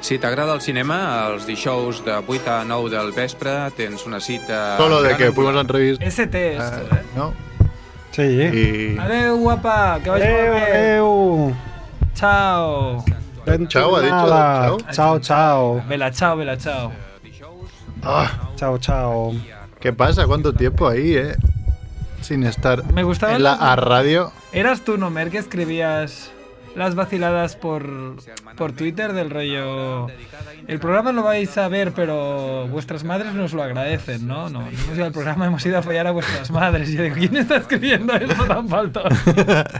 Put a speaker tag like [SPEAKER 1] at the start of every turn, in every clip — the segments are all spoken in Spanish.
[SPEAKER 1] Si t'agrada el cinema, els dijous de 8 a 9 del vespre tens una cita...
[SPEAKER 2] Solo
[SPEAKER 1] amb
[SPEAKER 2] de
[SPEAKER 1] Gran
[SPEAKER 2] que
[SPEAKER 1] Angular.
[SPEAKER 2] fuimos a entrevista.
[SPEAKER 3] ST esto,
[SPEAKER 2] eh, ¿No?
[SPEAKER 4] Sí. eh.
[SPEAKER 2] Y.
[SPEAKER 3] Adeu, guapa, que vaya
[SPEAKER 4] Adeu,
[SPEAKER 3] muy bien.
[SPEAKER 4] adeu.
[SPEAKER 3] Chao.
[SPEAKER 4] Dentro
[SPEAKER 2] Chao, ha dicho,
[SPEAKER 4] nada. Chao, chao.
[SPEAKER 3] Vela, chao, vela, chao.
[SPEAKER 2] Ah,
[SPEAKER 4] Chao, chao.
[SPEAKER 2] ¿Qué pasa? ¿Cuánto tiempo ahí, eh? Sin estar
[SPEAKER 3] Me gustaba
[SPEAKER 2] en la
[SPEAKER 3] los-
[SPEAKER 2] a radio.
[SPEAKER 3] ¿Eras tú, Nomer, que escribías las vaciladas por, por Twitter del rollo? El programa lo vais a ver, pero vuestras madres nos lo agradecen, ¿no? No, no hemos ido al programa, hemos ido a follar a vuestras madres. Y yo digo, ¿quién está escribiendo esto tan falto?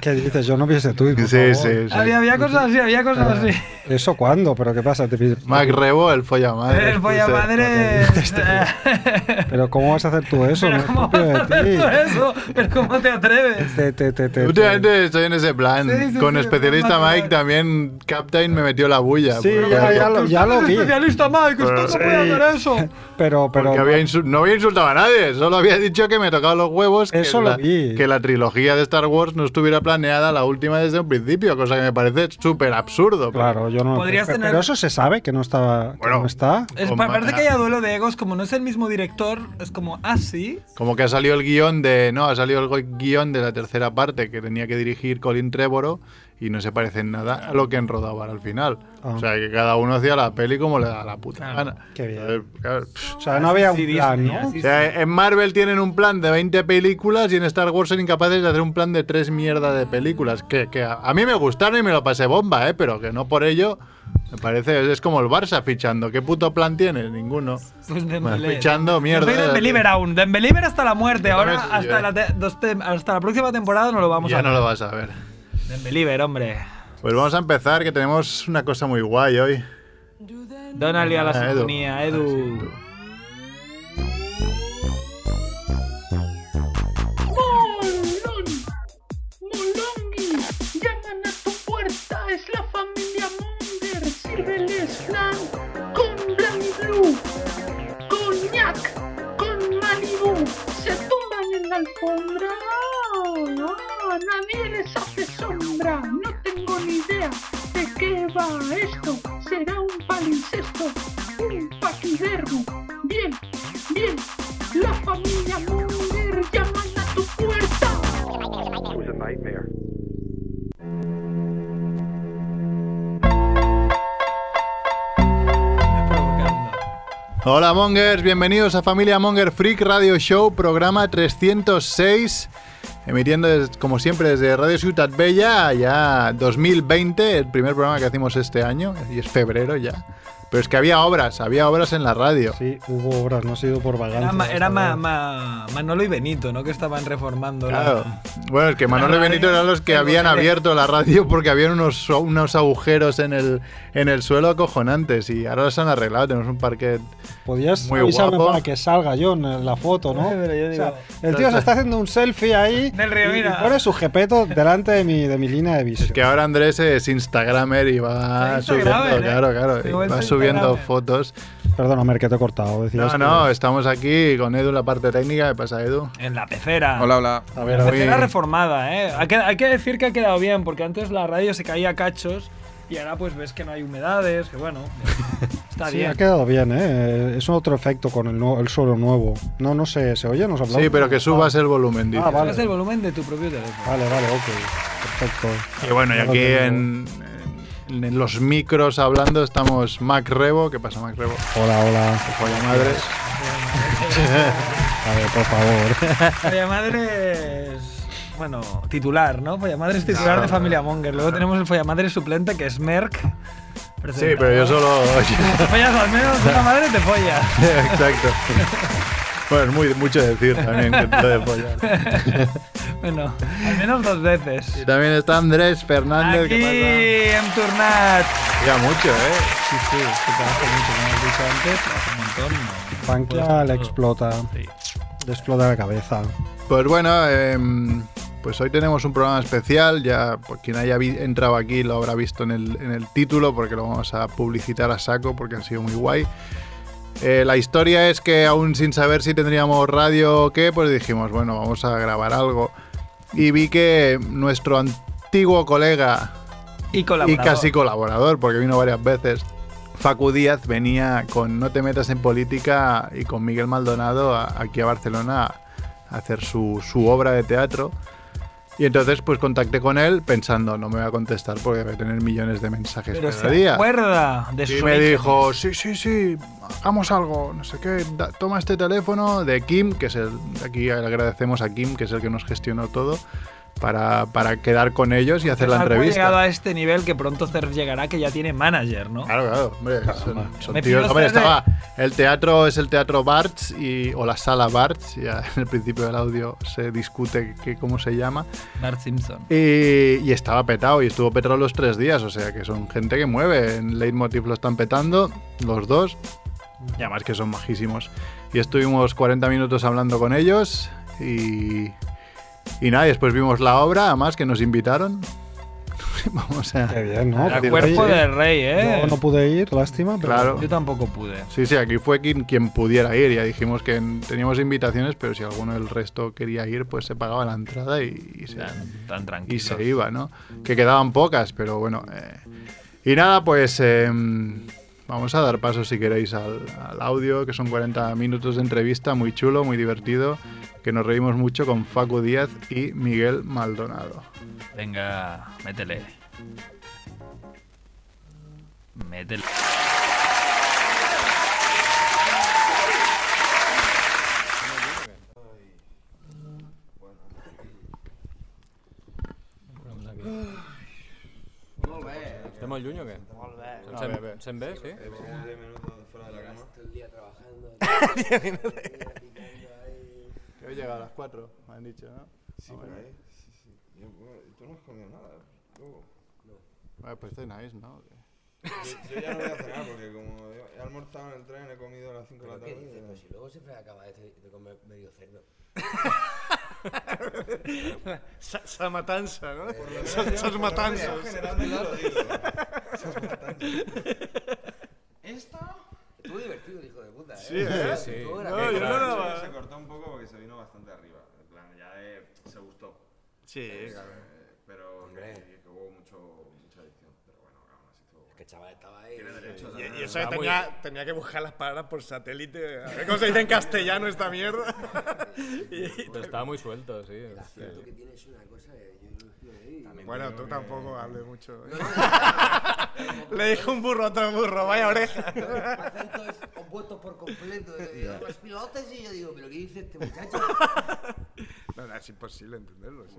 [SPEAKER 4] ¿Qué dices? Yo no vi ese tuit, por
[SPEAKER 2] Sí,
[SPEAKER 4] favor.
[SPEAKER 2] sí, sí. Ah,
[SPEAKER 3] había, había cosas así, había cosas así.
[SPEAKER 4] ¿Eso cuándo? ¿Pero qué pasa? Te pi-
[SPEAKER 2] Mac Rebo, el follamadre.
[SPEAKER 3] El folla madre.
[SPEAKER 4] ¿Pero cómo vas a hacer tú eso? No
[SPEAKER 3] Pero
[SPEAKER 4] es
[SPEAKER 3] ¿cómo
[SPEAKER 4] propio
[SPEAKER 3] vas a hacer tú
[SPEAKER 4] de ti.
[SPEAKER 3] eso? ¿Pero cómo te atreves?
[SPEAKER 4] Te- te- te- te- te-
[SPEAKER 2] Últimamente estoy en ese plan.
[SPEAKER 3] Sí, sí,
[SPEAKER 2] Con
[SPEAKER 3] sí,
[SPEAKER 2] especialista
[SPEAKER 3] más
[SPEAKER 2] Mike
[SPEAKER 3] claro.
[SPEAKER 2] también Captain me metió la bulla.
[SPEAKER 4] Sí,
[SPEAKER 2] porque-
[SPEAKER 4] ya, ya lo,
[SPEAKER 3] Usted
[SPEAKER 4] ya lo
[SPEAKER 3] es
[SPEAKER 4] vi.
[SPEAKER 3] especialista, Mike, usted no
[SPEAKER 2] Sí.
[SPEAKER 3] puede hacer eso.
[SPEAKER 4] Pero, pero.
[SPEAKER 2] Porque había insu- no había insultado a nadie, solo había dicho que me tocaba los huevos que,
[SPEAKER 4] Eso lo
[SPEAKER 2] la,
[SPEAKER 4] vi.
[SPEAKER 2] que la trilogía de Star Wars no estuviera planeada la última desde un principio, cosa que me parece súper absurdo.
[SPEAKER 4] Claro, yo no.
[SPEAKER 3] Podrías
[SPEAKER 4] pero,
[SPEAKER 3] tener-
[SPEAKER 4] pero eso se sabe que no estaba. que
[SPEAKER 2] Bueno.
[SPEAKER 4] no está.
[SPEAKER 3] Es,
[SPEAKER 2] Con
[SPEAKER 3] pa-
[SPEAKER 2] ma-
[SPEAKER 3] parece que haya duelo de egos, como no es el mismo director, es como, ah, sí.
[SPEAKER 2] Como que ha salido el guión de. No, ha salido el gu- guión de la tercera parte que tenía que dirigir Colin Trevorrow y no se parece en nada a lo que enrodaban al final.
[SPEAKER 4] Ah.
[SPEAKER 2] O sea, que cada uno hacía la peli como le da la puta
[SPEAKER 3] Claro.
[SPEAKER 2] gana.
[SPEAKER 4] Qué bien.
[SPEAKER 2] Eh, claro, pff.
[SPEAKER 4] O sea, no había un
[SPEAKER 3] Sí,
[SPEAKER 4] plan,
[SPEAKER 3] Disney,
[SPEAKER 4] ¿no?
[SPEAKER 3] así
[SPEAKER 2] O sea, en Marvel tienen un plan de 20 películas y en Star Wars son incapaces de hacer un plan de tres mierda de películas. Que, que a, a mí me gustaron y me lo pasé bomba, ¿eh? pero que no por ello. Me parece, es como el Barça fichando. ¿Qué puto plan tienes? Ninguno.
[SPEAKER 3] Pues
[SPEAKER 2] Bueno,
[SPEAKER 3] Dembélé.
[SPEAKER 2] fichando mierda.
[SPEAKER 3] Yo soy Dembélé aún. Dembélé hasta la muerte. Ahora,
[SPEAKER 2] también soy
[SPEAKER 3] hasta
[SPEAKER 2] yo.
[SPEAKER 3] la, te- dos tem- hasta la próxima temporada no lo vamos
[SPEAKER 2] ya
[SPEAKER 3] a
[SPEAKER 2] no
[SPEAKER 3] ver.
[SPEAKER 2] lo vas a ver.
[SPEAKER 3] Dembélé, hombre.
[SPEAKER 2] Pues vamos a empezar, que tenemos una cosa muy guay hoy.
[SPEAKER 3] Donald y a la
[SPEAKER 2] Ah, Edu.
[SPEAKER 3] sintonía, Edu.
[SPEAKER 5] Molón, Molongi, llaman a tu puerta, es la familia Munger, sírveles flan con Blanc Blue, coñac, con Malibu, se tumban en la alfombra, Ah, ah, nadie les hace sombra, no tengo ni idea de qué va esto, será un palincesto, un paquidermo, bien, bien, la familia Munger llaman a tu puerta.
[SPEAKER 3] Provocando.
[SPEAKER 2] Hola Mongers, bienvenidos a Familia Monger Freak Radio Show, programa 306, emitiendo des- como siempre desde Radio Ciutat Bella, ya 2020, el primer programa que hacemos este año, y es febrero ya. Pero es que había obras, había obras en la radio.
[SPEAKER 4] Sí, hubo obras, no ha sido por
[SPEAKER 3] Era,
[SPEAKER 4] vagancia.
[SPEAKER 3] ma- era
[SPEAKER 4] más
[SPEAKER 3] ma- ma- Manolo y Benito, ¿no? Que estaban reformando la-
[SPEAKER 2] Claro. Bueno, es que Manolo y
[SPEAKER 3] radio
[SPEAKER 2] Benito eran los que
[SPEAKER 3] tengo
[SPEAKER 2] habían
[SPEAKER 3] tele.
[SPEAKER 2] abierto la radio porque habían unos, unos agujeros en el, en el suelo acojonantes y ahora los han arreglado, tenemos un parquet
[SPEAKER 4] Podías
[SPEAKER 2] Muy
[SPEAKER 4] avisarme
[SPEAKER 2] guapo.
[SPEAKER 4] para que salga yo en la foto, ¿no?
[SPEAKER 3] Sí, pero yo
[SPEAKER 4] O sea,
[SPEAKER 3] digo-
[SPEAKER 4] el tío se está haciendo un selfie ahí
[SPEAKER 3] Del río,
[SPEAKER 4] y- y
[SPEAKER 3] mira.
[SPEAKER 4] pone su jepeto delante de mi, de mi línea de visión.
[SPEAKER 2] Es que ahora Andrés es Instagramer y va
[SPEAKER 3] Es
[SPEAKER 2] subiendo,
[SPEAKER 3] Instagramer, ¿eh?
[SPEAKER 2] claro, claro,
[SPEAKER 3] Sí,
[SPEAKER 2] y
[SPEAKER 3] buen
[SPEAKER 2] va subiendo
[SPEAKER 3] Instagramer.
[SPEAKER 2] fotos.
[SPEAKER 4] Perdona, Mer, que te he cortado. decías
[SPEAKER 2] No,
[SPEAKER 4] que-
[SPEAKER 2] no, estamos aquí con Edu en la parte técnica. ¿Qué pasa, Edu?
[SPEAKER 3] En la pecera.
[SPEAKER 1] Hola, hola.
[SPEAKER 4] A ver,
[SPEAKER 3] La
[SPEAKER 4] a ver.
[SPEAKER 3] pecera reformada, ¿eh? Hay que, hay que decir que ha quedado bien, porque antes la radio se caía a cachos y ahora pues ves que no hay humedades, que bueno, está
[SPEAKER 4] Sí,
[SPEAKER 3] bien.
[SPEAKER 4] ha quedado bien, ¿eh? Es otro efecto con el, nu- el suelo nuevo. No, no sé, ¿se oye? ¿Nos hablamos?
[SPEAKER 2] Sí, pero que subas el volumen, dice.
[SPEAKER 4] Ah, vale.
[SPEAKER 3] Subes el volumen de tu propio teléfono.
[SPEAKER 4] Vale, vale, ok. Perfecto.
[SPEAKER 2] Y bueno, y
[SPEAKER 4] Ya lo
[SPEAKER 2] aquí
[SPEAKER 4] tengo.
[SPEAKER 2] en, en- en los micros hablando estamos Mac Rebo. ¿Qué pasa, Mac Rebo?
[SPEAKER 4] Hola, hola.
[SPEAKER 2] Joya madre.
[SPEAKER 4] A ver, por favor.
[SPEAKER 3] Folla Madre es, bueno, titular, ¿no? Folla Madre es titular de Familia Monger. Luego tenemos el Folla Madre suplente, que es Merck.
[SPEAKER 2] Sí, pero yo solo...
[SPEAKER 3] Te follas al menos, una madre te follas.
[SPEAKER 2] Exacto. Bueno, es muy, mucho decir también que te de follar.
[SPEAKER 3] Bueno, al menos dos
[SPEAKER 2] Y
[SPEAKER 3] veces.
[SPEAKER 2] también está Andrés Fernández.
[SPEAKER 3] Aquí,
[SPEAKER 2] ¿Qué
[SPEAKER 3] en Turnat.
[SPEAKER 2] pasa? Ya mucho, ¿eh?
[SPEAKER 3] Sí, sí, es que trabajo mucho, como hemos dicho antes, hace un montón. ¿no?
[SPEAKER 4] Pankia le explota. Le explota la cabeza.
[SPEAKER 2] Pues bueno, em, pues hoy tenemos un programa especial. Ya por quien haya vi- entrado aquí lo habrá visto en el, en el título, porque lo vamos a publicitar a saco, porque han sido muy guay. Eh, la historia es que aún sin saber si tendríamos radio o qué, pues dijimos, bueno, vamos a grabar algo. Y vi que nuestro antiguo colega
[SPEAKER 3] Y colaborador.
[SPEAKER 2] y casi colaborador, porque vino varias veces, Facu Díaz venía con No te metas en política y con Miguel Maldonado a- aquí a Barcelona a hacer su, su obra de teatro. Y entonces pues contacté con él pensando, no me va a contestar porque debe tener millones de mensajes
[SPEAKER 3] Pero
[SPEAKER 2] cada
[SPEAKER 3] se
[SPEAKER 2] día.
[SPEAKER 3] acuerda de
[SPEAKER 2] Y
[SPEAKER 3] su
[SPEAKER 2] me dijo, sí, sí, sí, hagamos algo, no sé qué, da- toma este teléfono de Kim, que es el, aquí le agradecemos a Kim, que es el que nos gestionó todo, para, para quedar con ellos y hacer la
[SPEAKER 3] Facu ha llegado
[SPEAKER 2] entrevista.
[SPEAKER 3] a este nivel que pronto Cerf llegará, que ya tiene manager, ¿no?
[SPEAKER 2] Claro, claro, hombre, son, son
[SPEAKER 3] Me
[SPEAKER 2] tíos-
[SPEAKER 3] pidió
[SPEAKER 2] hombre,
[SPEAKER 3] hacer de-
[SPEAKER 2] estaba, el teatro es el teatro Barts y, o la sala Barts, ya en el principio del audio se discute que, cómo se llama,
[SPEAKER 3] Bart Simpson.
[SPEAKER 2] y, y estaba petado, y estuvo petado los tres días, o sea que son gente que mueve. En Leitmotiv lo están petando, los dos, y además que son majísimos. Y estuvimos 40 minutos hablando con ellos, y, y nada, y después vimos la obra, además que nos invitaron. Vamos a.
[SPEAKER 4] Qué bien, ¿no?
[SPEAKER 2] Era
[SPEAKER 3] El
[SPEAKER 2] Oye,
[SPEAKER 3] cuerpo del rey, ¿eh?
[SPEAKER 4] Yo no pude ir, lástima, pero
[SPEAKER 2] Claro.
[SPEAKER 3] Yo tampoco pude.
[SPEAKER 2] Sí, sí, aquí fue quien, quien pudiera ir. Ya dijimos que en- teníamos invitaciones, pero si alguno del resto quería ir, pues se pagaba la entrada y, y se,
[SPEAKER 3] Tan, tan
[SPEAKER 2] y
[SPEAKER 3] tranquilo.
[SPEAKER 2] se iba, ¿no? Que quedaban pocas, pero bueno. eh, Y nada, pues eh, vamos a dar paso, si queréis, al, al audio, que son 40 minutos de entrevista, muy chulo, muy divertido, que nos reímos mucho con Facu Díaz y Miguel Maldonado.
[SPEAKER 3] Venga, métele. Métele.
[SPEAKER 6] ¿Estem molt lluny o què? Molt bé. Se'm, sent, sent bé, sí?
[SPEAKER 2] Que hoy llega a las 4, me han dicho, ¿no? Sí, por ahí. tú no has comido nada. pues cenáis, ¿no?
[SPEAKER 7] Yo ya no voy a cenar porque como he he almorzado en el tren, he comido a las 5 de la
[SPEAKER 8] ¿Pero
[SPEAKER 7] tarde.
[SPEAKER 8] qué dices? Pues
[SPEAKER 7] y-
[SPEAKER 8] si luego siempre acaba de, de comer medio cerdo.
[SPEAKER 9] Sa, sa matanza,
[SPEAKER 8] Eh,
[SPEAKER 9] ¿no?
[SPEAKER 7] Yo-
[SPEAKER 9] Sa,
[SPEAKER 7] por
[SPEAKER 9] sas
[SPEAKER 7] lo menos
[SPEAKER 9] matanzas.
[SPEAKER 7] Generalmente lo digo. ¿eh?
[SPEAKER 8] Estuvo divertido el hijo de puta, ¿eh?
[SPEAKER 9] Sí, ¿eh?
[SPEAKER 6] Sí, sí.
[SPEAKER 8] Estuvo
[SPEAKER 6] No,
[SPEAKER 9] No, yo
[SPEAKER 8] gracioso.
[SPEAKER 9] no
[SPEAKER 7] Claro,
[SPEAKER 9] la
[SPEAKER 7] se-
[SPEAKER 9] va-
[SPEAKER 7] Se cortó un poco porque se vino bastante arriba. En plan, ya de, se gustó.
[SPEAKER 9] Sí.
[SPEAKER 7] Eh, Pero que,
[SPEAKER 8] Hombre.
[SPEAKER 7] que hubo mucho, mucha adicción. Pero bueno, aún así estuvo
[SPEAKER 8] Que
[SPEAKER 7] bueno.
[SPEAKER 8] el chaval estaba ahí.
[SPEAKER 7] Tiene derecho a
[SPEAKER 9] Y,
[SPEAKER 7] tener-
[SPEAKER 9] y eso que
[SPEAKER 6] Va muy
[SPEAKER 9] tenía, tenía que buscar las palabras por satélite. A ver cómo se dice en castellano esta mierda. Y-
[SPEAKER 6] Però estava molt suelto, sí.
[SPEAKER 8] El acento que tiene es una cosa de... Yo no lo sé, ¿eh?
[SPEAKER 9] bueno, tú tampoco hables mucho. ¿eh? Le dijo un burro a otro burro, vaya oreja.
[SPEAKER 8] Yo, el acento es opuesto por completo. eh, yo, Las pilotas y yo digo, ¿pero qué dice este muchacho?
[SPEAKER 9] No, no, es imposible entenderlo. es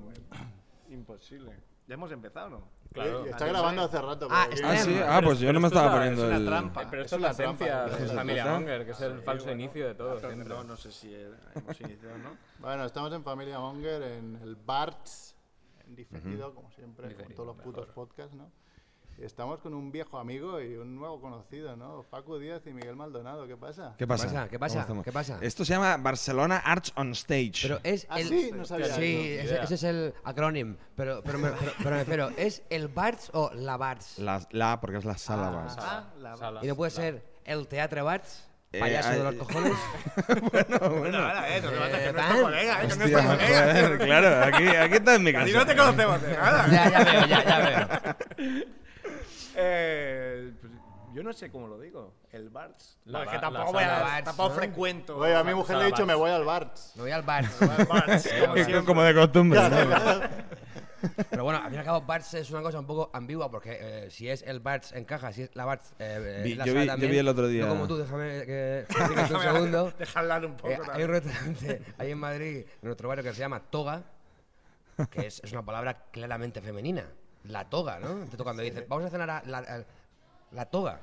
[SPEAKER 9] imposible. ¿Ya hemos empezado o no?
[SPEAKER 6] Claro.
[SPEAKER 2] Está grabando hace rato. pero-
[SPEAKER 9] está-
[SPEAKER 10] Ah, sí, ah, pues yo no me estaba poniendo el.
[SPEAKER 6] Pero esto es la
[SPEAKER 2] Es una trampa,
[SPEAKER 6] esencia
[SPEAKER 2] ¿no?
[SPEAKER 6] de
[SPEAKER 2] Es
[SPEAKER 6] Familia
[SPEAKER 10] verdad.
[SPEAKER 6] Monger, que es el falso inicio de todo, siempre.
[SPEAKER 9] No, no sé si eh, hemos iniciado no.
[SPEAKER 2] Bueno, estamos en Familia Monger, en el Barts, en diferido, como siempre, con todos los putos podcasts, ¿no? Estamos con un viejo amigo y un nuevo conocido, ¿no? Facu Díaz y Miguel Maldonado, ¿qué pasa?
[SPEAKER 10] ¿Qué pasa?
[SPEAKER 8] pasa? ¿Qué
[SPEAKER 10] ¿Cómo
[SPEAKER 8] pasa?
[SPEAKER 10] hacemos?
[SPEAKER 8] ¿Qué pasa?
[SPEAKER 10] Esto se llama Barcelona Arts on Stage.
[SPEAKER 8] Pero es
[SPEAKER 2] Ah,
[SPEAKER 8] el...
[SPEAKER 2] sí, no sabía
[SPEAKER 8] Sí,
[SPEAKER 2] eso.
[SPEAKER 8] ese, ese es el acrónimo. Pero, pero, me- pero, pero me refiero, ¿es el BARTS o la BARTS?
[SPEAKER 10] La, la, porque es la sala
[SPEAKER 8] Ah,
[SPEAKER 10] Barts.
[SPEAKER 8] ah,
[SPEAKER 6] Sala.
[SPEAKER 8] ¿Y no puede ser el Teatro BARTS?
[SPEAKER 10] Eh,
[SPEAKER 8] Payaso de
[SPEAKER 10] ah,
[SPEAKER 8] los cojones.
[SPEAKER 9] Bueno, ahora, eh, no te mates, que
[SPEAKER 8] Eh,
[SPEAKER 9] no es tu
[SPEAKER 8] Dan.
[SPEAKER 9] colega, eh, que no es tu
[SPEAKER 10] Hostia,
[SPEAKER 9] colega.
[SPEAKER 8] eh.
[SPEAKER 10] joder, claro, aquí, aquí está en mi
[SPEAKER 9] A
[SPEAKER 10] casa.
[SPEAKER 9] ti no te conocemos de nada.
[SPEAKER 8] ya, ya veo, ya, ya veo.
[SPEAKER 9] Eh, pues, yo no sé cómo lo digo. El Barts.
[SPEAKER 6] La
[SPEAKER 9] No, es
[SPEAKER 6] ba-
[SPEAKER 9] que tampoco,
[SPEAKER 6] la
[SPEAKER 9] voy a,
[SPEAKER 8] sala Barts,
[SPEAKER 9] tampoco
[SPEAKER 8] ¿no?
[SPEAKER 9] frecuento.
[SPEAKER 2] Oye, a mi mujer le he dicho, me voy al Barts.
[SPEAKER 8] Me voy al bar.
[SPEAKER 9] El Barts, como
[SPEAKER 10] Que-
[SPEAKER 9] siempre.
[SPEAKER 10] Como de costumbre. ¿no?
[SPEAKER 8] Pero bueno, al fin y al cabo, Barts es una cosa un poco ambigua porque eh, si es el Barts en caja, si es la Barts. Eh,
[SPEAKER 10] Vi-
[SPEAKER 8] la
[SPEAKER 10] yo
[SPEAKER 8] sala
[SPEAKER 10] vi- yo
[SPEAKER 8] también,
[SPEAKER 10] vi el otro día.
[SPEAKER 8] No como tú, déjame que. explique un segundo.
[SPEAKER 9] Deja hablar un poco.
[SPEAKER 8] Eh, hay un
[SPEAKER 9] también.
[SPEAKER 8] restaurante ahí en Madrid, en nuestro barrio, que se llama Toga, que es, es una palabra claramente femenina. La toga, ¿no? Entonces, cuando dices, vamos a cenar a la, a la toga,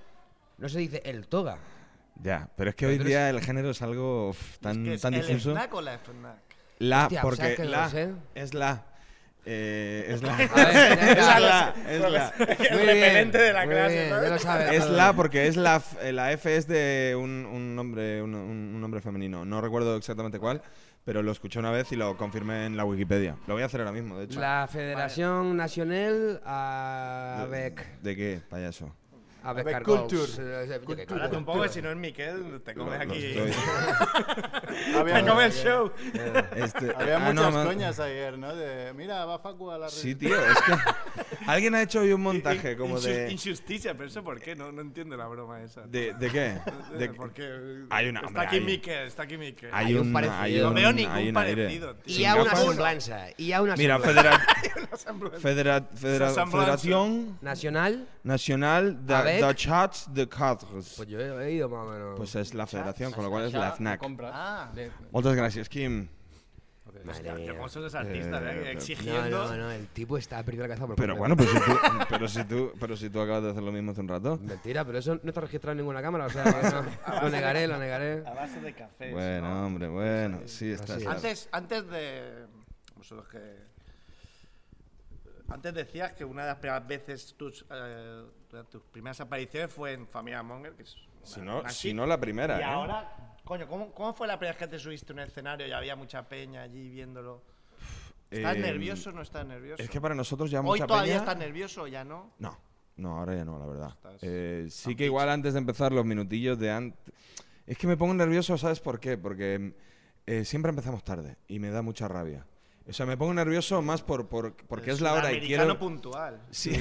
[SPEAKER 8] no se dice el toga.
[SPEAKER 10] Ya, pero es que hoy
[SPEAKER 8] Pero
[SPEAKER 10] día el género es algo uf, tan,
[SPEAKER 9] ¿Qué es,
[SPEAKER 10] tan
[SPEAKER 9] el
[SPEAKER 10] difuso.
[SPEAKER 9] snack o la snack?
[SPEAKER 10] La,
[SPEAKER 8] Hostia,
[SPEAKER 10] porque
[SPEAKER 8] ¿sabes que no
[SPEAKER 10] la
[SPEAKER 8] lo sé?
[SPEAKER 10] es la. Eh, es la.
[SPEAKER 8] A ver, ya,
[SPEAKER 10] es
[SPEAKER 8] ya,
[SPEAKER 10] la. Es la.
[SPEAKER 9] El
[SPEAKER 8] Muy bien,
[SPEAKER 9] repelente de la
[SPEAKER 8] muy
[SPEAKER 9] clase.
[SPEAKER 8] bien,
[SPEAKER 9] ¿no?
[SPEAKER 8] ya lo sabes,
[SPEAKER 10] Es
[SPEAKER 8] Pablo.
[SPEAKER 10] la porque es la, f- eh, la F es de un, un nombre un, un- un nombre femenino. No recuerdo exactamente cuál, pero lo escuché una vez y lo confirmé en la Wikipedia. Lo voy a hacer ahora mismo, de hecho.
[SPEAKER 8] La Federación Nacional avec
[SPEAKER 10] ¿De qué, payaso?
[SPEAKER 8] Haber Eh,
[SPEAKER 9] Ahora tampoco, si no es Miquel, te comes
[SPEAKER 10] Lo- lo
[SPEAKER 9] aquí.
[SPEAKER 10] estoy.
[SPEAKER 2] Ah,
[SPEAKER 9] te comes el show.
[SPEAKER 10] Este-
[SPEAKER 2] Había
[SPEAKER 10] ah, no,
[SPEAKER 2] muchas
[SPEAKER 10] más-
[SPEAKER 2] coñas ayer, ¿no? De, mira, va Facu a la
[SPEAKER 10] Sí,
[SPEAKER 2] red".
[SPEAKER 10] tío, es que alguien ha hecho hoy un montaje como
[SPEAKER 9] Injus-
[SPEAKER 10] de...
[SPEAKER 9] Injusticia, pero eso por qué, no, no entiendo la broma esa.
[SPEAKER 10] ¿De, de qué?
[SPEAKER 9] No
[SPEAKER 10] De-
[SPEAKER 9] sé por qué.
[SPEAKER 10] Hay una...
[SPEAKER 9] Está
[SPEAKER 10] hombre,
[SPEAKER 9] aquí
[SPEAKER 10] hay-
[SPEAKER 9] Miquel, está aquí Miquel.
[SPEAKER 10] Hay un, hay
[SPEAKER 9] no
[SPEAKER 10] un-
[SPEAKER 9] veo ningún
[SPEAKER 10] hay un aire.
[SPEAKER 9] parecido, tío.
[SPEAKER 8] Y
[SPEAKER 10] Sin
[SPEAKER 8] a una
[SPEAKER 10] gafas.
[SPEAKER 8] semblanza. Y a una
[SPEAKER 10] Mira,
[SPEAKER 8] semblanza.
[SPEAKER 10] federa- federa- federa-
[SPEAKER 9] Semblanza.
[SPEAKER 10] Federación
[SPEAKER 8] Nacional.
[SPEAKER 10] Nacional
[SPEAKER 8] A
[SPEAKER 10] de,
[SPEAKER 8] ver.
[SPEAKER 10] de Chats de Cadres.
[SPEAKER 8] Pues yo he he ido más o menos.
[SPEAKER 10] Pues es la federación, con lo cual es la FNAC.
[SPEAKER 2] Ah,
[SPEAKER 10] Muchas gracias, Kim.
[SPEAKER 8] Madre mía.
[SPEAKER 9] Como son los artistas,
[SPEAKER 10] Eh,
[SPEAKER 9] eh,
[SPEAKER 8] No,
[SPEAKER 9] exigiendo.
[SPEAKER 8] no, no, el tipo está perdido la cabeza por
[SPEAKER 10] Pero
[SPEAKER 8] completo.
[SPEAKER 10] bueno, pues pero si, tú, pero, si tú, pero si tú acabas de hacer lo mismo hace un rato.
[SPEAKER 8] Mentira, pero eso no está registrado en ninguna cámara, o sea, no, lo negaré, lo negaré.
[SPEAKER 9] A base de café.
[SPEAKER 10] Bueno, hombre, bueno, sí,
[SPEAKER 8] Así
[SPEAKER 10] está.
[SPEAKER 8] es.
[SPEAKER 10] está.
[SPEAKER 9] Antes, antes de. Vosotros que. Antes decías que una de las primeras veces tus, eh, durante tus primeras apariciones fue en Familia Monger, que es. una-
[SPEAKER 10] Si no,
[SPEAKER 9] una
[SPEAKER 10] si
[SPEAKER 9] shit.
[SPEAKER 10] no la primera,
[SPEAKER 9] Y
[SPEAKER 10] ¿eh?
[SPEAKER 9] ahora, coño, ¿cómo, ¿cómo fue la primera vez que te subiste a un escenario y había mucha peña allí viéndolo? ¿Estás
[SPEAKER 10] Eh,
[SPEAKER 9] nervioso o no estás nervioso?
[SPEAKER 10] Es que para nosotros ya
[SPEAKER 9] Hoy
[SPEAKER 10] mucha
[SPEAKER 9] todavía
[SPEAKER 10] peña-
[SPEAKER 9] estás nervioso o ya no.
[SPEAKER 10] No, no, ahora ya no, la verdad.
[SPEAKER 9] Estás
[SPEAKER 10] Eh, sí
[SPEAKER 9] tan
[SPEAKER 10] que igual antes de empezar los minutillos de antes... Es que me pongo nervioso, ¿sabes por qué? Porque mm, eh, siempre empezamos tarde y me da mucha rabia. O sea, me pongo nervioso más por, por- porque es la hora y
[SPEAKER 9] Sudamericano
[SPEAKER 10] quiero...
[SPEAKER 9] puntual.
[SPEAKER 10] Sí.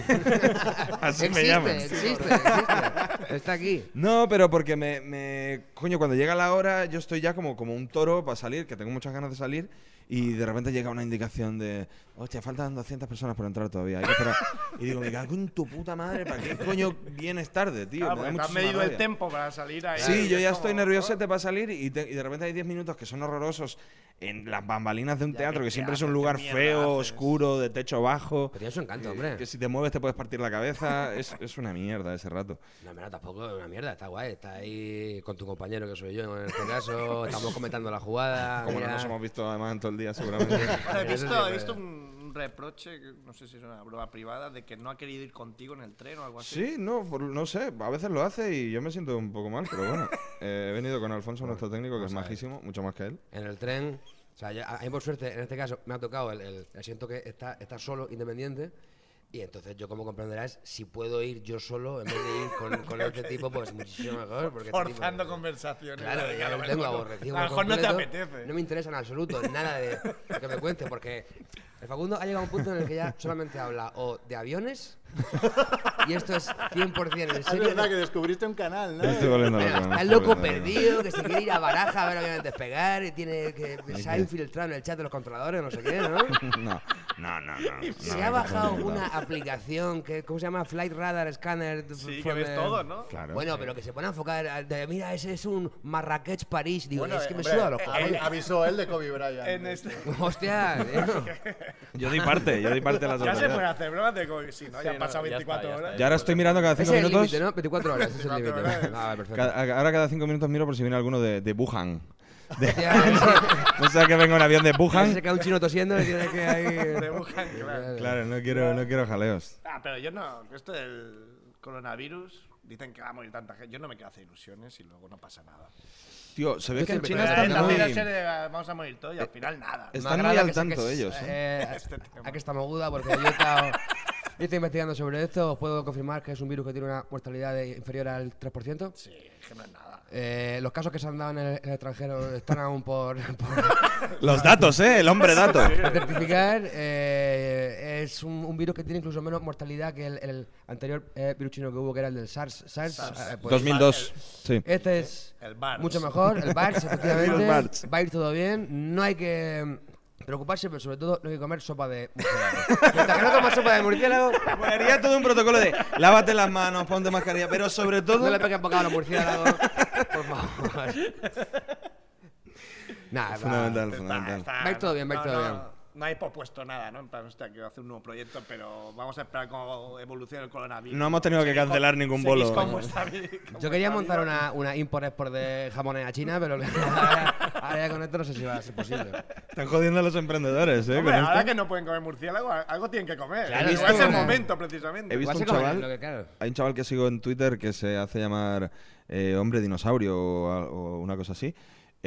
[SPEAKER 10] Así me
[SPEAKER 8] existe,
[SPEAKER 10] llaman.
[SPEAKER 8] existe, existe. Está aquí.
[SPEAKER 10] No, pero porque me, me- Coño, cuando llega la hora yo estoy ya como, como un toro para salir, que tengo muchas ganas de salir, y de repente llega una indicación de... Hostia, faltan 200 personas por entrar todavía, hay que esperar". y digo, me cago en tu puta madre, ¿para qué coño vienes tarde, tío?
[SPEAKER 9] Claro,
[SPEAKER 10] Me da
[SPEAKER 9] porque te has
[SPEAKER 10] muchísima
[SPEAKER 9] medido el
[SPEAKER 10] rabia.
[SPEAKER 9] tiempo para salir ahí.
[SPEAKER 10] Sí, yo
[SPEAKER 9] Es
[SPEAKER 10] ya
[SPEAKER 9] como,
[SPEAKER 10] estoy
[SPEAKER 9] ¿no?
[SPEAKER 10] nerviosete para salir y, te- y de repente hay 10 minutos que son horrorosos en las bambalinas de un
[SPEAKER 9] Ya,
[SPEAKER 10] teatro,
[SPEAKER 9] ¿qué
[SPEAKER 10] que siempre
[SPEAKER 9] haces?
[SPEAKER 10] es un
[SPEAKER 9] ¿Qué
[SPEAKER 10] lugar
[SPEAKER 9] mierda
[SPEAKER 10] feo,
[SPEAKER 9] haces?
[SPEAKER 10] oscuro, de techo bajo.
[SPEAKER 8] Pero tiene su encanto,
[SPEAKER 10] eh,
[SPEAKER 8] hombre.
[SPEAKER 10] Que si te mueves te puedes partir la cabeza. es, es una mierda ese rato.
[SPEAKER 8] No, no, tampoco es una mierda, está guay, está ahí con tu compañero que soy yo en este caso, estamos comentando la jugada.
[SPEAKER 10] Como no
[SPEAKER 8] mira.
[SPEAKER 10] nos hemos visto además en todo el día, seguramente.
[SPEAKER 9] He
[SPEAKER 8] Eso sí,
[SPEAKER 9] visto, he
[SPEAKER 8] pero-
[SPEAKER 9] visto un reproche, que no sé si es una broma privada, de que no ha querido ir contigo en el tren o
[SPEAKER 8] Pues
[SPEAKER 9] algo así.
[SPEAKER 10] sí, no, por- no sé. A veces lo hace y yo me siento un poco mal, pero bueno. Eh, he venido con Alfonso, nuestro técnico, que es majísimo, mucho más que él.
[SPEAKER 8] En el tren, o sea, yo- a a mí por suerte en este caso me ha tocado el, el- el asiento que está, está solo, independiente. Y entonces yo, como comprenderás, si puedo ir yo solo en vez de ir con, con este tipo, pues muchísimo mejor. Porque este tipo-
[SPEAKER 9] Forzando conversaciones.
[SPEAKER 8] Claro,
[SPEAKER 9] Venga,
[SPEAKER 8] ya lo
[SPEAKER 9] bueno,
[SPEAKER 8] tengo
[SPEAKER 9] bueno.
[SPEAKER 8] aborrecido.
[SPEAKER 9] A lo
[SPEAKER 8] por
[SPEAKER 9] mejor no te
[SPEAKER 8] completo.
[SPEAKER 9] apetece.
[SPEAKER 8] No me interesa en absoluto nada de lo que me cuente, porque el Facundo ha llegado a un punto en el que ya solamente habla o de aviones, y esto es 100% en
[SPEAKER 2] Ah, Es
[SPEAKER 8] serio.
[SPEAKER 2] verdad que descubriste un canal, ¿no?
[SPEAKER 10] Estoy volviendo
[SPEAKER 8] Mira,
[SPEAKER 10] loco, me
[SPEAKER 8] está el
[SPEAKER 10] estoy
[SPEAKER 8] loco
[SPEAKER 10] volviendo loco.
[SPEAKER 8] perdido, que se quiere ir a baraja a ver aviones despegar, y tiene que se ha infiltrado en el chat de los controladores, no sé qué, ¿no?
[SPEAKER 10] No, no, no. no, no,
[SPEAKER 8] Se
[SPEAKER 10] no,
[SPEAKER 8] ha
[SPEAKER 10] no,
[SPEAKER 8] bajado
[SPEAKER 10] no, no.
[SPEAKER 8] una aplicación que, ¿cómo se llama? Flight Radar Scanner.
[SPEAKER 9] Sí, que
[SPEAKER 8] from
[SPEAKER 9] ves
[SPEAKER 8] the-
[SPEAKER 9] todo, ¿no?
[SPEAKER 10] Claro.
[SPEAKER 8] Bueno, pero que se pone a enfocar, a- de, mira, ese es un Marrakech París. Digo,
[SPEAKER 2] Bueno,
[SPEAKER 8] es que me
[SPEAKER 2] hombre,
[SPEAKER 8] suda los
[SPEAKER 2] eh,
[SPEAKER 8] cojones.
[SPEAKER 2] avi- Avisó él de Kobe Bryant. eh.
[SPEAKER 9] En este-
[SPEAKER 8] Hostia, eh.
[SPEAKER 10] Yo di parte, yo di parte a las
[SPEAKER 9] Ya se pueden
[SPEAKER 10] autoridades.
[SPEAKER 9] hacer bromas de co- si no, ya han pasado
[SPEAKER 6] ya está,
[SPEAKER 9] 24
[SPEAKER 6] ya está.
[SPEAKER 9] horas.
[SPEAKER 10] Y ahora estoy mirando cada
[SPEAKER 8] Ese es
[SPEAKER 10] cinco
[SPEAKER 8] el
[SPEAKER 10] minutos.
[SPEAKER 8] límite, ¿no? 24 horas, ese es el
[SPEAKER 9] 24
[SPEAKER 8] límite.
[SPEAKER 9] horas.
[SPEAKER 8] Ah, vale, perfecto.
[SPEAKER 10] Cada- ahora cada cinco minutos miro por si viene alguno de, de Wuhan.
[SPEAKER 8] Hostia,
[SPEAKER 10] No sea que venga un avión de
[SPEAKER 8] ese
[SPEAKER 10] Wuhan.
[SPEAKER 8] se queda un chino tosiendo y tiene que
[SPEAKER 9] Te
[SPEAKER 8] ahí...
[SPEAKER 9] buscan, claro.
[SPEAKER 10] Claro, no quiero, no quiero jaleos.
[SPEAKER 9] Ah, pero yo no. Esto del coronavirus, dicen que va a morir tanta gente. Yo no me quiero hacer ilusiones y luego no pasa nada.
[SPEAKER 10] Tío, se ve que en
[SPEAKER 8] estoy
[SPEAKER 10] China
[SPEAKER 8] preparado.
[SPEAKER 10] están
[SPEAKER 9] Pero
[SPEAKER 8] muy-
[SPEAKER 9] es la
[SPEAKER 10] muy...
[SPEAKER 9] serie de, ah, vamos a morir todos y al final nada.
[SPEAKER 10] Es-
[SPEAKER 8] Me
[SPEAKER 10] Están muy
[SPEAKER 8] agrada
[SPEAKER 10] al
[SPEAKER 8] que saques,
[SPEAKER 10] tanto ellos, ¿eh?
[SPEAKER 8] eh,
[SPEAKER 9] Este tema.
[SPEAKER 8] a que está moguda porque yo he estado... Yo estoy investigando sobre esto, os puedo confirmar que es un virus que tiene una mortalidad de- inferior al 3%.
[SPEAKER 9] Sí, es que no es nada.
[SPEAKER 8] Eh, los casos que se han dado en el, en el extranjero están aún por, por-
[SPEAKER 10] Los datos, ¿eh? El hombre dato.
[SPEAKER 8] por certificar. Eh, es un, un virus que tiene incluso menos mortalidad que el, el anterior eh, virus chino que hubo, que era el del SARS. SARS, eh, pues-
[SPEAKER 10] 2002. Sí.
[SPEAKER 8] Este es
[SPEAKER 9] El VARS.
[SPEAKER 8] mucho mejor, el VARS, efectivamente.
[SPEAKER 10] El VARS.
[SPEAKER 8] Va a ir todo bien. No hay que mm, preocuparse, pero sobre todo no hay que comer sopa de murciélago. Mientras que no comas sopa de murciélago,
[SPEAKER 10] Haría todo un protocolo de lávate las manos, ponte mascarilla, pero sobre
[SPEAKER 8] no
[SPEAKER 10] todo...
[SPEAKER 8] le pegues bocado a los murciélagos. Por favor. Nada,
[SPEAKER 10] Fundamental,
[SPEAKER 9] Ah, Está-
[SPEAKER 10] fundamental.
[SPEAKER 9] está-
[SPEAKER 8] Va a ir todo bien, va a ir
[SPEAKER 9] no,
[SPEAKER 8] todo
[SPEAKER 9] no,
[SPEAKER 8] bien.
[SPEAKER 9] No hay propuesto nada, ¿no? En plan, hostia, quiero hacer un nuevo proyecto, pero vamos a esperar cómo evoluciona el coronavirus.
[SPEAKER 10] No hemos tenido que
[SPEAKER 9] Seguís
[SPEAKER 10] cancelar
[SPEAKER 9] con-
[SPEAKER 10] ningún
[SPEAKER 9] seguís
[SPEAKER 10] bolo,
[SPEAKER 9] con
[SPEAKER 10] ¿no?
[SPEAKER 9] vuestra vida- con
[SPEAKER 8] Yo quería
[SPEAKER 9] vuestra
[SPEAKER 8] montar
[SPEAKER 9] vida.
[SPEAKER 8] una, una import-export de jamones a China, pero ahora, ahora ya con esto no sé si va a ser posible.
[SPEAKER 10] Están jodiendo a los emprendedores, ¿eh?
[SPEAKER 9] Hombre,
[SPEAKER 10] con
[SPEAKER 9] ahora
[SPEAKER 10] esto.
[SPEAKER 9] que no pueden comer murciélago, algo tienen que comer.
[SPEAKER 8] Claro,
[SPEAKER 9] Igual
[SPEAKER 8] he
[SPEAKER 9] es
[SPEAKER 8] visto
[SPEAKER 9] el
[SPEAKER 8] una-
[SPEAKER 9] momento, precisamente.
[SPEAKER 10] He
[SPEAKER 8] Va a
[SPEAKER 10] visto
[SPEAKER 8] ser
[SPEAKER 10] un
[SPEAKER 8] como
[SPEAKER 10] chaval...
[SPEAKER 8] lo que- claro.
[SPEAKER 10] Hay un chaval que sigo en Twitter que se hace llamar eh, hombre dinosaurio o, a- o una cosa así.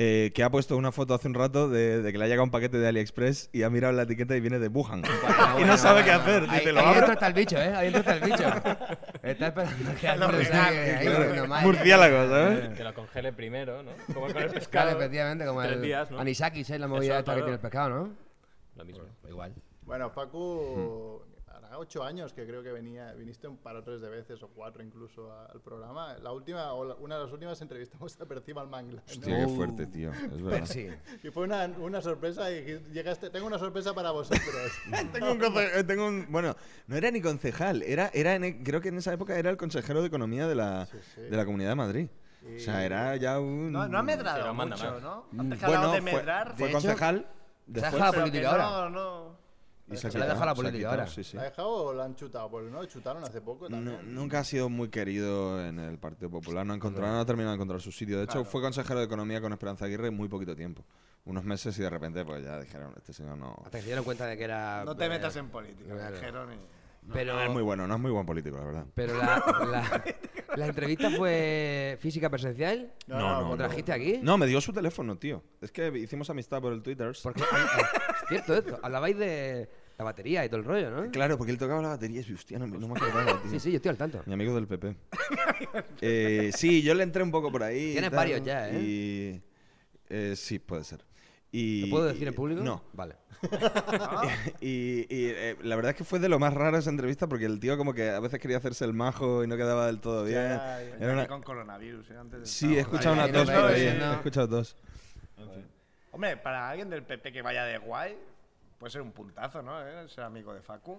[SPEAKER 10] eh, que ha puesto una foto hace un rato de, de que le ha llegado un paquete de AliExpress y ha mirado la etiqueta y viene de Wuhan. Ah,
[SPEAKER 8] Ah,
[SPEAKER 10] y no sabe qué hacer.
[SPEAKER 8] Ahí,
[SPEAKER 10] Dice, lo
[SPEAKER 8] ahí dentro
[SPEAKER 10] abro.
[SPEAKER 8] está el bicho, ¿eh? Ahí dentro está el bicho. ¿eh? está esperando que
[SPEAKER 9] Lo
[SPEAKER 8] alguien lo
[SPEAKER 9] regale,
[SPEAKER 8] saque. Ahí,
[SPEAKER 10] claro.
[SPEAKER 8] bueno, madre.
[SPEAKER 10] Murciélago,
[SPEAKER 8] Eh,
[SPEAKER 10] ¿sabes?
[SPEAKER 6] Que lo congele primero, ¿no? Como con el
[SPEAKER 8] Claro,
[SPEAKER 6] pescado.
[SPEAKER 8] efectivamente, como
[SPEAKER 6] Tres
[SPEAKER 8] el
[SPEAKER 6] días, ¿no?
[SPEAKER 8] anisakis, ¿eh? La
[SPEAKER 6] Eso,
[SPEAKER 8] movida esta que
[SPEAKER 6] claro.
[SPEAKER 8] tiene el pescado, ¿no?
[SPEAKER 6] Lo mismo.
[SPEAKER 8] Igual.
[SPEAKER 2] Bueno, Facu,
[SPEAKER 10] Mm.
[SPEAKER 2] hará ocho años que creo que venía, viniste un par o tres de veces o cuatro incluso a- al programa. La última, o la- una de las últimas entrevistamos a Percival Mangla. ¿no?
[SPEAKER 10] Hostia, qué fuerte, tío. Es verdad.
[SPEAKER 8] Oh. Sí.
[SPEAKER 2] Y fue una, una sorpresa y dijiste, llegaste, tengo una sorpresa para vosotros.
[SPEAKER 10] tengo un conce- eh, tengo un- bueno, no era ni concejal, era, era en e- creo que en esa época era el consejero de economía de la, de la Comunidad de Madrid. O sea, era ya un
[SPEAKER 9] No, no ha medrado
[SPEAKER 6] Pero manda
[SPEAKER 9] mucho,
[SPEAKER 6] más.
[SPEAKER 9] ¿no?
[SPEAKER 10] Mm,
[SPEAKER 9] Antes que hablamos de
[SPEAKER 10] fue-
[SPEAKER 9] medrar,
[SPEAKER 10] fue,
[SPEAKER 9] de hecho,
[SPEAKER 10] concejal
[SPEAKER 8] Se ha
[SPEAKER 10] después
[SPEAKER 8] dejado la
[SPEAKER 9] pero que
[SPEAKER 8] política ahora.
[SPEAKER 9] No, no.
[SPEAKER 10] y
[SPEAKER 8] se
[SPEAKER 10] ha
[SPEAKER 8] la ha dejado la
[SPEAKER 10] quitado,
[SPEAKER 8] política
[SPEAKER 10] quitado,
[SPEAKER 8] ahora.
[SPEAKER 10] sí, sí.
[SPEAKER 2] ¿La ha dejado o la han chutado? Porque no, chutaron hace poco
[SPEAKER 10] No,
[SPEAKER 2] también.
[SPEAKER 10] nunca ha sido muy querido en el Partido Popular, no ha, encontrado, no ha terminado de encontrar su sitio. De hecho, fue consejero de Economía con Esperanza Aguirre muy poquito tiempo. Unos meses y de repente pues ya dijeron, este señor no...
[SPEAKER 8] Hasta que se dieron cuenta de que era...
[SPEAKER 9] No te
[SPEAKER 8] eh,
[SPEAKER 9] metas en política,
[SPEAKER 8] claro.
[SPEAKER 9] dijeron. y-
[SPEAKER 8] Pero,
[SPEAKER 10] No Ah, es muy bueno, no es muy buen político, la verdad.
[SPEAKER 8] pero la, la, la entrevista fue física presencial.
[SPEAKER 10] No, no,
[SPEAKER 8] ¿Lo
[SPEAKER 10] no.
[SPEAKER 8] trajiste aquí?
[SPEAKER 10] No, me dio su teléfono, tío. Es que hicimos amistad por el Twitter.
[SPEAKER 8] Porque, es cierto esto. Hablabais de la batería y todo el rollo, ¿no?
[SPEAKER 10] Claro, porque él tocaba la batería. es- Hostia, no, no me acordaba, tío.
[SPEAKER 8] Sí, sí, yo estoy al tanto.
[SPEAKER 10] Mi amigo del PP. Eh, sí, yo le entré un poco por ahí. y
[SPEAKER 8] Tienes
[SPEAKER 10] tal,
[SPEAKER 8] varios ya, ¿eh?
[SPEAKER 10] Y, eh, sí, puede ser. Y,
[SPEAKER 8] ¿Lo puedo decir en
[SPEAKER 10] y-
[SPEAKER 8] público?
[SPEAKER 10] No.
[SPEAKER 8] Vale. Ah.
[SPEAKER 10] y y, eh, la verdad es que fue de lo más raro esa entrevista porque el tío como que a veces quería hacerse el majo y no quedaba del todo bien.
[SPEAKER 9] Ya,
[SPEAKER 10] Era
[SPEAKER 9] ya que
[SPEAKER 10] una-
[SPEAKER 9] Con coronavirus, ¿eh? Antes de-
[SPEAKER 10] Sí, he escuchado
[SPEAKER 8] ahí,
[SPEAKER 10] una
[SPEAKER 8] ahí nos
[SPEAKER 10] tos por
[SPEAKER 8] estaba
[SPEAKER 10] ahí.
[SPEAKER 8] diciendo-
[SPEAKER 10] He escuchado dos.
[SPEAKER 9] Hombre, para alguien del PP que vaya de guay, puede ser un puntazo, ¿no? ¿Eh? Ser amigo de Facu.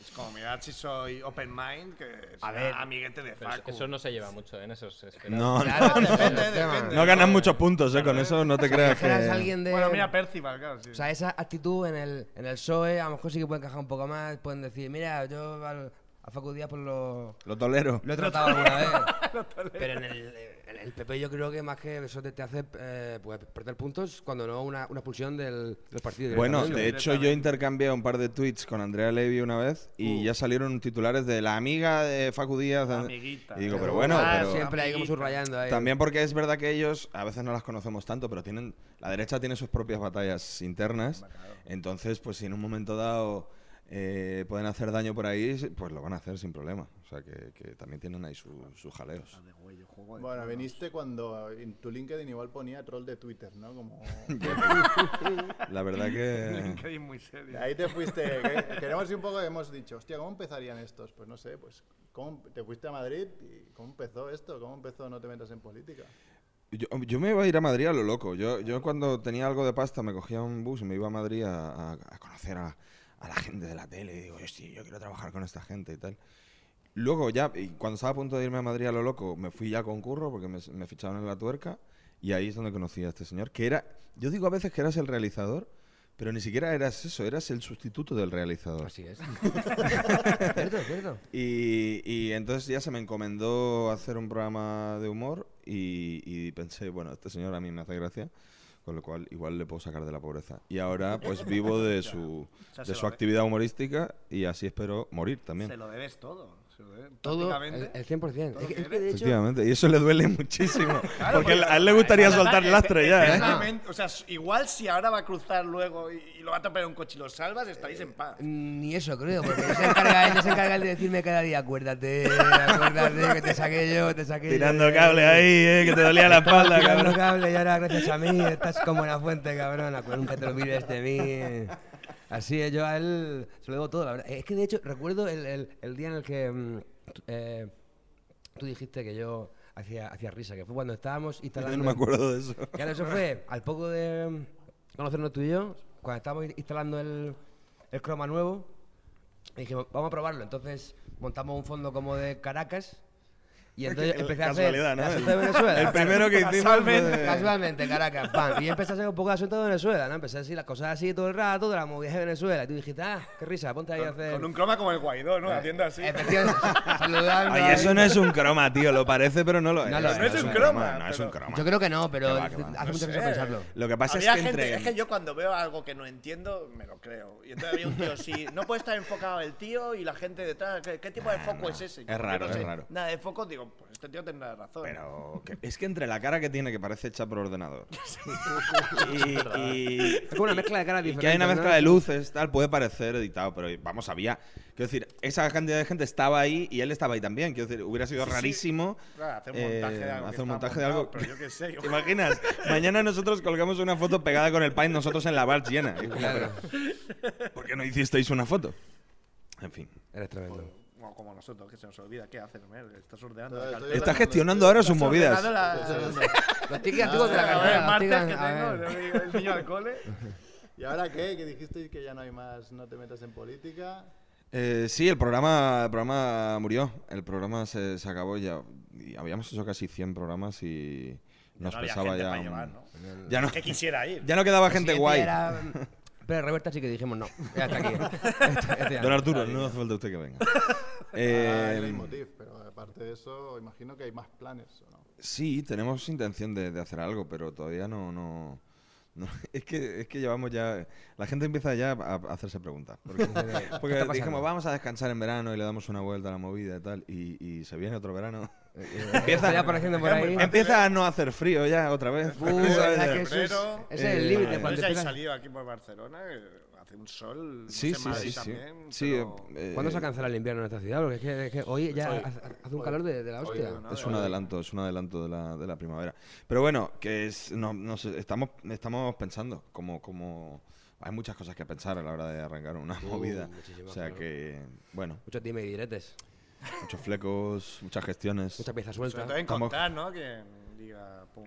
[SPEAKER 9] Es como mirar si soy open mind, que sea
[SPEAKER 8] ver.
[SPEAKER 9] amiguete de
[SPEAKER 6] Pero eso-
[SPEAKER 9] Facu.
[SPEAKER 6] eso no se lleva mucho ¿eh? en esos esperados.
[SPEAKER 10] No, no,
[SPEAKER 8] Claro,
[SPEAKER 9] depende,
[SPEAKER 8] el tema.
[SPEAKER 9] depende.
[SPEAKER 10] no Eh, ganas muchos puntos, eh, con eso no te
[SPEAKER 8] Si
[SPEAKER 10] creas que...
[SPEAKER 8] dijeras a alguien de...
[SPEAKER 9] Bueno, mira, Percival, claro, sí.
[SPEAKER 8] O sea, esa actitud en el, en el PSOE, a lo mejor sí que puede encajar un poco más. Pueden decir, mira, yo al, a Facu Díaz pues lo,
[SPEAKER 10] Lo tolero.
[SPEAKER 8] lo he tratado alguna vez. Pero en el, en el PP yo creo que más que eso te, te hace eh, pues, perder puntos cuando no una, una expulsión del, del partido.
[SPEAKER 10] Bueno,
[SPEAKER 8] directamente.
[SPEAKER 10] de hecho yo intercambié un par de tweets con Andrea Levy una vez
[SPEAKER 8] Uh.
[SPEAKER 10] y ya salieron titulares de la amiga de Facu Díaz.
[SPEAKER 9] Amiguita.
[SPEAKER 10] Y digo, pero bueno,
[SPEAKER 9] Ah,
[SPEAKER 10] pero
[SPEAKER 8] siempre hay como
[SPEAKER 9] Amiguita.
[SPEAKER 8] subrayando ahí.
[SPEAKER 10] también porque es verdad que ellos a veces no las conocemos tanto, pero tienen la derecha tiene sus propias batallas internas. Entonces, pues si en un momento dado eh, pueden hacer daño por ahí, pues lo van a hacer sin problema. O sea, que, que también tienen ahí su- sus jaleos.
[SPEAKER 2] Bueno, viniste cuando en tu LinkedIn igual ponía troll de Twitter, ¿no? Como...
[SPEAKER 10] La verdad que...
[SPEAKER 9] LinkedIn muy serio.
[SPEAKER 2] Ahí te fuiste. que- Queremos ir un poco, hemos dicho, hostia, ¿cómo empezarían estos? Pues no sé, pues ¿cómo te fuiste a Madrid y cómo empezó esto? ¿Cómo empezó No te metas en política?
[SPEAKER 10] Yo, yo me iba a ir a Madrid a lo loco. Yo, yo cuando tenía algo de pasta me cogía un bus y me iba a Madrid a, a- a conocer a, a la gente de la tele. Y digo, hostia, yo quiero trabajar con esta gente y tal. Luego ya, y cuando estaba a punto de irme a Madrid a lo loco, me fui ya con curro porque me, me ficharon en la tuerca y ahí es donde conocí a este señor, que era, yo digo a veces que eras el realizador, pero ni siquiera eras eso, eras el sustituto del realizador.
[SPEAKER 8] Así es. cierto, cierto.
[SPEAKER 10] Y, y entonces ya se me encomendó hacer un programa de humor y, y pensé, bueno, este señor a mí me hace gracia, con lo cual igual le puedo sacar de la pobreza. Y ahora pues vivo de su,
[SPEAKER 9] sea, se
[SPEAKER 10] de
[SPEAKER 9] lo
[SPEAKER 10] su
[SPEAKER 9] ve.
[SPEAKER 10] actividad humorística y así espero morir
[SPEAKER 9] Se
[SPEAKER 10] también.
[SPEAKER 9] lo debes todo. Se lo debes
[SPEAKER 8] Todo, el,
[SPEAKER 9] prácticamente.
[SPEAKER 8] el 100%.
[SPEAKER 9] todo
[SPEAKER 8] Es que-
[SPEAKER 9] que
[SPEAKER 8] es que de hecho,
[SPEAKER 10] Efectivamente, y eso le duele muchísimo, porque
[SPEAKER 9] porque
[SPEAKER 10] a él le gustaría
[SPEAKER 9] Ahí está,
[SPEAKER 10] soltar
[SPEAKER 9] eh,
[SPEAKER 10] lastre ya, ¿eh?
[SPEAKER 9] efectivamente, O sea, s- igual si ahora va a cruzar luego y, y lo va a topar un coche y lo salvas, estaréis en paz.
[SPEAKER 8] mm, Ni eso creo, porque se encarga él, se encarga él de decirme cada día, acuérdate, acuérdate que te saqué yo, te saqué yo.
[SPEAKER 10] Tirando cable ahí, ¿eh? que te dolía la espalda,
[SPEAKER 8] Tirando
[SPEAKER 10] cabrón.
[SPEAKER 8] cable y ahora gracias a mí estás como en la fuente, cabrón, acu- nunca te olvides de mí. Así es, yo a él se lo debo todo, la verdad. Es que de hecho recuerdo el, el- el día en el que mm, tú- eh, tú dijiste que yo hacía, hacía risa, que fue cuando estábamos instalando...
[SPEAKER 10] No me acuerdo de eso.
[SPEAKER 8] Claro, eso fue al poco de mm, conocernos tú y yo, cuando estábamos instalando el, el croma nuevo, y dijimos, vamos a probarlo. Entonces montamos un fondo como de Caracas y entonces empecé a hacer
[SPEAKER 10] Casualidad, ¿no?
[SPEAKER 8] el asunto de Venezuela.
[SPEAKER 10] El primero que hicimos
[SPEAKER 8] Casualmente,
[SPEAKER 10] fue-
[SPEAKER 8] casualmente, Caracas, pam. Y yo empecé a hacer un poco de asunto de Venezuela, ¿no? Empecé a decir las cosas así todo el rato, de las movidas de Venezuela. Y tú dijiste, ah, qué risa, ponte ahí a
[SPEAKER 10] Eh,
[SPEAKER 8] hacer...
[SPEAKER 9] Con un croma como el Guaidó, ¿no? Haciendo así.
[SPEAKER 8] eh, Efectivamente, saludando
[SPEAKER 10] Oye,
[SPEAKER 8] ahí.
[SPEAKER 10] eso no es un croma, tío, lo parece, pero no lo es.
[SPEAKER 8] No lo es. No es un
[SPEAKER 9] croma,
[SPEAKER 10] No es
[SPEAKER 9] pero-
[SPEAKER 10] un croma.
[SPEAKER 8] Yo creo que no, pero
[SPEAKER 10] Qué va, qué va.
[SPEAKER 8] hace mucha
[SPEAKER 9] sé.
[SPEAKER 8] risa pensarlo.
[SPEAKER 10] Lo que pasa
[SPEAKER 9] Había
[SPEAKER 10] es que
[SPEAKER 9] gente,
[SPEAKER 10] entre...
[SPEAKER 9] es que yo cuando veo algo que no entiendo, me lo creo. Y entonces había un tío así, no puede estar enfocado el tío y la gente detrás. ¿Qué, qué tipo de foco es ese?
[SPEAKER 10] Ah, Es raro,
[SPEAKER 9] Yo no
[SPEAKER 10] es
[SPEAKER 9] sé
[SPEAKER 10] raro.
[SPEAKER 9] Nada de foco, digo, digo, pues este tío tendrá razón.
[SPEAKER 10] Pero que- es que entre la cara que tiene, que parece hecha por ordenador, y, y-
[SPEAKER 8] Es como una mezcla de caras
[SPEAKER 10] y
[SPEAKER 8] diferentes.
[SPEAKER 10] que hay una
[SPEAKER 8] ¿no?
[SPEAKER 10] mezcla de luces, tal, puede parecer editado, pero vamos, había. Quiero decir, esa cantidad de gente estaba ahí y él estaba ahí también. Quiero decir, hubiera sido
[SPEAKER 9] Sí, sí.
[SPEAKER 10] rarísimo
[SPEAKER 9] Claro, hacer un
[SPEAKER 10] eh,
[SPEAKER 9] montaje de algo. que
[SPEAKER 10] hacer un
[SPEAKER 9] está
[SPEAKER 10] montaje de
[SPEAKER 9] montado,
[SPEAKER 10] algo-
[SPEAKER 9] Pero yo qué sé. yo-
[SPEAKER 10] ¿Te imaginas? Mañana nosotros colgamos una foto pegada con el Paint, nosotros en la bar llena. Y es como,
[SPEAKER 8] Claro.
[SPEAKER 10] pero, ¿Por qué no hicisteis una foto? En fin.
[SPEAKER 8] Eres tremendo.
[SPEAKER 9] Bueno, como nosotros, que se nos olvida. ¿Qué haces, Mer? Estás ordenando.
[SPEAKER 2] Estoy-
[SPEAKER 9] la
[SPEAKER 2] estoy
[SPEAKER 9] cartera.
[SPEAKER 10] Está gestionando ahora sus
[SPEAKER 9] Estás
[SPEAKER 10] movidas.
[SPEAKER 9] ordenando
[SPEAKER 2] Ah, Pues,
[SPEAKER 9] la-
[SPEAKER 2] eh,
[SPEAKER 8] Los tickets antiguos de la
[SPEAKER 9] A ver,
[SPEAKER 8] carrera.
[SPEAKER 9] el
[SPEAKER 8] los
[SPEAKER 9] martes
[SPEAKER 8] tickets-
[SPEAKER 9] que
[SPEAKER 8] a ver.
[SPEAKER 9] tengo, el niño al cole.
[SPEAKER 2] ¿Y ahora qué? Que dijisteis que ya no hay más, no te metas en política.
[SPEAKER 10] Eh, sí, el programa, el programa murió. El programa se, se acabó ya. Y habíamos hecho casi 100 programas y nos
[SPEAKER 9] no había
[SPEAKER 10] pesaba
[SPEAKER 9] gente
[SPEAKER 10] ya.
[SPEAKER 9] para
[SPEAKER 10] un-
[SPEAKER 9] llevar, ¿no?
[SPEAKER 10] Ya no.
[SPEAKER 9] Que quisiera ir.
[SPEAKER 10] Ya no quedaba gente
[SPEAKER 8] Siguiente
[SPEAKER 10] guay.
[SPEAKER 8] era- Pero Roberta sí que dijimos no. Ya está aquí. Este- este ya
[SPEAKER 10] Don
[SPEAKER 8] no.
[SPEAKER 10] Arturo, no hace falta usted que venga.
[SPEAKER 2] Ah, el
[SPEAKER 10] Eh,
[SPEAKER 2] leitmotiv, pero aparte de eso, imagino que hay más planes, ¿o no?
[SPEAKER 10] Sí, tenemos intención de, de hacer algo, pero todavía no, no, no- Es que es que llevamos ya. La gente empieza ya a a hacerse preguntas. Porque, porque
[SPEAKER 8] está pasando?
[SPEAKER 10] dijimos, vamos a descansar en verano y le damos una vuelta a la movida y tal. Y, y se viene otro verano. empieza,
[SPEAKER 8] Estoy apareciendo por ahí.
[SPEAKER 10] empieza a no hacer frío ya otra vez.
[SPEAKER 8] Uh, es
[SPEAKER 10] ¿sabes?
[SPEAKER 8] verdad que eso es,
[SPEAKER 9] Febrero,
[SPEAKER 8] ese es
[SPEAKER 10] eh,
[SPEAKER 8] el
[SPEAKER 9] Yo
[SPEAKER 8] límite.
[SPEAKER 10] Vale,
[SPEAKER 9] ya
[SPEAKER 8] cuando
[SPEAKER 9] he
[SPEAKER 8] empiezas-
[SPEAKER 9] salido aquí por Barcelona, eh, hace un sol. no
[SPEAKER 10] Sí,
[SPEAKER 9] sé,
[SPEAKER 10] sí,
[SPEAKER 9] Madrid
[SPEAKER 10] sí, sí.
[SPEAKER 9] también,
[SPEAKER 10] Sí,
[SPEAKER 9] pero-
[SPEAKER 10] eh,
[SPEAKER 8] ¿Cuándo se
[SPEAKER 10] eh,
[SPEAKER 8] cancela el invierno en esta ciudad? Porque es que, es que hoy ya hace, hace un calor de, de la hostia.
[SPEAKER 9] ¿no?
[SPEAKER 10] Es un adelanto, es un adelanto de la, de la primavera. Pero bueno, que es, no, no sé, estamos, estamos pensando, como, como hay muchas cosas que pensar a la hora de arrancar una
[SPEAKER 8] Uh,
[SPEAKER 10] movida. O
[SPEAKER 8] muchísimas,
[SPEAKER 10] sea
[SPEAKER 8] claro.
[SPEAKER 10] que, bueno,
[SPEAKER 8] Muchos dime y diretes,
[SPEAKER 10] muchos flecos, muchas gestiones.
[SPEAKER 8] muchas piezas
[SPEAKER 9] Sobre todo
[SPEAKER 8] sueltas.
[SPEAKER 9] encontrar, ¿no? Quien diga, pum.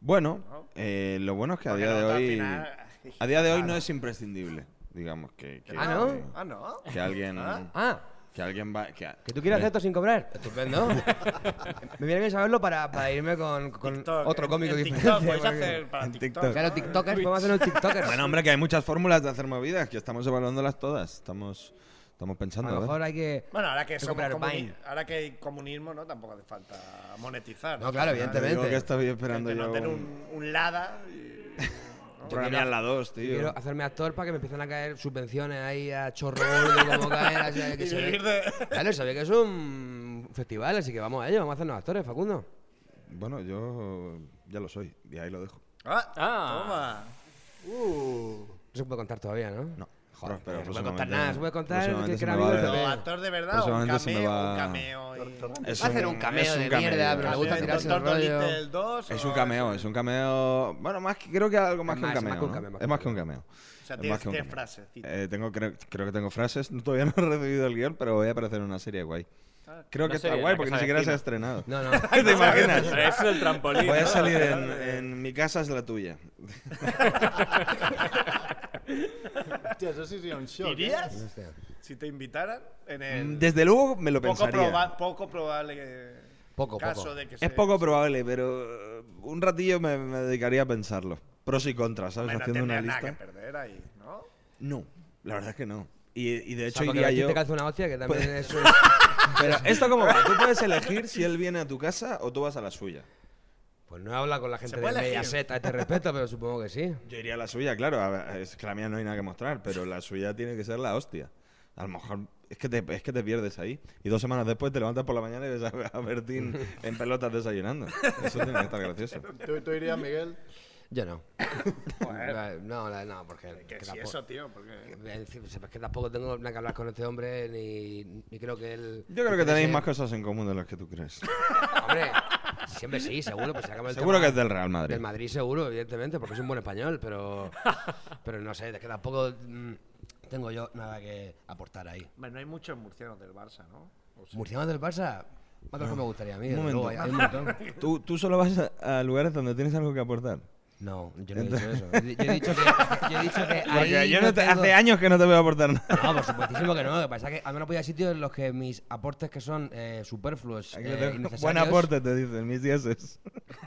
[SPEAKER 10] Bueno, eh, lo bueno es que a
[SPEAKER 9] Porque
[SPEAKER 10] día de
[SPEAKER 9] nosotros al
[SPEAKER 10] hoy,
[SPEAKER 9] final- ah,
[SPEAKER 10] a día de hoy no es imprescindible, digamos que, que-
[SPEAKER 8] Ah, ¿no?
[SPEAKER 10] que-
[SPEAKER 9] Ah, no.
[SPEAKER 10] que alguien,
[SPEAKER 8] Ah,
[SPEAKER 10] que alguien va, que,
[SPEAKER 8] que tú quieres hacer
[SPEAKER 10] hombre,
[SPEAKER 8] esto sin cobrar. Estupendo. Me viene bien saberlo para, para irme con, con
[SPEAKER 9] TikTok,
[SPEAKER 8] otro
[SPEAKER 9] en-
[SPEAKER 8] cómico
[SPEAKER 9] en
[SPEAKER 8] diferente.
[SPEAKER 9] TikTok, podéis
[SPEAKER 8] porque-
[SPEAKER 9] hacer para
[SPEAKER 10] en
[SPEAKER 9] TikTok.
[SPEAKER 10] TikTok.
[SPEAKER 8] Claro, TikTokers, podemos hacer unos TikTokers.
[SPEAKER 10] Bueno, hombre, que hay muchas fórmulas de hacer movidas, que estamos evaluándolas todas, estamos, estamos
[SPEAKER 8] a
[SPEAKER 10] pensando.
[SPEAKER 8] lo
[SPEAKER 10] a ver.
[SPEAKER 8] mejor hay que.
[SPEAKER 9] Bueno, ahora que,
[SPEAKER 8] Tengo
[SPEAKER 9] somos
[SPEAKER 8] que comprar
[SPEAKER 9] comuni-
[SPEAKER 8] Vine.
[SPEAKER 9] ahora que hay comunismo, ¿no? Tampoco hace falta monetizar.
[SPEAKER 8] No, claro,
[SPEAKER 9] Al final,
[SPEAKER 10] Te digo
[SPEAKER 8] Vente.
[SPEAKER 10] que estoy
[SPEAKER 9] que-
[SPEAKER 10] esperando
[SPEAKER 9] que
[SPEAKER 10] yo
[SPEAKER 9] no tener
[SPEAKER 10] un-
[SPEAKER 9] un, un Lada. y-
[SPEAKER 10] un programa en la 2,
[SPEAKER 8] Yo quiero
[SPEAKER 10] tío.
[SPEAKER 8] hacerme actor para que me empiecen a caer subvenciones ahí a chorro gordo, como caen. así, que
[SPEAKER 9] Y
[SPEAKER 8] se ve-
[SPEAKER 9] vivir de-
[SPEAKER 8] Claro, se ve que es un festival, así que vamos a ello, vamos a hacernos actores, Facundo.
[SPEAKER 10] Bueno, yo ya lo soy y ahí lo dejo.
[SPEAKER 9] Ah,
[SPEAKER 6] Ah.
[SPEAKER 9] toma.
[SPEAKER 8] No se puede contar todavía, ¿no? No. Joder,
[SPEAKER 10] pero
[SPEAKER 8] no se puede contar
[SPEAKER 10] próximamente-
[SPEAKER 8] nada, se puede contar el que
[SPEAKER 10] próximamente se
[SPEAKER 8] quiera
[SPEAKER 10] me va
[SPEAKER 8] amigo del
[SPEAKER 10] a ver.
[SPEAKER 9] Pero
[SPEAKER 8] PP.
[SPEAKER 9] actor de verdad, o un
[SPEAKER 10] Próximamente se pues me
[SPEAKER 9] cameo,
[SPEAKER 10] va-
[SPEAKER 9] un cameo. y-
[SPEAKER 10] Es
[SPEAKER 8] Va a hacer un cameo
[SPEAKER 10] es
[SPEAKER 8] de mierda, pero le
[SPEAKER 9] Cameo
[SPEAKER 8] gusta
[SPEAKER 9] en
[SPEAKER 8] tirarse el
[SPEAKER 9] Doctor
[SPEAKER 8] rollo.
[SPEAKER 9] Dolittle 2
[SPEAKER 10] Es
[SPEAKER 9] o-
[SPEAKER 10] un cameo, es un cameo. Bueno, más que, creo que algo más
[SPEAKER 8] Es
[SPEAKER 10] que
[SPEAKER 8] más,
[SPEAKER 10] un
[SPEAKER 8] es
[SPEAKER 10] cameo.
[SPEAKER 8] más que un
[SPEAKER 10] ¿no?
[SPEAKER 8] cameo, más
[SPEAKER 10] Es más que un cameo.
[SPEAKER 9] O sea,
[SPEAKER 10] Es
[SPEAKER 9] tienes-
[SPEAKER 10] más que un
[SPEAKER 9] tienes
[SPEAKER 10] cameo.
[SPEAKER 9] frasecitas.
[SPEAKER 10] Eh, tengo, creo, creo que tengo frases. Todavía no he recibido el guión, pero voy a aparecer en una serie guay.
[SPEAKER 8] Ah,
[SPEAKER 10] Creo
[SPEAKER 6] Una
[SPEAKER 10] que está
[SPEAKER 6] serie,
[SPEAKER 10] guay
[SPEAKER 6] La
[SPEAKER 10] porque ni
[SPEAKER 6] Casa de
[SPEAKER 10] siquiera se ha
[SPEAKER 6] Cine.
[SPEAKER 10] estrenado.
[SPEAKER 8] No, no.
[SPEAKER 10] ¿Te imaginas?
[SPEAKER 6] Pero es el trampolín.
[SPEAKER 10] Voy a
[SPEAKER 6] ¿no?
[SPEAKER 10] salir en, en Mi casa es la tuya.
[SPEAKER 2] Hostia, eso sí sería un shock. ¿eh?
[SPEAKER 9] ¿Irías? Si te invitaran en el...
[SPEAKER 10] Mm, Desde luego me lo
[SPEAKER 9] poco,
[SPEAKER 10] pensaría.
[SPEAKER 9] proba- poco probable que-
[SPEAKER 8] Poco,
[SPEAKER 9] caso
[SPEAKER 8] poco.
[SPEAKER 9] de que se-
[SPEAKER 10] Es poco probable, pero eh, un ratillo me, me dedicaría a pensarlo. Pros y contras, ¿sabes?
[SPEAKER 9] Hombre, no
[SPEAKER 10] Haciendo una
[SPEAKER 9] tendrías nada
[SPEAKER 10] lista.
[SPEAKER 9] que perder ahí, ¿no?
[SPEAKER 10] No, la verdad es que no. Y, y de hecho
[SPEAKER 8] Salvo que
[SPEAKER 10] iría
[SPEAKER 8] Bastille
[SPEAKER 10] yo.
[SPEAKER 8] te calza una hostia, que también
[SPEAKER 10] Pues-
[SPEAKER 8] eso es...
[SPEAKER 10] Pero esto como va, tú puedes elegir si él viene a tu casa o tú vas a la suya.
[SPEAKER 8] Pues no habla con la gente
[SPEAKER 9] ¿Se
[SPEAKER 8] de
[SPEAKER 9] puede elegir?
[SPEAKER 8] Mediaset a este respecto, pero supongo que sí.
[SPEAKER 10] Yo iría a la suya, claro. a ver, Es que la mía no hay nada que mostrar, pero la suya tiene que ser la hostia. A lo mejor es que te, es que te pierdes ahí. Y dos semanas después te levantas por la mañana y ves a, a Bertín en pelotas desayunando. Eso tiene que estar gracioso.
[SPEAKER 2] ¿Tú, tú irías, Miguel?
[SPEAKER 8] Yo no. no, la- no, porque...
[SPEAKER 9] Que
[SPEAKER 8] que
[SPEAKER 9] si
[SPEAKER 8] tampoco-
[SPEAKER 9] eso, tío, porque...
[SPEAKER 8] Es decir, Es que tampoco tengo nada que hablar con este hombre, ni, ni creo que él...
[SPEAKER 10] Yo creo que tenéis más cosas en común de las que tú crees.
[SPEAKER 8] Hombre, siempre sí, seguro, pues sacamos el
[SPEAKER 10] Seguro
[SPEAKER 8] tema
[SPEAKER 10] que es del Real Madrid.
[SPEAKER 8] del Madrid, seguro, evidentemente, porque es un buen español, pero, pero no sé, es que tampoco mm, tengo yo nada que aportar ahí.
[SPEAKER 9] Hombre, no hay muchos murcianos del Barça, ¿no? O sea,
[SPEAKER 8] Murcianos del Barça, más de lo que me gustaría a mí. desde
[SPEAKER 10] momento.
[SPEAKER 8] luego, hay- hay un montón.
[SPEAKER 10] ¿Tú, tú solo vas a, a lugares donde tienes algo que aportar.
[SPEAKER 8] No, yo no he dicho eso. Yo he dicho que, yo he dicho que
[SPEAKER 10] Porque
[SPEAKER 8] ahí
[SPEAKER 10] yo
[SPEAKER 8] no
[SPEAKER 10] no te-
[SPEAKER 8] tengo-
[SPEAKER 10] hace años que no te veo aportar nada.
[SPEAKER 8] No, por supuestísimo que no. Lo que pasa es que al menos voy a sitios en los que mis aportes que son eh, superfluos,
[SPEAKER 10] Aquí
[SPEAKER 8] eh,
[SPEAKER 10] lo tengo.
[SPEAKER 8] innecesarios,
[SPEAKER 10] Buen aporte, te dicen mis dioses.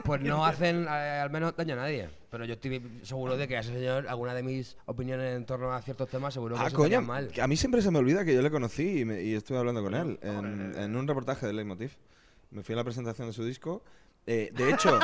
[SPEAKER 8] pues no hacen eh, al menos daño a nadie. Pero yo estoy seguro de que a ese señor alguna de mis opiniones en torno a ciertos temas seguro que
[SPEAKER 10] Ah,
[SPEAKER 8] se
[SPEAKER 10] coño.
[SPEAKER 8] estarían mal.
[SPEAKER 10] que A mí siempre se me olvida que yo le conocí y, me- y estuve hablando con él en, en un reportaje de Leitmotiv. Me fui a la presentación de su disco Eh, de hecho,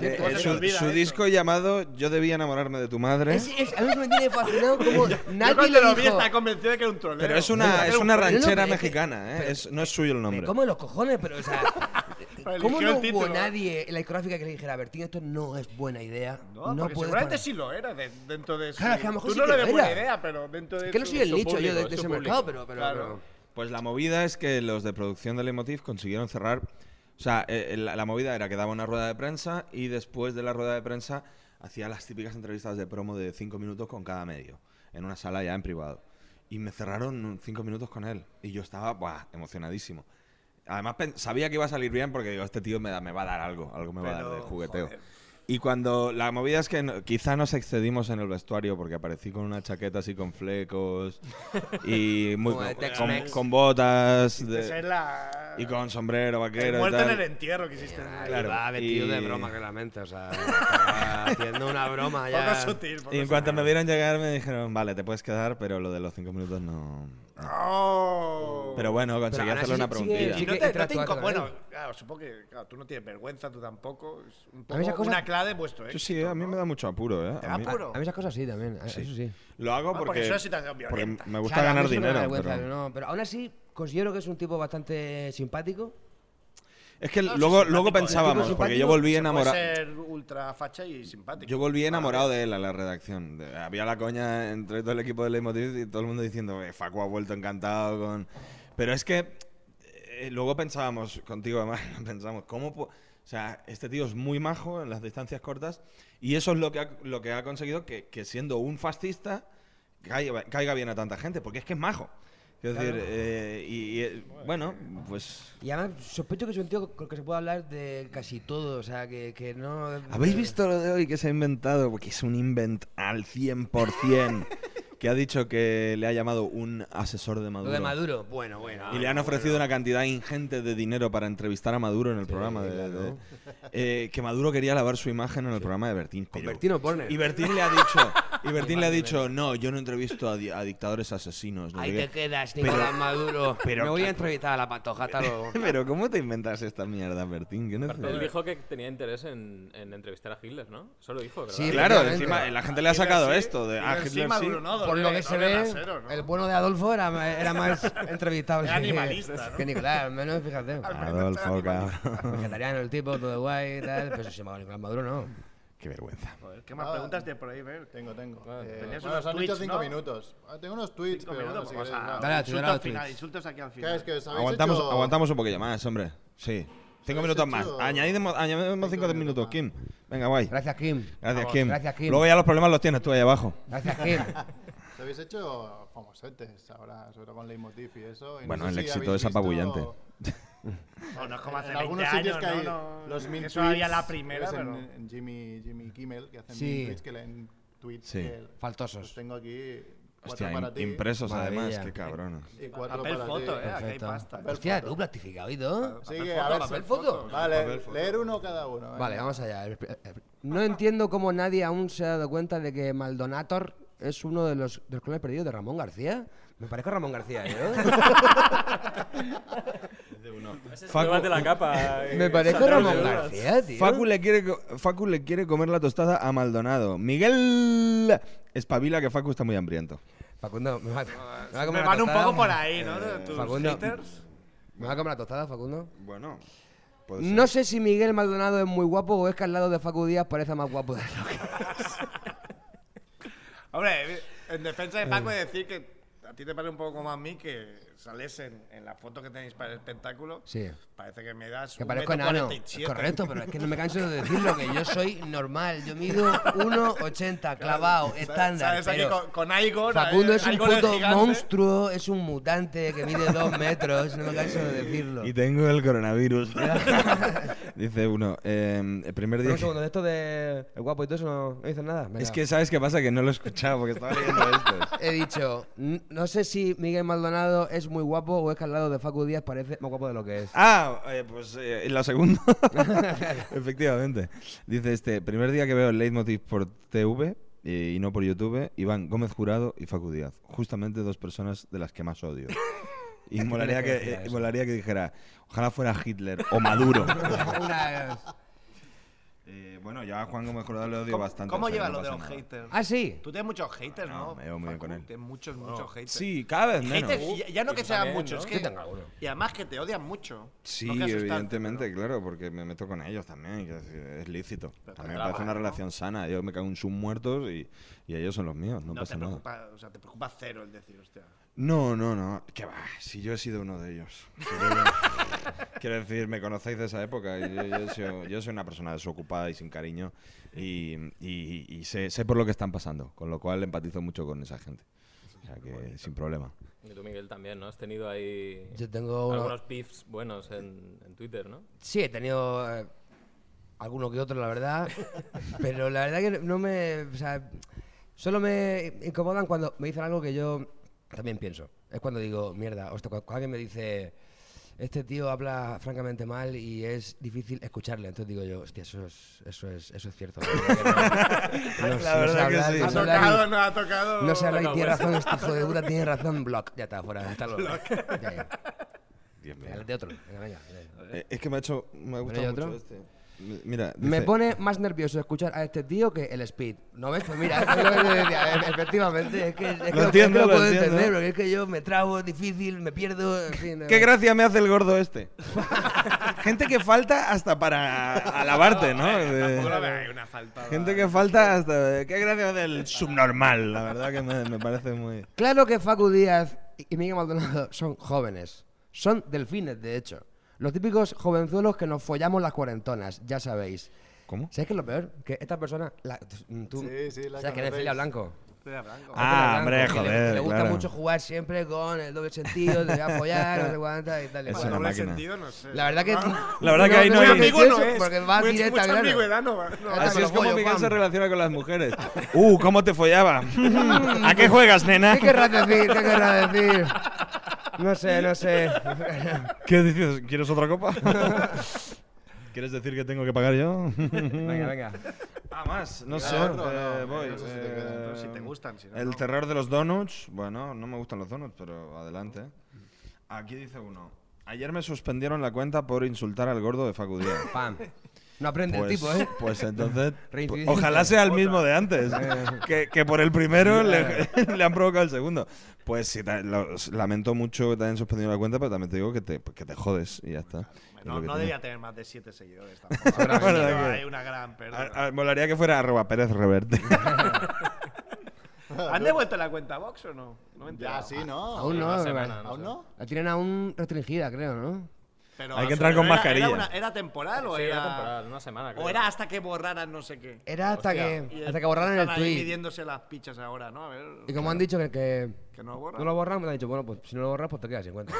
[SPEAKER 10] eh,
[SPEAKER 8] Cosas
[SPEAKER 10] su,
[SPEAKER 8] que olvida
[SPEAKER 10] su
[SPEAKER 8] eso.
[SPEAKER 10] disco llamado Yo debía enamorarme de tu madre.
[SPEAKER 8] Es- es- a mí me tiene fascinado como nadie
[SPEAKER 9] Yo cuando
[SPEAKER 8] le
[SPEAKER 9] lo vi
[SPEAKER 8] dijo,
[SPEAKER 9] estaba convencido de que era un troleo.
[SPEAKER 10] Pero es
[SPEAKER 8] Mira,
[SPEAKER 10] una, es
[SPEAKER 8] era un-
[SPEAKER 10] una
[SPEAKER 8] no, no,
[SPEAKER 10] ranchera
[SPEAKER 8] es que-
[SPEAKER 10] mexicana, ¿eh? Es- no es suyo el
[SPEAKER 8] Me
[SPEAKER 10] nombre.
[SPEAKER 8] como los cojones, pero o sea, ¿cómo
[SPEAKER 9] Eligió el
[SPEAKER 8] no hubo
[SPEAKER 9] título.
[SPEAKER 8] nadie en la discográfica que le dijera, Bertín, esto no es buena idea?
[SPEAKER 9] No,
[SPEAKER 8] No, puedes
[SPEAKER 9] porque seguramente
[SPEAKER 8] parar"?
[SPEAKER 9] sí lo era de- dentro de su...
[SPEAKER 8] Claro, es que a lo mejor
[SPEAKER 9] Tú
[SPEAKER 8] sí
[SPEAKER 9] no
[SPEAKER 8] que
[SPEAKER 9] le ves
[SPEAKER 8] lo
[SPEAKER 9] buena
[SPEAKER 8] era.
[SPEAKER 9] idea, pero dentro de
[SPEAKER 8] Es que no
[SPEAKER 9] su-
[SPEAKER 8] soy el
[SPEAKER 9] su
[SPEAKER 8] nicho yo de-
[SPEAKER 9] público,
[SPEAKER 8] de
[SPEAKER 9] su
[SPEAKER 8] ese
[SPEAKER 9] público.
[SPEAKER 8] mercado, pero- pero-
[SPEAKER 9] Claro.
[SPEAKER 8] pero-
[SPEAKER 10] Pues la movida es que los de producción de Leitmotiv consiguieron cerrar. O sea, eh, eh, la, la movida era que daba una rueda de prensa y después de la rueda de prensa hacía las típicas entrevistas de promo de cinco minutos con cada medio, en una sala ya en privado. Y me cerraron cinco minutos con él. Y yo estaba, buah, emocionadísimo. Además, pen- sabía que iba a salir bien porque digo, este tío me, da- me va a dar algo, algo me va a dar de
[SPEAKER 9] Pero,
[SPEAKER 10] jugueteo.
[SPEAKER 9] joder.
[SPEAKER 10] Y cuando la movida es que no- quizá nos excedimos en el vestuario porque aparecí con una chaqueta así con flecos y muy
[SPEAKER 8] Como de
[SPEAKER 10] con,
[SPEAKER 8] Tex-Mex.
[SPEAKER 10] con- con botas de-
[SPEAKER 9] Esa es la...
[SPEAKER 10] y con sombrero
[SPEAKER 9] El
[SPEAKER 10] vaquero y
[SPEAKER 9] muerto en el
[SPEAKER 10] tal.
[SPEAKER 9] entierro que hiciste.
[SPEAKER 8] Ay,
[SPEAKER 10] Claro,
[SPEAKER 8] va vestido Ah, de
[SPEAKER 10] y-
[SPEAKER 8] broma claramente, o sea, estaba haciendo una broma
[SPEAKER 9] Poco
[SPEAKER 8] ya.
[SPEAKER 9] sutil. poco
[SPEAKER 10] Y en cuanto
[SPEAKER 9] sutil.
[SPEAKER 10] me vieron llegar me dijeron, vale, te puedes quedar, pero lo de los cinco minutos no.
[SPEAKER 9] ¡Oh!
[SPEAKER 10] Pero bueno,
[SPEAKER 8] Pero
[SPEAKER 10] conseguí
[SPEAKER 8] aún
[SPEAKER 10] hacerle
[SPEAKER 8] así
[SPEAKER 10] una
[SPEAKER 8] sigue-
[SPEAKER 10] preguntilla.
[SPEAKER 9] Y
[SPEAKER 8] Sí
[SPEAKER 9] no
[SPEAKER 8] que
[SPEAKER 9] te, no te
[SPEAKER 8] interactuaste
[SPEAKER 9] inco-
[SPEAKER 8] con
[SPEAKER 9] Bueno,
[SPEAKER 8] él.
[SPEAKER 9] claro, supongo que claro, tú no tienes vergüenza, tú tampoco. Es un
[SPEAKER 8] A mí esa
[SPEAKER 9] poco
[SPEAKER 8] cosa-
[SPEAKER 9] una clave de vuestro
[SPEAKER 10] Yo
[SPEAKER 9] éxito.
[SPEAKER 10] sí, a mí
[SPEAKER 9] ¿no?
[SPEAKER 10] me da mucho apuro, ¿eh?
[SPEAKER 9] ¿Te
[SPEAKER 10] A
[SPEAKER 9] da
[SPEAKER 10] mí-
[SPEAKER 9] apuro?
[SPEAKER 8] A mí esas cosas sí también, a-
[SPEAKER 10] Sí.
[SPEAKER 8] eso sí.
[SPEAKER 10] Lo hago
[SPEAKER 9] Ah, porque
[SPEAKER 10] porque,
[SPEAKER 9] es una situación
[SPEAKER 10] porque
[SPEAKER 9] violenta.
[SPEAKER 10] me gusta
[SPEAKER 8] Claro, a mí
[SPEAKER 10] ganar
[SPEAKER 8] eso me da
[SPEAKER 10] dinero.
[SPEAKER 8] vergüenza,
[SPEAKER 10] pero-
[SPEAKER 8] no, pero aún así considero que es un tipo bastante simpático.
[SPEAKER 10] Es que
[SPEAKER 9] No,
[SPEAKER 10] luego,
[SPEAKER 9] sí,
[SPEAKER 10] luego
[SPEAKER 9] simpático, ¿eh?
[SPEAKER 10] pensábamos,
[SPEAKER 8] Tipo
[SPEAKER 10] porque yo
[SPEAKER 8] simpático,
[SPEAKER 10] volví
[SPEAKER 9] Se
[SPEAKER 10] enamorado.
[SPEAKER 9] Puede ser ultra facha y simpático.
[SPEAKER 10] Yo volví enamorado de él a la redacción. De- Había la coña entre todo el equipo de Leitmotiv y todo el mundo diciendo, "Eh, Facu ha vuelto encantado con... Pero es que eh, luego pensábamos, contigo además, pensamos, ¿cómo... po- O sea, este tío es muy majo en las distancias cortas y eso es lo que ha, lo que ha conseguido que, que siendo un fascista caiga, caiga bien a tanta gente, porque es que es majo. Quiero decir, eh, y, y, eh, bueno, pues...
[SPEAKER 8] Y además sospecho que es un tío con el que se puede hablar de casi todo, o sea, que, que no...
[SPEAKER 10] ¿Habéis visto lo de hoy que se ha inventado? Porque es un invent al 100%. que ha dicho que le ha llamado un asesor de
[SPEAKER 8] Lo
[SPEAKER 10] Maduro.
[SPEAKER 8] de Maduro, bueno, bueno.
[SPEAKER 10] Y le han ofrecido una cantidad ingente de dinero para entrevistar a Maduro en el programa de, de- eh, que Maduro quería lavar su imagen en el programa de Bertín. pero-
[SPEAKER 8] Bertino Porner.
[SPEAKER 10] Y Bertín le ha dicho, y Bertín le ha dicho, no, yo no entrevisto a, di- a dictadores asesinos. no sé
[SPEAKER 8] Ahí
[SPEAKER 10] qué".
[SPEAKER 8] te quedas,
[SPEAKER 10] Pero-
[SPEAKER 8] Nicolás Maduro.
[SPEAKER 10] pero-
[SPEAKER 8] Me voy a entrevistar a la pantoja, hasta luego.
[SPEAKER 10] Pero ¿cómo te inventas esta mierda, Bertín? ¿Qué
[SPEAKER 6] Aparte, él
[SPEAKER 10] necesidad?
[SPEAKER 6] dijo que tenía interés en, en entrevistar a Hitler, ¿no? Eso lo dijo, ¿verdad?
[SPEAKER 8] Sí,
[SPEAKER 10] Claro,
[SPEAKER 8] efectivamente.
[SPEAKER 10] encima la gente le ha sacado esto de "Ah, a Hitler sí.
[SPEAKER 8] Por lo que se ve, el bueno de Adolfo era, ma- era más entrevistable
[SPEAKER 9] Era
[SPEAKER 8] que-
[SPEAKER 9] animalista, ¿no?
[SPEAKER 8] que Nicolás, al menos, fíjate.
[SPEAKER 10] Adolfo, cabrón.
[SPEAKER 8] Vegetariano el tipo, todo guay y tal, pero si se llamaba Nicolás Maduro, no.
[SPEAKER 10] Qué vergüenza.
[SPEAKER 9] Joder, ¿Qué más preguntas de por ahí, ver?
[SPEAKER 2] Tengo, tengo. Eh,
[SPEAKER 9] Tenías
[SPEAKER 2] bueno,
[SPEAKER 9] unos
[SPEAKER 2] se han dicho
[SPEAKER 9] tweets,
[SPEAKER 2] cinco
[SPEAKER 9] ¿no?
[SPEAKER 2] minutos. Ah, tengo unos tweets,
[SPEAKER 9] Cinco
[SPEAKER 2] pero
[SPEAKER 9] minutos, pues, ah,
[SPEAKER 2] no sé
[SPEAKER 9] vamos
[SPEAKER 2] qué
[SPEAKER 9] a-
[SPEAKER 2] decir.
[SPEAKER 8] Dale,
[SPEAKER 9] insultos
[SPEAKER 8] dale,
[SPEAKER 9] al
[SPEAKER 8] tweets.
[SPEAKER 9] final, insultos aquí al final.
[SPEAKER 2] ¿Qué es que os habéis
[SPEAKER 10] Aguantamos,
[SPEAKER 2] hecho-
[SPEAKER 10] aguantamos un poquillo más, hombre. Sí. Cinco
[SPEAKER 2] Habéis
[SPEAKER 10] minutos más.
[SPEAKER 2] hecho-
[SPEAKER 10] Añadimos, añadimos cinco minutos, Kim. Venga, guay. Gracias,
[SPEAKER 8] Gracias, Kim.
[SPEAKER 10] Kim.
[SPEAKER 8] Gracias, Kim.
[SPEAKER 10] Luego ya los problemas los tienes tú ahí abajo.
[SPEAKER 8] Gracias, Kim.
[SPEAKER 2] Os habéis hecho famosetes ahora, sobre todo con Leitmotiv y eso. y no
[SPEAKER 10] Bueno,
[SPEAKER 2] sé
[SPEAKER 10] el
[SPEAKER 2] si
[SPEAKER 10] éxito
[SPEAKER 2] habéis
[SPEAKER 10] es apabullante.
[SPEAKER 2] visto-
[SPEAKER 9] No, no es como hace
[SPEAKER 2] en algunos
[SPEAKER 9] 20
[SPEAKER 2] sitios
[SPEAKER 9] Eh, años,
[SPEAKER 2] que hay
[SPEAKER 9] ¿no? No,
[SPEAKER 2] los
[SPEAKER 9] que
[SPEAKER 2] mil
[SPEAKER 9] Eso había
[SPEAKER 2] tweets,
[SPEAKER 9] la primera,
[SPEAKER 2] ves en,
[SPEAKER 9] pero...
[SPEAKER 2] en Jimmy, Jimmy Kimmel, que hacen
[SPEAKER 8] Sí.
[SPEAKER 2] mil tweets que leen tweets
[SPEAKER 10] Sí.
[SPEAKER 2] que los
[SPEAKER 8] Faltosos.
[SPEAKER 2] tengo aquí. Cuatro
[SPEAKER 10] Hostia,
[SPEAKER 2] para
[SPEAKER 10] im-
[SPEAKER 2] ti
[SPEAKER 10] impresos
[SPEAKER 8] Maravilla.
[SPEAKER 10] además, qué cabrón.
[SPEAKER 2] y cuatro
[SPEAKER 9] Papel
[SPEAKER 2] para
[SPEAKER 9] foto,
[SPEAKER 2] ti.
[SPEAKER 9] ¿eh? Aquí hay
[SPEAKER 8] Perfecto.
[SPEAKER 9] pasta.
[SPEAKER 8] Hostia, tú plastificado y todo.
[SPEAKER 2] Sigue,
[SPEAKER 9] foto,
[SPEAKER 2] a ver,
[SPEAKER 9] papel
[SPEAKER 2] se-
[SPEAKER 9] foto.
[SPEAKER 2] Vale,
[SPEAKER 10] Papel foto.
[SPEAKER 2] leer uno cada uno. venga.
[SPEAKER 8] Vale, vamos allá. El- el- el- No entiendo cómo nadie aún se ha dado cuenta de que Maldonator es uno de los, de los clones perdidos de Ramón García. Me parezco a Ramón García, ¿eh? ¿no?
[SPEAKER 6] Llévate la capa. eh,
[SPEAKER 8] Me parezco a
[SPEAKER 6] sacaros de
[SPEAKER 8] Ramón
[SPEAKER 6] dudas.
[SPEAKER 8] García, tío.
[SPEAKER 10] Facu le, quiere, co- Facu le quiere comer la tostada a Maldonado. Miguel espabila que Facu está muy hambriento.
[SPEAKER 8] Facundo, me va, me va a comer la
[SPEAKER 9] Me van un
[SPEAKER 8] tostada.
[SPEAKER 9] poco por ahí, ¿no?
[SPEAKER 8] eh,
[SPEAKER 9] Tus
[SPEAKER 8] Facundo.
[SPEAKER 9] haters.
[SPEAKER 8] ¿Me va a comer la tostada, Facundo?
[SPEAKER 10] Bueno,
[SPEAKER 8] No sé si Miguel Maldonado es muy guapo o es que al lado de Facu Díaz parece más guapo de lo que...
[SPEAKER 9] Hombre, en defensa de Paco, he de decir que a ti te parece un poco como a mí que sales en, en la foto que tenéis para el espectáculo.
[SPEAKER 8] Sí.
[SPEAKER 9] Parece que me das.
[SPEAKER 8] Que
[SPEAKER 9] un
[SPEAKER 8] parezco
[SPEAKER 9] metro
[SPEAKER 8] enano.
[SPEAKER 9] 47.
[SPEAKER 8] Es correcto, pero es que no me canso de decirlo, que yo soy normal. Yo mido 1,80, clavado,
[SPEAKER 9] Sa-
[SPEAKER 8] estándar.
[SPEAKER 9] Sales aquí
[SPEAKER 8] pero-
[SPEAKER 9] con, con Igor.
[SPEAKER 8] Facundo
[SPEAKER 9] ahí-
[SPEAKER 8] es un
[SPEAKER 9] Igor el
[SPEAKER 8] puto
[SPEAKER 9] eh, gigante.
[SPEAKER 8] monstruo, es un mutante que mide dos metros, no me canso de decirlo.
[SPEAKER 10] Y tengo el coronavirus. Dice uno, eh, el primer día...
[SPEAKER 8] Pero
[SPEAKER 10] que-
[SPEAKER 8] de esto de el guapo y todo eso no, no dices nada.
[SPEAKER 10] Es que, ¿sabes qué pasa? Que no lo he escuchado porque estaba leyendo esto.
[SPEAKER 8] he dicho, "N- no sé si Miguel Maldonado es muy guapo o es que al lado de Facu Díaz parece más guapo de lo que es.
[SPEAKER 10] Ah, eh, pues eh, en la segunda. Efectivamente. Dice este, primer día que veo el Leitmotiv por TV eh, y no por YouTube, Iván Gómez Jurado y Facu Díaz. Justamente dos personas de las que más odio. Y
[SPEAKER 8] ¿Qué
[SPEAKER 10] molaría
[SPEAKER 8] tienes
[SPEAKER 10] que,
[SPEAKER 8] que decir a
[SPEAKER 10] eh,
[SPEAKER 8] eso?
[SPEAKER 10] molaría que dijera, ojalá fuera Hitler o Maduro.
[SPEAKER 8] Una-
[SPEAKER 10] Eh, bueno, ya a Juan Gómez Jurado le odio bastante.
[SPEAKER 9] ¿Cómo
[SPEAKER 10] o sea,
[SPEAKER 9] llevas
[SPEAKER 10] no
[SPEAKER 9] lo de
[SPEAKER 10] pasa
[SPEAKER 9] los
[SPEAKER 10] nada.
[SPEAKER 9] haters?
[SPEAKER 8] Ah, sí.
[SPEAKER 9] Tú tienes muchos haters, ¿no?
[SPEAKER 10] me llevo muy bien con él.
[SPEAKER 9] Tienes muchos, muchos haters.
[SPEAKER 10] sí, cada vez menos.
[SPEAKER 9] Haters, y ya, ya no
[SPEAKER 6] Y
[SPEAKER 9] que
[SPEAKER 6] tú
[SPEAKER 9] sean
[SPEAKER 6] también,
[SPEAKER 9] muchos,
[SPEAKER 6] ¿no?
[SPEAKER 9] es
[SPEAKER 8] Yo
[SPEAKER 9] que.
[SPEAKER 8] tengo alguno.
[SPEAKER 9] Y además que te odian mucho.
[SPEAKER 10] Sí,
[SPEAKER 9] No que asustarte,
[SPEAKER 10] evidentemente,
[SPEAKER 9] pero-
[SPEAKER 10] claro, porque me meto con ellos también, quiero decir, es lícito.
[SPEAKER 9] Pero
[SPEAKER 10] A mí me
[SPEAKER 9] trabajas,
[SPEAKER 10] parece una
[SPEAKER 9] ¿no?
[SPEAKER 10] relación sana, yo me cago en sus muertos y, y ellos son los míos, no,
[SPEAKER 9] No,
[SPEAKER 10] pasa
[SPEAKER 9] te
[SPEAKER 10] nada.
[SPEAKER 9] preocupa, o sea, te preocupa cero el decir, hostia.
[SPEAKER 10] No, no, no, que va, si yo he sido uno de ellos. Si yo- Quiero decir, me conocéis de esa época, y yo, yo soy, yo soy una persona desocupada y sin cariño y, y- y sé, sé por lo que están pasando, con lo cual empatizo mucho con esa gente. O sea que sin problema.
[SPEAKER 6] Y tú, Miguel, también, ¿no? Has tenido ahí
[SPEAKER 8] Yo tengo uno-
[SPEAKER 6] algunos pifs buenos en, en Twitter, ¿no?
[SPEAKER 8] Sí, he tenido eh, alguno que otro, la verdad. pero la verdad que no me. O sea, solo me incomodan cuando me dicen algo que yo también pienso. Es cuando digo, mierda, hostia, cu- cuando alguien me dice. Este tío habla francamente mal y es difícil escucharle. Entonces digo yo, hostia, eso es, eso es, eso es cierto. La verdad que no- no sé hablar, no sé hablar
[SPEAKER 9] Ha tocado,
[SPEAKER 8] y-
[SPEAKER 9] no ha tocado.
[SPEAKER 8] no se habla y
[SPEAKER 6] Toca
[SPEAKER 8] tiene
[SPEAKER 6] hueso.
[SPEAKER 8] razón, este hijo de puta tiene razón, block. Ya está, fuera, hasta luego. Ya, ya.
[SPEAKER 10] Dios mío.
[SPEAKER 8] Venga, de otro. Venga, venga, venga.
[SPEAKER 10] Eh, es que me ha hecho, me ha gustado
[SPEAKER 8] ¿hay
[SPEAKER 10] mucho
[SPEAKER 8] otro?
[SPEAKER 10] este. M- Mira,
[SPEAKER 8] Me
[SPEAKER 10] dice-
[SPEAKER 8] pone más nervioso escuchar a este tío que el Speed. ¿No ves? Pues mira, es lo que te decía. e- Efectivamente, es que, es que
[SPEAKER 10] Lo entiendo,
[SPEAKER 8] es que
[SPEAKER 10] lo
[SPEAKER 8] puedo
[SPEAKER 10] entiendo.
[SPEAKER 8] entender, porque es que yo me trabo, es difícil, me pierdo, en fin.
[SPEAKER 10] Qué
[SPEAKER 8] eh,
[SPEAKER 10] gracia me hace el gordo este. Gente que falta hasta para alabarte, ¿no?
[SPEAKER 9] Tampoco lo
[SPEAKER 10] De-
[SPEAKER 9] veas, hay una falta.
[SPEAKER 10] Gente que falta hasta. Qué gracia del subnormal. La verdad que me, me parece muy.
[SPEAKER 8] Claro que Facu Díaz y y Miguel Maldonado son jóvenes. Son delfines, de hecho. Los típicos jovenzuelos que nos follamos las cuarentonas, ya sabéis.
[SPEAKER 10] ¿Cómo?
[SPEAKER 8] ¿Sabes qué es lo peor? Que esta persona. La, tú,
[SPEAKER 2] Sí, sí, la
[SPEAKER 8] ¿Sabes que eres
[SPEAKER 2] conocéis.
[SPEAKER 8] Celia Blanco? Celia
[SPEAKER 10] Ah, hombre,
[SPEAKER 8] Blanco, que le-
[SPEAKER 10] joder.
[SPEAKER 8] Le gusta
[SPEAKER 10] claro.
[SPEAKER 8] mucho jugar siempre con el doble sentido, te voy a follar, no sé cuántas y tal. y
[SPEAKER 10] Es
[SPEAKER 8] cual.
[SPEAKER 10] una
[SPEAKER 9] doble
[SPEAKER 10] máquina.
[SPEAKER 9] sentido, no sé.
[SPEAKER 8] La verdad que.
[SPEAKER 10] La verdad que ahí no
[SPEAKER 9] Muy
[SPEAKER 10] hay-
[SPEAKER 8] creo que
[SPEAKER 9] ambiguo
[SPEAKER 8] es
[SPEAKER 9] no
[SPEAKER 8] eso,
[SPEAKER 9] es.
[SPEAKER 8] Porque va
[SPEAKER 9] Muy-
[SPEAKER 8] directa al
[SPEAKER 9] mucha
[SPEAKER 8] grano.
[SPEAKER 9] ambigüedad no va- no va.
[SPEAKER 8] Ah,
[SPEAKER 10] Así es como
[SPEAKER 8] Pam.
[SPEAKER 10] Miguel se relaciona con las mujeres. Uh, ¿cómo te follaba? ¿A qué juegas, nena?
[SPEAKER 8] ¿Qué querrás decir? ¿Qué querrás decir? No sé, no sé.
[SPEAKER 10] ¿Qué dices? ¿Quieres otra copa? ¿Quieres decir que tengo que pagar yo?
[SPEAKER 8] Venga, venga.
[SPEAKER 10] Ah, más, no sé.
[SPEAKER 2] Claro, no,
[SPEAKER 10] eh,
[SPEAKER 2] no,
[SPEAKER 10] voy. Eh,
[SPEAKER 2] no sé si te quedan,
[SPEAKER 9] pero si te gustan, si no,
[SPEAKER 10] El
[SPEAKER 9] no.
[SPEAKER 10] terror de los donuts. Bueno, no me gustan los donuts, pero adelante. Aquí dice uno. Ayer me suspendieron la cuenta por insultar al gordo de Facu Díaz".
[SPEAKER 8] Pam. No aprende
[SPEAKER 10] Pues,
[SPEAKER 8] el tipo, ¿eh?
[SPEAKER 10] pues entonces.
[SPEAKER 8] Reincidencia.
[SPEAKER 10] Ojalá sea el mismo de antes. que, que por el primero le, le han provocado el segundo. Pues sí, ta- lo- lamento mucho que te hayan suspendido la cuenta, pero también te digo que te, que te jodes y ya está. Es lo
[SPEAKER 9] No,
[SPEAKER 10] que
[SPEAKER 9] no
[SPEAKER 10] tiene.
[SPEAKER 9] debía tener más de 7 seguidores tampoco.
[SPEAKER 10] La verdad
[SPEAKER 9] No,
[SPEAKER 10] que-
[SPEAKER 9] hay una gran
[SPEAKER 10] A-
[SPEAKER 9] pérdida.
[SPEAKER 10] a- molaría que fuera arroba Pérez Reverte.
[SPEAKER 9] ¿Han devuelto la cuenta Vox o no? No me he
[SPEAKER 2] Ya
[SPEAKER 9] enterado.
[SPEAKER 2] sí, ¿no?
[SPEAKER 8] Aún no,
[SPEAKER 6] Una
[SPEAKER 8] me
[SPEAKER 6] semana,
[SPEAKER 8] parece.
[SPEAKER 6] no
[SPEAKER 2] ¿Aún
[SPEAKER 6] sé.
[SPEAKER 2] no?
[SPEAKER 8] La tienen aún restringida, creo, ¿no?
[SPEAKER 9] Pero,
[SPEAKER 10] Hay que
[SPEAKER 9] o
[SPEAKER 10] entrar
[SPEAKER 9] sea,
[SPEAKER 10] con
[SPEAKER 9] ¿era-
[SPEAKER 10] mascarilla.
[SPEAKER 9] ¿Era, una- era temporal o
[SPEAKER 6] Sí,
[SPEAKER 9] era.?
[SPEAKER 6] era temporal, una semana. creo.
[SPEAKER 9] O era hasta que borraran no sé qué.
[SPEAKER 8] Era hasta
[SPEAKER 9] Y
[SPEAKER 8] que. Hasta que borraron el
[SPEAKER 9] están ahí
[SPEAKER 8] tweet.
[SPEAKER 9] midiéndose las pichas ahora, ¿no? A ver.
[SPEAKER 8] Y como han dicho que, que
[SPEAKER 9] Que no borran.
[SPEAKER 8] no lo borran, me han dicho, bueno, pues si no lo borras, pues te quedas sin cuenta.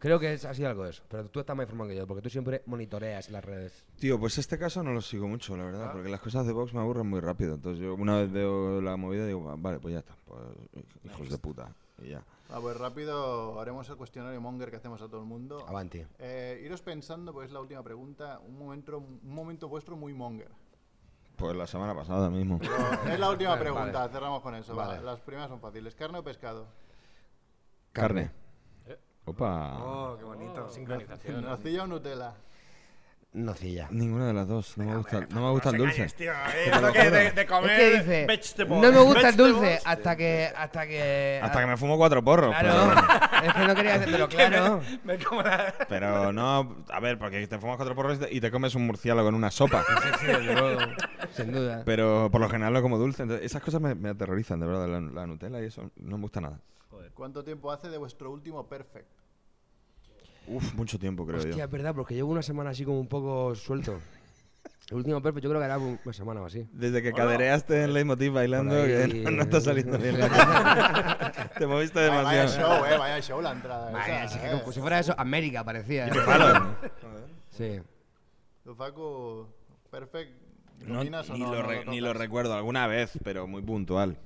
[SPEAKER 8] Creo que es, ha sido algo de eso. Pero tú estás más informado que yo, porque tú siempre monitoreas las redes.
[SPEAKER 10] Tío, pues este caso no lo sigo mucho, la
[SPEAKER 9] Ah.
[SPEAKER 10] verdad, porque las cosas de Vox me aburren muy rápido. Entonces yo una vez veo la movida digo, "Va- vale, pues ya está. pues, hijos de puta. Y ya.
[SPEAKER 2] Ah, pues rápido haremos el cuestionario Monger que hacemos a todo el mundo.
[SPEAKER 8] Avanti.
[SPEAKER 2] Eh, iros pensando, pues es la última pregunta, un momento, un momento vuestro muy Monger.
[SPEAKER 10] Pues la semana pasada mismo.
[SPEAKER 2] Es la última
[SPEAKER 8] Vale,
[SPEAKER 2] pregunta,
[SPEAKER 8] vale.
[SPEAKER 2] cerramos con eso.
[SPEAKER 8] Vale.
[SPEAKER 2] va. Las primeras son fáciles. ¿Carne o pescado?
[SPEAKER 10] Carne. Opa.
[SPEAKER 9] Oh, qué bonito.
[SPEAKER 6] Sincronización.
[SPEAKER 2] ¿Nocilla o Nutella?
[SPEAKER 8] Nocilla.
[SPEAKER 10] Ninguna de las dos. No me gusta, no me gusta el dulce.
[SPEAKER 9] Tío,
[SPEAKER 10] te
[SPEAKER 9] es
[SPEAKER 10] lo
[SPEAKER 9] lo que
[SPEAKER 10] juro.
[SPEAKER 9] de, de
[SPEAKER 8] Es
[SPEAKER 9] comer.
[SPEAKER 8] que dice,
[SPEAKER 9] vegetables,
[SPEAKER 8] no me gusta el
[SPEAKER 9] vegetables".
[SPEAKER 8] dulce hasta que, hasta que... Ah,
[SPEAKER 10] Hasta que me fumo cuatro porros.
[SPEAKER 8] Claro, es que no quería hacértelo claro.
[SPEAKER 9] Me como la.
[SPEAKER 10] Pero, pero no, a ver, porque te fumas cuatro porros y te- y te comes un murciélago en una sopa.
[SPEAKER 8] Sin duda.
[SPEAKER 10] Pero por lo general lo como dulce. Entonces, esas cosas me, me aterrorizan, de verdad. La, la Nutella y eso no me gusta nada.
[SPEAKER 2] ¿Cuánto tiempo hace de vuestro último perfect?
[SPEAKER 10] Uf, mucho tiempo creo
[SPEAKER 8] Hostia,
[SPEAKER 10] yo.
[SPEAKER 8] es verdad, porque llevo una semana así como un poco suelto. El último perfect yo creo que era un- una semana o así.
[SPEAKER 10] Desde que cadereaste en Leitmotiv bailando,
[SPEAKER 8] Por ahí.
[SPEAKER 10] que no, no está saliendo bien la cosa. Te moviste
[SPEAKER 2] Vaya, vaya
[SPEAKER 10] demasiado.
[SPEAKER 2] show, eh, vaya show la entrada.
[SPEAKER 8] Vaya,
[SPEAKER 2] esa,
[SPEAKER 8] si-
[SPEAKER 2] eh.
[SPEAKER 8] como si fuera eso, América parecía. ¿eh?
[SPEAKER 10] Palo.
[SPEAKER 8] Sí.
[SPEAKER 2] ¿Tú, Facu, perfect?
[SPEAKER 10] No,
[SPEAKER 2] ¿dominas o
[SPEAKER 10] ni,
[SPEAKER 2] no?
[SPEAKER 10] lo
[SPEAKER 2] No
[SPEAKER 10] re- ni lo
[SPEAKER 2] tocas.
[SPEAKER 10] recuerdo alguna vez, pero muy puntual.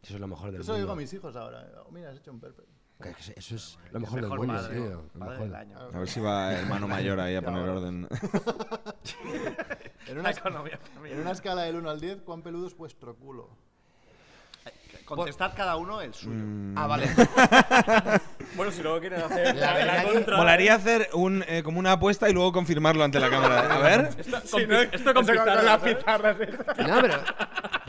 [SPEAKER 8] Eso es lo mejor del
[SPEAKER 2] Eso digo a
[SPEAKER 8] mundo.
[SPEAKER 2] mis hijos ahora. eh. Oh, mira, has hecho un perfect.
[SPEAKER 8] Que- que Eso es lo
[SPEAKER 9] Es
[SPEAKER 8] mejor,
[SPEAKER 9] mejor
[SPEAKER 8] del mundo,
[SPEAKER 9] eh, madre,
[SPEAKER 8] tío. lo
[SPEAKER 9] madre
[SPEAKER 8] mejor.
[SPEAKER 9] del año.
[SPEAKER 10] A ver si va el hermano mayor ahí a poner orden.
[SPEAKER 2] En
[SPEAKER 9] Una
[SPEAKER 2] una,
[SPEAKER 9] economía
[SPEAKER 2] en una escala del 1 al 10, ¿cuán peludo es vuestro culo?
[SPEAKER 9] Contestad cada uno el suyo.
[SPEAKER 8] Ah, vale.
[SPEAKER 6] Bueno, si luego quieren hacer
[SPEAKER 8] La
[SPEAKER 6] la,
[SPEAKER 8] verdad que-
[SPEAKER 6] contra.
[SPEAKER 10] Molaría hacer un, eh, como una apuesta y luego confirmarlo ante la cámara. ¿eh? A ver.
[SPEAKER 6] Esto,
[SPEAKER 9] Sí,
[SPEAKER 6] con,
[SPEAKER 9] ¿no?
[SPEAKER 6] pi- esto con
[SPEAKER 9] Eso
[SPEAKER 6] pitarra,
[SPEAKER 9] las
[SPEAKER 6] ¿sabes?
[SPEAKER 9] pizarras. ¿eh?
[SPEAKER 8] No, pero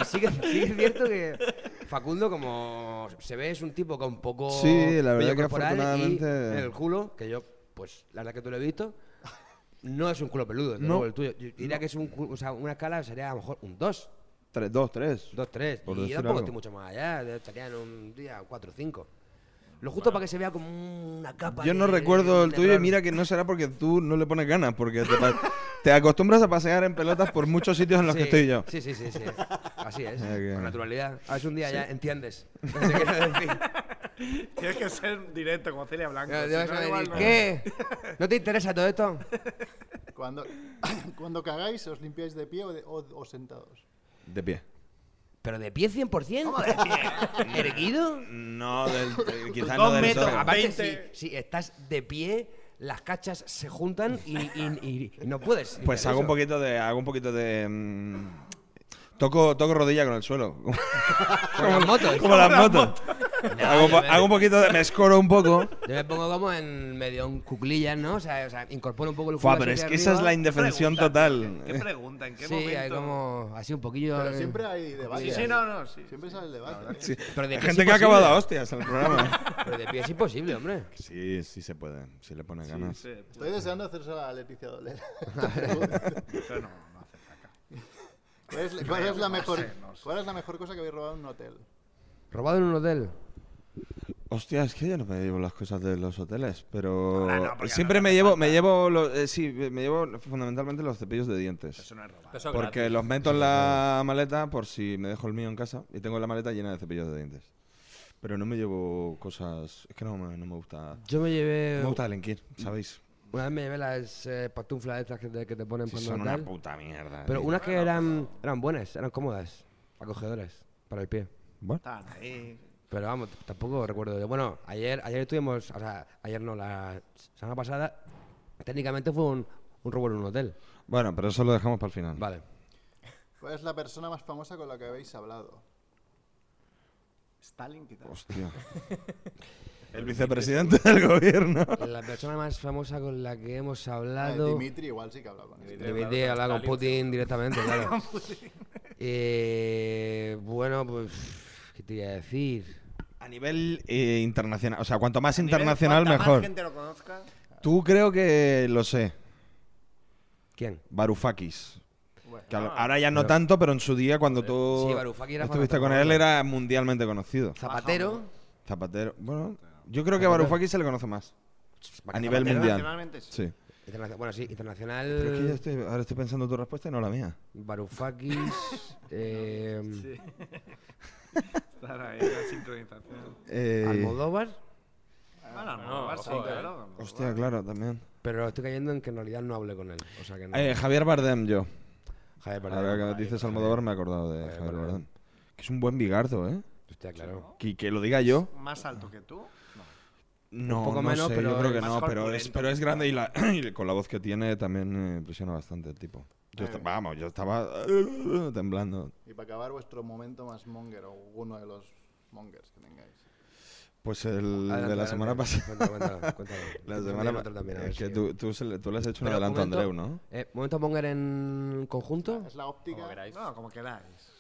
[SPEAKER 8] sí que, sí que es cierto que Facundo, como se ve, es un tipo con poco
[SPEAKER 10] Sí, la verdad
[SPEAKER 8] vello corporal
[SPEAKER 10] que
[SPEAKER 8] y
[SPEAKER 10] afortunadamente-
[SPEAKER 8] el culo, que yo, pues, la verdad que tú lo he visto, no es un culo peludo, desde luego, el tuyo. Yo diría que es un culo, o sea, una escala sería a lo mejor un 2,
[SPEAKER 10] Tres, dos, tres.
[SPEAKER 8] 2, 3.
[SPEAKER 10] Por
[SPEAKER 8] y
[SPEAKER 10] decir
[SPEAKER 8] yo tampoco
[SPEAKER 10] algo.
[SPEAKER 8] estoy mucho más allá, yo estaría en un día 4 o 5. Lo justo para que se vea como una capa.
[SPEAKER 10] Yo no
[SPEAKER 8] de-
[SPEAKER 10] recuerdo el
[SPEAKER 8] de
[SPEAKER 10] tuyo y
[SPEAKER 8] error.
[SPEAKER 10] mira que no será porque tú no le pones ganas, porque te, pa- te acostumbras a pasear en pelotas por muchos sitios en los
[SPEAKER 8] Sí,
[SPEAKER 10] que estoy yo.
[SPEAKER 8] Sí, sí, sí, sí. Así es.
[SPEAKER 10] Ah, que-
[SPEAKER 8] Con naturalidad. A ver si un día ya entiendes. lo que quiero decir.
[SPEAKER 9] Tienes que ser directo, como Celia Blanco.
[SPEAKER 8] Ya-
[SPEAKER 9] si
[SPEAKER 8] ya vas
[SPEAKER 9] no,
[SPEAKER 8] a
[SPEAKER 9] igual
[SPEAKER 8] venir.
[SPEAKER 9] no.
[SPEAKER 8] ¿Qué? ¿No te interesa todo esto?
[SPEAKER 11] Cuando, cuando cagáis, ¿os limpiáis de pie o, de- o- o sentados?
[SPEAKER 10] De pie.
[SPEAKER 8] ¿Pero de pie 100%? ¿Erguido?
[SPEAKER 10] No, del, de- quizás
[SPEAKER 9] Dos
[SPEAKER 10] no del
[SPEAKER 9] metros,
[SPEAKER 10] todo.
[SPEAKER 9] aparte-
[SPEAKER 8] Aparte,
[SPEAKER 9] Veinte.
[SPEAKER 8] si, si estás de pie, las cachas se juntan y, y- y- y no puedes.
[SPEAKER 10] Pues hago un poquito de. Hago un poquito de. mm, toco, toco rodilla con el suelo.
[SPEAKER 8] Con las motos.
[SPEAKER 10] Como las motos.
[SPEAKER 8] No,
[SPEAKER 10] hago, un po-
[SPEAKER 8] yo me-
[SPEAKER 10] hago un poquito de. Me escoro un poco.
[SPEAKER 8] Yo me pongo como en medio en cuclillas, ¿no? O sea, o sea, incorporo un poco el culo
[SPEAKER 10] Fua, pero es
[SPEAKER 8] hacia
[SPEAKER 10] que esa es
[SPEAKER 8] arriba.
[SPEAKER 10] la indefensión total.
[SPEAKER 9] ¿Qué pregunta? ¿En qué
[SPEAKER 8] Sí,
[SPEAKER 9] momento?
[SPEAKER 8] hay como así un poquillo...
[SPEAKER 11] Pero
[SPEAKER 8] eh,
[SPEAKER 11] siempre hay debate.
[SPEAKER 9] Sí, sí, no, no, sí.
[SPEAKER 11] Siempre sale el debate.
[SPEAKER 10] Sí.
[SPEAKER 8] Pero de pie
[SPEAKER 10] Hay
[SPEAKER 8] es
[SPEAKER 10] gente que ha acabado a
[SPEAKER 8] imposible.
[SPEAKER 10] hostias en el programa.
[SPEAKER 8] Pero de pie es imposible, hombre.
[SPEAKER 10] Sí, sí se puede. Si le pones ganas.
[SPEAKER 9] Sí, sí.
[SPEAKER 11] Estoy deseando hacerse a Leticia Dolera.
[SPEAKER 9] Eso no, no hace falta.
[SPEAKER 11] ¿Cuál es, cuál es la
[SPEAKER 9] No sé,
[SPEAKER 11] mejor,
[SPEAKER 9] no sé.
[SPEAKER 11] ¿Cuál es la mejor cosa que habéis robado en un hotel?
[SPEAKER 8] Robado en un hotel.
[SPEAKER 10] Hostia, es que yo no me llevo las cosas de los hoteles, pero
[SPEAKER 9] Ah, no, porque
[SPEAKER 10] siempre
[SPEAKER 9] no
[SPEAKER 10] me
[SPEAKER 9] hace
[SPEAKER 10] llevo,
[SPEAKER 9] falta.
[SPEAKER 10] me llevo, los, eh, sí, me llevo fundamentalmente los cepillos de dientes,
[SPEAKER 9] Eso no es robar.
[SPEAKER 6] Eso
[SPEAKER 10] porque
[SPEAKER 6] gratis.
[SPEAKER 10] los meto en la maleta por si me dejo el mío en casa y tengo la maleta llena de cepillos de dientes. Pero no me llevo cosas, es que no, me- no me gusta,
[SPEAKER 8] Yo me llevé...
[SPEAKER 10] me gusta delinquir, sabéis.
[SPEAKER 8] Una vez me llevé las eh, pantuflas estas que te, que te
[SPEAKER 9] Eh,
[SPEAKER 8] ponen
[SPEAKER 10] Sí,
[SPEAKER 8] cuando
[SPEAKER 10] son una
[SPEAKER 8] tal,
[SPEAKER 10] puta mierda.
[SPEAKER 8] Pero
[SPEAKER 10] tío.
[SPEAKER 8] unas que
[SPEAKER 11] pues,
[SPEAKER 8] eran,
[SPEAKER 11] ah.
[SPEAKER 8] eran buenas, eran cómodas, acogedoras para el pie.
[SPEAKER 10] Bueno,
[SPEAKER 9] Están ahí.
[SPEAKER 8] Pero vamos, t- tampoco recuerdo. yo. Bueno, ayer, ayer estuvimos, o sea, ayer no, la semana pasada, técnicamente fue un, un robo en un hotel.
[SPEAKER 10] bueno, pero eso lo dejamos para el final.
[SPEAKER 8] Vale.
[SPEAKER 11] ¿Cuál es la persona más famosa con la que habéis hablado?
[SPEAKER 9] Stalin, quizás.
[SPEAKER 10] Hostia. el vicepresidente del gobierno.
[SPEAKER 8] La persona más famosa con la que hemos
[SPEAKER 11] Ah,
[SPEAKER 8] hablado...
[SPEAKER 11] Dimitri igual sí que hablaba con él.
[SPEAKER 8] Le metí a hablar con Putin directamente, claro. Eh, bueno, pues, ¿qué te iba a decir?
[SPEAKER 10] A nivel eh, internacional, o sea, cuanto más
[SPEAKER 9] Nivel,
[SPEAKER 10] internacional
[SPEAKER 9] cuanta
[SPEAKER 10] mejor.
[SPEAKER 9] Más gente lo conozca.
[SPEAKER 10] Tú creo que lo sé,
[SPEAKER 8] ¿Quién?
[SPEAKER 10] Barufakis. Que a lo-
[SPEAKER 9] ah,
[SPEAKER 10] ahora ya no tanto, pero en su día cuando tú
[SPEAKER 8] Sí, Varoufakis era
[SPEAKER 10] estuviste con
[SPEAKER 8] famoso.
[SPEAKER 10] él era mundialmente conocido.
[SPEAKER 8] Zapatero.
[SPEAKER 10] Zapatero, bueno, yo creo que a Varoufakis se le conoce más a
[SPEAKER 8] Zapatero. Eh.
[SPEAKER 10] nivel mundial.
[SPEAKER 9] Internacionalmente sí.
[SPEAKER 10] Sí.
[SPEAKER 8] Internacional- bueno, sí,
[SPEAKER 10] Pero es que yo
[SPEAKER 8] internacional.
[SPEAKER 10] estoy, ahora estoy pensando tu respuesta y no la mía.
[SPEAKER 8] Varoufakis. eh,
[SPEAKER 9] Están ahí, la sincronización.
[SPEAKER 10] Eh,
[SPEAKER 8] Almodóvar.
[SPEAKER 9] Bueno, Ah, no,
[SPEAKER 6] no,
[SPEAKER 9] sí,
[SPEAKER 6] ojo, eh.
[SPEAKER 9] claro.
[SPEAKER 10] hostia, claro, también.
[SPEAKER 8] Pero estoy cayendo en que en realidad no hablé con él. O sea que no.
[SPEAKER 10] Eh, Javier Bardem, yo.
[SPEAKER 8] Javier Bardem.
[SPEAKER 10] Ahora que me dices Almodóvar me he acordado de
[SPEAKER 8] Javier
[SPEAKER 10] Javier
[SPEAKER 8] Bardem.
[SPEAKER 10] Bardem. Que es un buen bigardo, ¿eh?
[SPEAKER 8] Hostia, claro.
[SPEAKER 10] Que, que lo diga yo.
[SPEAKER 9] Más alto que tú.
[SPEAKER 10] No,
[SPEAKER 8] poco
[SPEAKER 10] no
[SPEAKER 8] menos,
[SPEAKER 10] sé,
[SPEAKER 8] pero
[SPEAKER 10] yo creo que
[SPEAKER 9] es más
[SPEAKER 10] no, pero es,
[SPEAKER 9] corpulento.
[SPEAKER 10] pero es grande y, la- y con la voz que tiene también eh, impresiona bastante el tipo. Yo esta- vamos, yo estaba eh, temblando.
[SPEAKER 11] Y para acabar vuestro momento más monger o uno de los mongers que tengáis.
[SPEAKER 10] Pues el de
[SPEAKER 8] Adelante,
[SPEAKER 10] la
[SPEAKER 8] adelante.
[SPEAKER 10] semana pasada.
[SPEAKER 8] Cuéntalo, cuéntalo, cuéntalo.
[SPEAKER 10] La
[SPEAKER 8] Yo
[SPEAKER 10] semana
[SPEAKER 8] también, otro también, a
[SPEAKER 10] pasada.
[SPEAKER 8] ver
[SPEAKER 10] Es que
[SPEAKER 8] si-
[SPEAKER 10] tú, tú, se le- tú le has hecho un
[SPEAKER 8] eh, Pero,
[SPEAKER 10] adelanto a
[SPEAKER 8] momento,
[SPEAKER 10] Andreu, ¿no?
[SPEAKER 8] Eh, momento Monger en conjunto.
[SPEAKER 11] Es la óptica.
[SPEAKER 9] No, como queráis.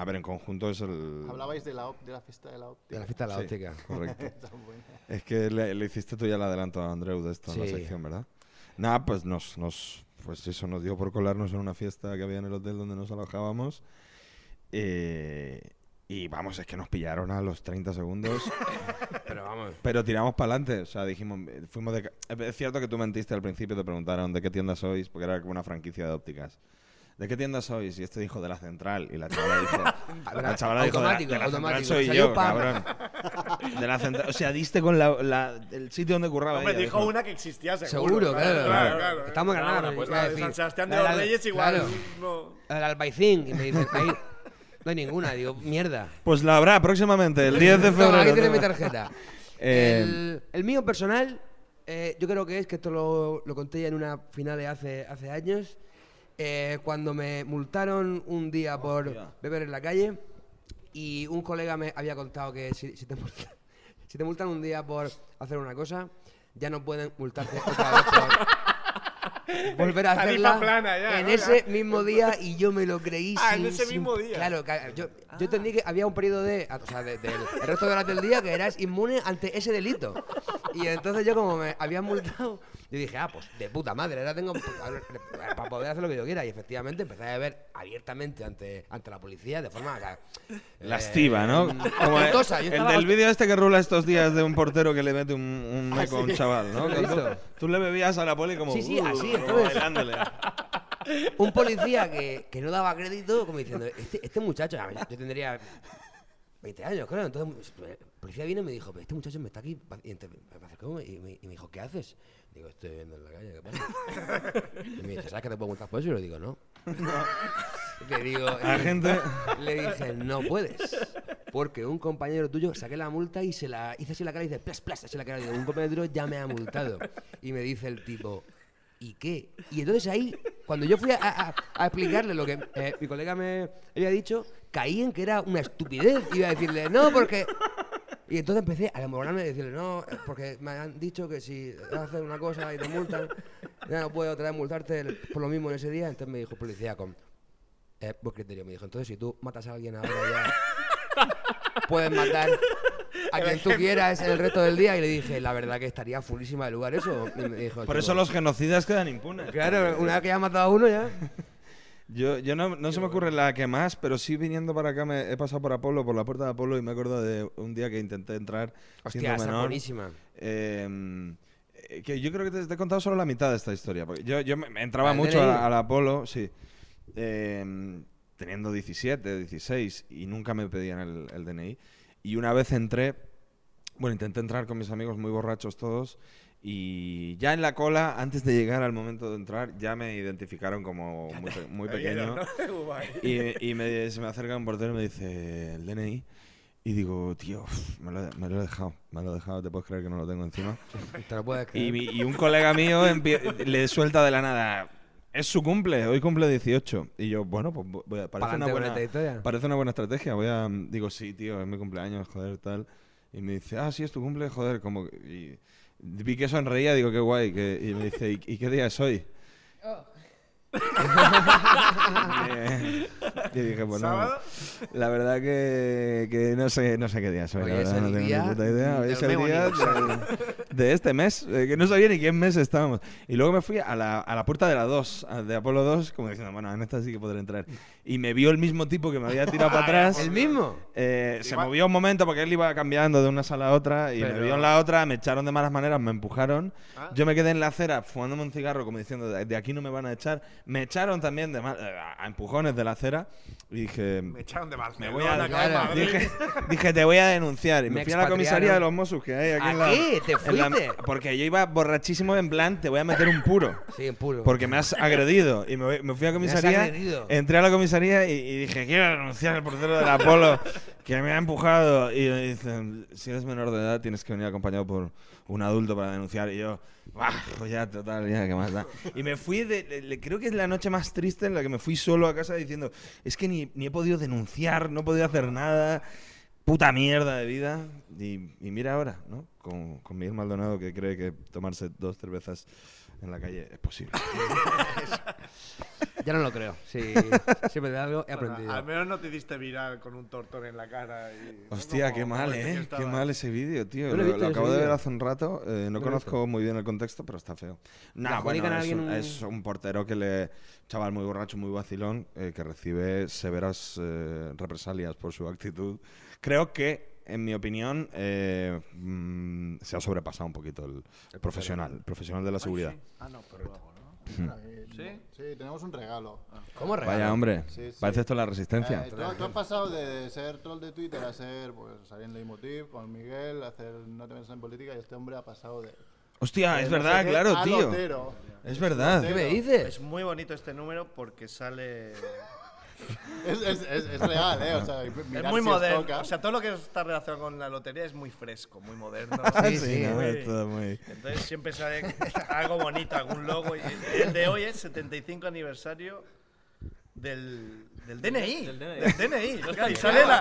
[SPEAKER 10] A ver, en conjunto es el.
[SPEAKER 11] Hablabais de la, op- de la fiesta de la
[SPEAKER 8] De
[SPEAKER 11] óptica.
[SPEAKER 8] la fiesta de la
[SPEAKER 10] Sí,
[SPEAKER 8] óptica.
[SPEAKER 10] Correcto.
[SPEAKER 11] Tan buena.
[SPEAKER 10] es que le, le hiciste tú ya el adelanto a Andreu de esto en
[SPEAKER 8] Sí.
[SPEAKER 10] la sección, ¿verdad? Nada, pues nos, nos. Pues eso, nos dio por colarnos en una fiesta que había en el hotel donde nos alojábamos. Eh, y vamos, es que nos pillaron a los 30 segundos.
[SPEAKER 8] Pero vamos.
[SPEAKER 10] Pero tiramos para adelante, o sea, dijimos, eh, fuimos de... ca- Es cierto que tú mentiste al principio, te preguntaron de qué tienda sois, porque era como una franquicia de ópticas. ¿De qué tienda sois? Y este dijo de la central, y la chavala dijo... la chavala dijo de la, de
[SPEAKER 8] automático,
[SPEAKER 10] la central
[SPEAKER 8] automático,
[SPEAKER 10] soy
[SPEAKER 8] salió
[SPEAKER 10] yo,
[SPEAKER 8] pam.
[SPEAKER 10] cabrón. De la central, o sea, diste con la, la- el sitio donde curraba
[SPEAKER 9] Hombre,
[SPEAKER 10] ella,
[SPEAKER 9] dijo una que existía seguro.
[SPEAKER 8] Seguro, claro.
[SPEAKER 9] Claro, claro.
[SPEAKER 8] Estamos
[SPEAKER 6] Claro,
[SPEAKER 8] ganando.
[SPEAKER 6] pues,
[SPEAKER 8] iba a
[SPEAKER 9] La de
[SPEAKER 8] decir.
[SPEAKER 9] San Sebastián de
[SPEAKER 8] La
[SPEAKER 9] los
[SPEAKER 8] la-
[SPEAKER 9] Reyes igual.
[SPEAKER 8] claro,
[SPEAKER 9] No.
[SPEAKER 8] la del Albaicín. Y me dicen, ahí no hay ninguna. Digo, mierda.
[SPEAKER 10] Pues la habrá próximamente, el 10 de
[SPEAKER 8] No, ahí
[SPEAKER 10] febrero.
[SPEAKER 8] tienes
[SPEAKER 10] ¿no?
[SPEAKER 8] mi tarjeta.
[SPEAKER 10] Eh,
[SPEAKER 8] el, el mío personal, eh, yo creo que es que esto lo, lo conté ya en una final de hace, hace años. eh, cuando me multaron un día por beber en la calle y un colega me había contado que si, si te multa- Si te multan un día por hacer una cosa, ya no pueden multarte otra vez por volver a
[SPEAKER 5] Tarifa
[SPEAKER 8] hacerla
[SPEAKER 5] plana ya,
[SPEAKER 8] en
[SPEAKER 5] ¿no?
[SPEAKER 8] ese
[SPEAKER 5] Ya.
[SPEAKER 8] mismo día y yo me lo creí
[SPEAKER 5] Ah, en
[SPEAKER 8] sin-
[SPEAKER 5] ese
[SPEAKER 8] sin-
[SPEAKER 5] mismo día.
[SPEAKER 8] Claro, ca- yo, yo entendí que había un periodo de, o sea, de- del el resto de horas del día que eras inmune ante ese delito. Y entonces yo como me habían multado, yo dije, ah, pues de puta madre, ahora tengo para poder hacer lo que yo quiera. Y efectivamente empecé a beber abiertamente ante, ante la policía de forma... o sea,
[SPEAKER 10] Lastiva, ¿no?
[SPEAKER 8] mm,
[SPEAKER 10] Como el,
[SPEAKER 8] ostentosa. Yo
[SPEAKER 10] el
[SPEAKER 8] estaba
[SPEAKER 10] del vídeo este que rula estos días de un portero que le mete un, un
[SPEAKER 8] Ah,
[SPEAKER 10] meco a un
[SPEAKER 8] sí.
[SPEAKER 10] chaval, ¿no?
[SPEAKER 8] Lo he
[SPEAKER 10] Que tú-
[SPEAKER 8] visto.
[SPEAKER 10] Tú le bebías a la poli como...
[SPEAKER 8] Sí, sí,
[SPEAKER 10] uh,
[SPEAKER 8] así,
[SPEAKER 10] como
[SPEAKER 8] entonces.
[SPEAKER 10] bailándole.
[SPEAKER 8] un policía que, que no daba crédito, como diciendo, este, este muchacho, a ver, yo tendría 20 años, creo. Entonces, el policía vino y me dijo, "Pero este muchacho me está aquí. va- Y, ente- me acercó y me, y me dijo, ¿qué haces? Digo, estoy viviendo en la calle, ¿qué pasa? Y me dice, ¿sabes que te puedo multar por eso? Y le digo, no. Le digo,
[SPEAKER 10] La gente-
[SPEAKER 8] le dije, no puedes. Porque un compañero tuyo saqué la multa y se la hice así en la cara y dice, plas, plas, así en la cara. Y digo, un compañero tuyo ya me ha multado. Y me dice el tipo, ¿y qué? Y entonces ahí, cuando yo fui a, a- a explicarle lo que eh, mi colega me había dicho, caí en que era una estupidez. Iba a decirle, no, porque... Y entonces empecé a enamorarme y decirle, no, eh, porque me han dicho que si haces una cosa y te multan, ya no puedo otra vez multarte el- por lo mismo en ese día. Entonces me dijo el policía con eh, buen criterio, me dijo, entonces si tú matas a alguien ahora ya puedes matar a
[SPEAKER 5] El
[SPEAKER 8] quien tú
[SPEAKER 5] ejemplo.
[SPEAKER 8] quieras el resto del día. Y le dije, la verdad que estaría fulísima de lugar eso. Y me dijo,
[SPEAKER 10] Por eso
[SPEAKER 8] "Chico,
[SPEAKER 10] los genocidas quedan impunes.
[SPEAKER 8] Claro, una vez que ya has matado a uno ya.
[SPEAKER 10] Yo, yo no, no se me ocurre la que más, pero sí viniendo para acá me he pasado por Apolo, por la puerta de Apolo, y me acuerdo de un día que intenté entrar.
[SPEAKER 8] Hostia,
[SPEAKER 10] siendo
[SPEAKER 8] esa es
[SPEAKER 10] menor.
[SPEAKER 8] buenísima.
[SPEAKER 10] Eh, eh, que yo creo que te, te he contado solo la mitad de esta historia. Porque yo, yo me, me entraba
[SPEAKER 7] Ah,
[SPEAKER 8] Al
[SPEAKER 10] mucho
[SPEAKER 8] DNI.
[SPEAKER 10] a- al Apolo, sí. Eh, teniendo 17, 16, y nunca me pedían el, el DNI. Y una vez entré, bueno, intenté entrar con mis amigos muy borrachos todos. Y ya en la cola, antes de llegar al momento de entrar, ya me identificaron como muy, pe- muy
[SPEAKER 7] te vieron,
[SPEAKER 10] pequeño.
[SPEAKER 7] ¿no? Guay.
[SPEAKER 10] Y, y me- se me acerca un portero y me dice, el DNI. Y digo, tío, uf, me, lo, he- me lo he dejado, me lo he dejado, te puedes creer que no lo tengo encima.
[SPEAKER 8] Te lo puedes
[SPEAKER 10] Y,
[SPEAKER 8] creer.
[SPEAKER 10] mi- y un colega mío empie- le suelta de la nada. Es su cumple, hoy cumple 18. Y yo, bueno, pues voy a- parece,
[SPEAKER 8] Pa'lante
[SPEAKER 10] una
[SPEAKER 8] con
[SPEAKER 10] buena,
[SPEAKER 8] esta historia.
[SPEAKER 10] parece una buena estrategia. Voy a, mm, digo, sí, tío, es mi cumpleaños, joder, tal. Y me dice, ah, sí, es tu cumple, joder, como... que- Y vi que sonreía, digo, qué guay. que- y me dice, ¿y, y qué día es hoy?
[SPEAKER 8] Oh.
[SPEAKER 10] Y dije, bueno,
[SPEAKER 5] ¿Sábado?
[SPEAKER 10] la verdad que, que no, sé, no sé qué día es hoy,
[SPEAKER 8] Hoy
[SPEAKER 10] la
[SPEAKER 8] es
[SPEAKER 10] verdad,
[SPEAKER 8] el
[SPEAKER 10] no tengo
[SPEAKER 8] día
[SPEAKER 10] ni puta idea. Hoy
[SPEAKER 8] del
[SPEAKER 10] es el
[SPEAKER 8] Mego
[SPEAKER 10] día
[SPEAKER 8] Universo.
[SPEAKER 10] de, de este mes, eh, que no sabía ni qué mes estábamos. Y luego me fui a la, a la puerta de la 2, a- de Apolo 2, como diciendo, bueno, en esta sí que podré entrar. Y me vio el mismo tipo que me había tirado para atrás.
[SPEAKER 8] Ah, ¿El mismo?
[SPEAKER 10] Eh, se movió un momento porque él iba cambiando de una sala a otra y me
[SPEAKER 8] Pero- Ah.
[SPEAKER 10] vio en la otra, me echaron de malas maneras, me empujaron. Yo me quedé en la acera fumándome un cigarro como diciendo, de de aquí no me van a echar. Me echaron también de mal- a a empujones de la acera y dije,
[SPEAKER 9] Me echaron de Barcelona.
[SPEAKER 10] me voy a
[SPEAKER 9] caer
[SPEAKER 10] claro.
[SPEAKER 9] Madrid.
[SPEAKER 10] dije, dije, te voy a denunciar. Y me,
[SPEAKER 8] Me
[SPEAKER 10] fui a la
[SPEAKER 8] expatriaron.
[SPEAKER 10] comisaría de los Mossos que hay aquí
[SPEAKER 8] ¿A
[SPEAKER 10] en la-
[SPEAKER 8] qué? ¿Te
[SPEAKER 10] en la-
[SPEAKER 8] fuiste?
[SPEAKER 10] porque yo iba borrachísimo en plan, te voy a meter un puro.
[SPEAKER 8] Sí, en puro.
[SPEAKER 10] Porque me has agredido. Y me, voy- me fui a la
[SPEAKER 8] Me has
[SPEAKER 10] comisaría.
[SPEAKER 8] agredido.
[SPEAKER 10] Entré a la comisaría y, y dije, quiero denunciar al portero del Apolo que me ha empujado. Y me dicen, si eres menor de edad, tienes que venir acompañado por un adulto para denunciar. Y yo, "Bah, pues ya, total, ya, qué más da. Y me fui, de, de- de- creo que es la noche más triste en la que me fui solo a casa diciendo, es que ni, ni he podido denunciar, no he podido hacer nada. Puta mierda de vida. Y, y mira ahora, ¿no? Con, con Miguel Maldonado que cree que tomarse dos cervezas en la calle es posible.
[SPEAKER 8] Ya no lo creo. Sí, siempre de algo he
[SPEAKER 9] Bueno,
[SPEAKER 8] aprendido.
[SPEAKER 9] al menos no te diste viral con un tortón en la cara. Y,
[SPEAKER 10] Hostia,
[SPEAKER 9] Como-
[SPEAKER 10] qué mal,
[SPEAKER 9] como este que
[SPEAKER 10] ¿eh?
[SPEAKER 9] estaba.
[SPEAKER 10] Qué mal ese vídeo, tío.
[SPEAKER 8] No
[SPEAKER 10] Lo,
[SPEAKER 8] lo he visto
[SPEAKER 10] lo
[SPEAKER 8] yo ese
[SPEAKER 10] acabo de ver
[SPEAKER 8] vídeo.
[SPEAKER 10] hace un rato. eh, no
[SPEAKER 8] No lo he
[SPEAKER 10] conozco muy bien el contexto, pero está feo. Nah,
[SPEAKER 8] adjudican
[SPEAKER 10] bueno,
[SPEAKER 8] a
[SPEAKER 10] es,
[SPEAKER 8] alguien
[SPEAKER 10] un,
[SPEAKER 8] un-
[SPEAKER 10] es un portero que le... Chaval muy borracho, muy vacilón, eh, que recibe severas eh, represalias por su actitud. Creo que, en mi opinión, eh, mm, se ha sobrepasado un poquito el, profesional, el profesional de la seguridad.
[SPEAKER 11] Ah, no, pero luego,
[SPEAKER 10] Hmm.
[SPEAKER 11] ¿no? ¿Sí? Sí, tenemos un regalo.
[SPEAKER 9] Ah.
[SPEAKER 8] ¿Cómo
[SPEAKER 10] Vaya, hombre. Parece esto la resistencia.
[SPEAKER 11] Eh, tú, tú has pasado de ser troll de Twitter a ser, pues, salir en Leitmotiv con Miguel, a hacer No te metas en política, y este hombre ha pasado de...
[SPEAKER 10] Hostia,
[SPEAKER 11] de
[SPEAKER 10] Ah, es
[SPEAKER 11] eh, no
[SPEAKER 10] verdad,
[SPEAKER 11] sé qué
[SPEAKER 10] claro,
[SPEAKER 11] a
[SPEAKER 10] tío.
[SPEAKER 11] lotero.
[SPEAKER 10] Es verdad.
[SPEAKER 11] lotero.
[SPEAKER 9] Es muy bonito este número porque sale.
[SPEAKER 11] Es- es- es- es real, ¿eh? O sea,
[SPEAKER 9] es
[SPEAKER 11] mirar
[SPEAKER 9] muy
[SPEAKER 11] si os
[SPEAKER 9] moderno.
[SPEAKER 11] toca.
[SPEAKER 9] O sea, todo lo que está relacionado con la lotería es muy fresco, muy moderno.
[SPEAKER 10] Ah, Sí, Sí, ¿no? es todo muy-
[SPEAKER 9] Entonces siempre sale algo bonito, algún logo. Y el de hoy es 75 aniversario del, del DNI.
[SPEAKER 5] DNI.
[SPEAKER 9] Del DNI.
[SPEAKER 5] Del DNI.
[SPEAKER 9] Claro, y sale la.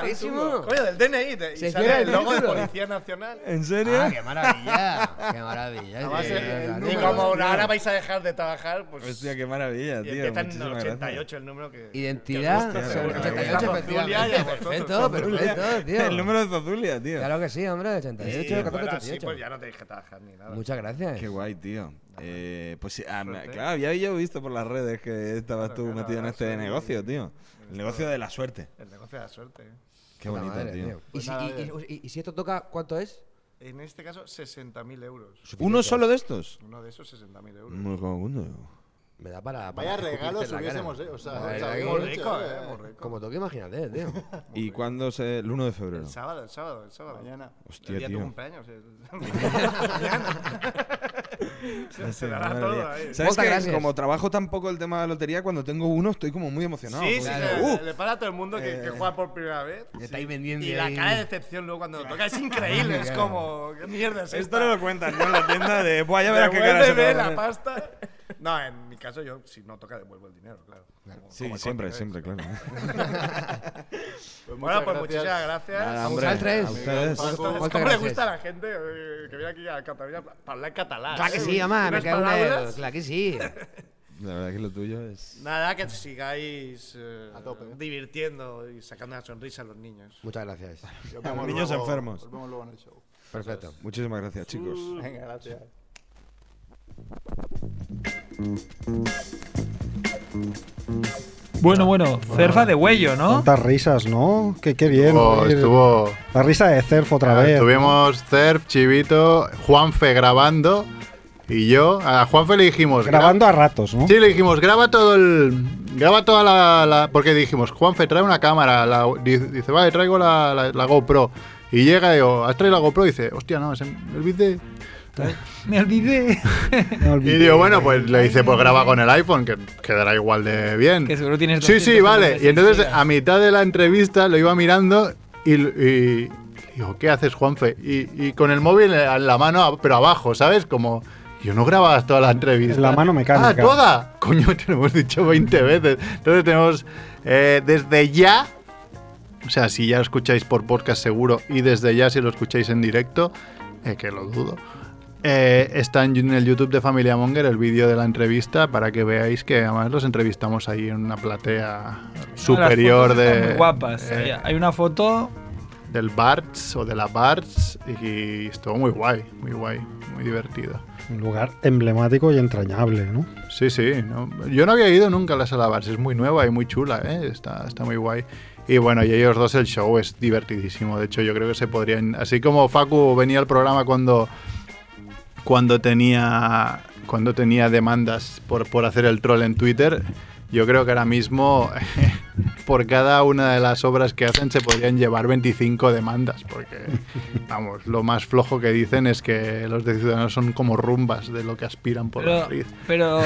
[SPEAKER 9] Coño, del DNI. de- y
[SPEAKER 5] Se
[SPEAKER 9] sale
[SPEAKER 5] cierra
[SPEAKER 9] el
[SPEAKER 5] el
[SPEAKER 9] logo de
[SPEAKER 5] título.
[SPEAKER 9] Policía Nacional.
[SPEAKER 5] ¿En serio?
[SPEAKER 8] Ah, qué maravilla. Qué maravilla.
[SPEAKER 9] Además,
[SPEAKER 8] Sí,
[SPEAKER 9] el-
[SPEAKER 8] claro,
[SPEAKER 9] el
[SPEAKER 8] claro.
[SPEAKER 9] y como ahora vais a dejar de trabajar, pues.
[SPEAKER 10] Hostia, qué maravilla,
[SPEAKER 9] y
[SPEAKER 10] tío.
[SPEAKER 9] empiezan en
[SPEAKER 10] muchísimas
[SPEAKER 9] 88
[SPEAKER 10] gracias.
[SPEAKER 9] el número que.
[SPEAKER 8] Identidad,
[SPEAKER 9] que os gusta,
[SPEAKER 8] o sea,
[SPEAKER 9] seguro.
[SPEAKER 8] 88,
[SPEAKER 9] Estamos Zulia y a
[SPEAKER 8] efectivamente.
[SPEAKER 9] vosotros,
[SPEAKER 8] Perfecto,
[SPEAKER 9] Zulia.
[SPEAKER 8] perfecto, tío.
[SPEAKER 10] El número de Zozulia, tío.
[SPEAKER 8] Claro que sí, hombre, 88,
[SPEAKER 10] Sí, bueno,
[SPEAKER 8] 14,
[SPEAKER 9] Así
[SPEAKER 8] 88.
[SPEAKER 9] pues ya no tenéis que trabajar ni nada.
[SPEAKER 8] Muchas gracias.
[SPEAKER 10] Qué guay, tío. Eh, pues sí, ah, me-
[SPEAKER 9] Suerte.
[SPEAKER 10] claro, había yo visto por las redes que estabas tú
[SPEAKER 9] claro,
[SPEAKER 10] metido en
[SPEAKER 9] ahora
[SPEAKER 10] este
[SPEAKER 9] soy-
[SPEAKER 10] negocio, tío. El negocio de la suerte.
[SPEAKER 9] El negocio de la suerte. ¿eh?
[SPEAKER 10] Qué
[SPEAKER 8] Puta
[SPEAKER 10] bonito,
[SPEAKER 8] madre,
[SPEAKER 10] tío.
[SPEAKER 8] ¿Y,
[SPEAKER 9] Pues
[SPEAKER 8] si,
[SPEAKER 9] nada,
[SPEAKER 8] y-
[SPEAKER 9] bien.
[SPEAKER 8] y- y si esto toca, ¿cuánto es?
[SPEAKER 9] En este caso, 60.000 euros.
[SPEAKER 10] ¿Uno solo de estos?
[SPEAKER 9] Uno de esos, 60.000 euros.
[SPEAKER 10] Muy cogundo.
[SPEAKER 8] Me da para.
[SPEAKER 11] Vaya
[SPEAKER 8] para escupirte
[SPEAKER 11] regalos
[SPEAKER 8] en la
[SPEAKER 11] hubiésemos,
[SPEAKER 8] cara.
[SPEAKER 11] eh, o sea,
[SPEAKER 9] Ah,
[SPEAKER 8] Madre
[SPEAKER 11] o sea,
[SPEAKER 8] mía,
[SPEAKER 11] muy
[SPEAKER 8] qué
[SPEAKER 11] rico, eh, muy rico.
[SPEAKER 8] Como toque, imagínate, tío.
[SPEAKER 10] ¿Y cuándo se.? El 1 de febrero.
[SPEAKER 9] El sábado, el sábado, el sábado.
[SPEAKER 11] Mañana.
[SPEAKER 10] Hostia,
[SPEAKER 9] el día de
[SPEAKER 10] tío.
[SPEAKER 9] tu cumpleaños. el- Mañana. se, se dará todo ¿eh? ahí.
[SPEAKER 10] ¿Sabes
[SPEAKER 8] Muchas
[SPEAKER 10] que
[SPEAKER 8] gracias.
[SPEAKER 10] Como trabajo tan poco el tema de la lotería, cuando tengo uno estoy como muy emocionado.
[SPEAKER 9] sí, sí,
[SPEAKER 10] porque
[SPEAKER 9] le-
[SPEAKER 10] digo, "Uh,
[SPEAKER 9] le, le para a todo el mundo que,
[SPEAKER 10] Eh.
[SPEAKER 9] que juega por primera vez.
[SPEAKER 8] Ya
[SPEAKER 9] Sí.
[SPEAKER 8] estáis vendiendo
[SPEAKER 9] Y la
[SPEAKER 8] ahí.
[SPEAKER 9] cara de decepción luego cuando lo toca es increíble. es como, ¿qué mierda es
[SPEAKER 10] "Uh, esto no lo cuentan, ¿no? En la tienda de. Buah, ya verás qué cara se me va
[SPEAKER 9] Devuélveme
[SPEAKER 10] a poner".
[SPEAKER 9] la pasta. No, en mi caso yo, si no toca, devuelvo el dinero, claro. Como-
[SPEAKER 10] Sí,
[SPEAKER 9] como
[SPEAKER 10] siempre,
[SPEAKER 9] coño, ¿eh?
[SPEAKER 10] siempre, claro.
[SPEAKER 11] Pues
[SPEAKER 9] Bueno,
[SPEAKER 11] muchas
[SPEAKER 9] pues
[SPEAKER 11] gracias.
[SPEAKER 9] muchísimas gracias.
[SPEAKER 10] Nada,
[SPEAKER 8] A
[SPEAKER 10] hombre,
[SPEAKER 8] vosaltres.
[SPEAKER 10] a ustedes.
[SPEAKER 11] Paco.
[SPEAKER 9] Entonces,
[SPEAKER 8] Moltes
[SPEAKER 9] ¿Cómo le
[SPEAKER 8] gràcies.
[SPEAKER 9] gusta a la gente eh, que viene aquí a Cataluña para hablar catalán?
[SPEAKER 8] Claro que
[SPEAKER 9] eh?
[SPEAKER 8] sí, home, me
[SPEAKER 9] Unas
[SPEAKER 8] cago en
[SPEAKER 9] palabras.
[SPEAKER 8] el... Clar que sí.
[SPEAKER 10] La verdad que lo tuyo es.
[SPEAKER 9] Nada, que sigáis eh,
[SPEAKER 11] A tope.
[SPEAKER 9] divirtiendo y sacando una sonrisa a los niños.
[SPEAKER 8] Muchas gracias.
[SPEAKER 11] Nos vemos
[SPEAKER 10] Niños
[SPEAKER 11] luego-
[SPEAKER 10] enfermos.
[SPEAKER 11] Nos vemos luego en el show.
[SPEAKER 8] Perfecto.
[SPEAKER 10] Muchísimas gracias, chicos.
[SPEAKER 11] Venga, gracias.
[SPEAKER 3] Bueno, bueno, cerfa de huello, ¿no?
[SPEAKER 4] Cuántas risas, ¿no? Qué, qué bien.
[SPEAKER 2] Oh,
[SPEAKER 4] oír
[SPEAKER 2] estuvo.
[SPEAKER 4] La risa de Cerf otra
[SPEAKER 2] Ah,
[SPEAKER 4] vez.
[SPEAKER 2] Estuvimos Cerf, Chivito, Juanfe grabando y yo. A Juanfe le dijimos. "Gra-
[SPEAKER 4] Grabando a ratos, ¿no?
[SPEAKER 2] Sí, le dijimos, graba todo el. Graba toda la. la-". porque dijimos, Juanfe, trae una cámara. la- di- dice, vale, traigo la, la- la GoPro. Y llega y digo, ¿has traído la GoPro? Y dice, hostia, no, es en- el bit de.
[SPEAKER 3] Me olvidé.
[SPEAKER 4] Me
[SPEAKER 2] Y
[SPEAKER 4] olvidé.
[SPEAKER 2] digo, bueno, pues le dice, pues graba con el iPhone, que quedará igual de bien.
[SPEAKER 3] Que seguro tienes
[SPEAKER 2] Sí, sí,
[SPEAKER 3] 256
[SPEAKER 2] vale. Y entonces
[SPEAKER 3] gigas.
[SPEAKER 2] a mitad de la entrevista lo iba mirando y, y- y digo, ¿qué haces, Juanfe? Y, y con el móvil en la mano, a- pero abajo, ¿sabes? Como, yo no grababas toda la entrevista.
[SPEAKER 4] En la mano mecánica.
[SPEAKER 2] ¡Ah, toda! Coño, te lo hemos dicho 20 veces. Entonces tenemos, eh, desde ya, o sea, si ya escucháis por podcast seguro y desde ya si lo escucháis en directo, eh, que lo dudo. eh, está en en el YouTube de Familia Monger el vídeo de la entrevista para que veáis que además los entrevistamos ahí en una
[SPEAKER 3] Ah,
[SPEAKER 2] platea superior
[SPEAKER 3] Las fotos están
[SPEAKER 2] de,
[SPEAKER 3] muy guapas.
[SPEAKER 2] eh,
[SPEAKER 3] Hay una foto
[SPEAKER 2] del Barts o de la Barts y estuvo muy guay, muy guay, muy divertido.
[SPEAKER 4] Un lugar emblemático y entrañable, ¿no?
[SPEAKER 2] Sí, sí. no- yo no había ido nunca a las Alabars. Es muy nueva y muy chula, ¿eh? Está, está muy guay. Y bueno, y ellos dos el show es divertidísimo. De hecho, yo creo que se podrían... Así como Facu venía al programa cuando, cuando, tenía, cuando tenía demandas por, por hacer el troll en Twitter, yo creo que ahora mismo por cada una de las obras que hacen se podrían llevar 25 demandas. Porque, vamos, lo más flojo que dicen es que los de Ciudadanos son como rumbas de lo que aspiran por la
[SPEAKER 3] Pero,
[SPEAKER 2] nariz.
[SPEAKER 3] pero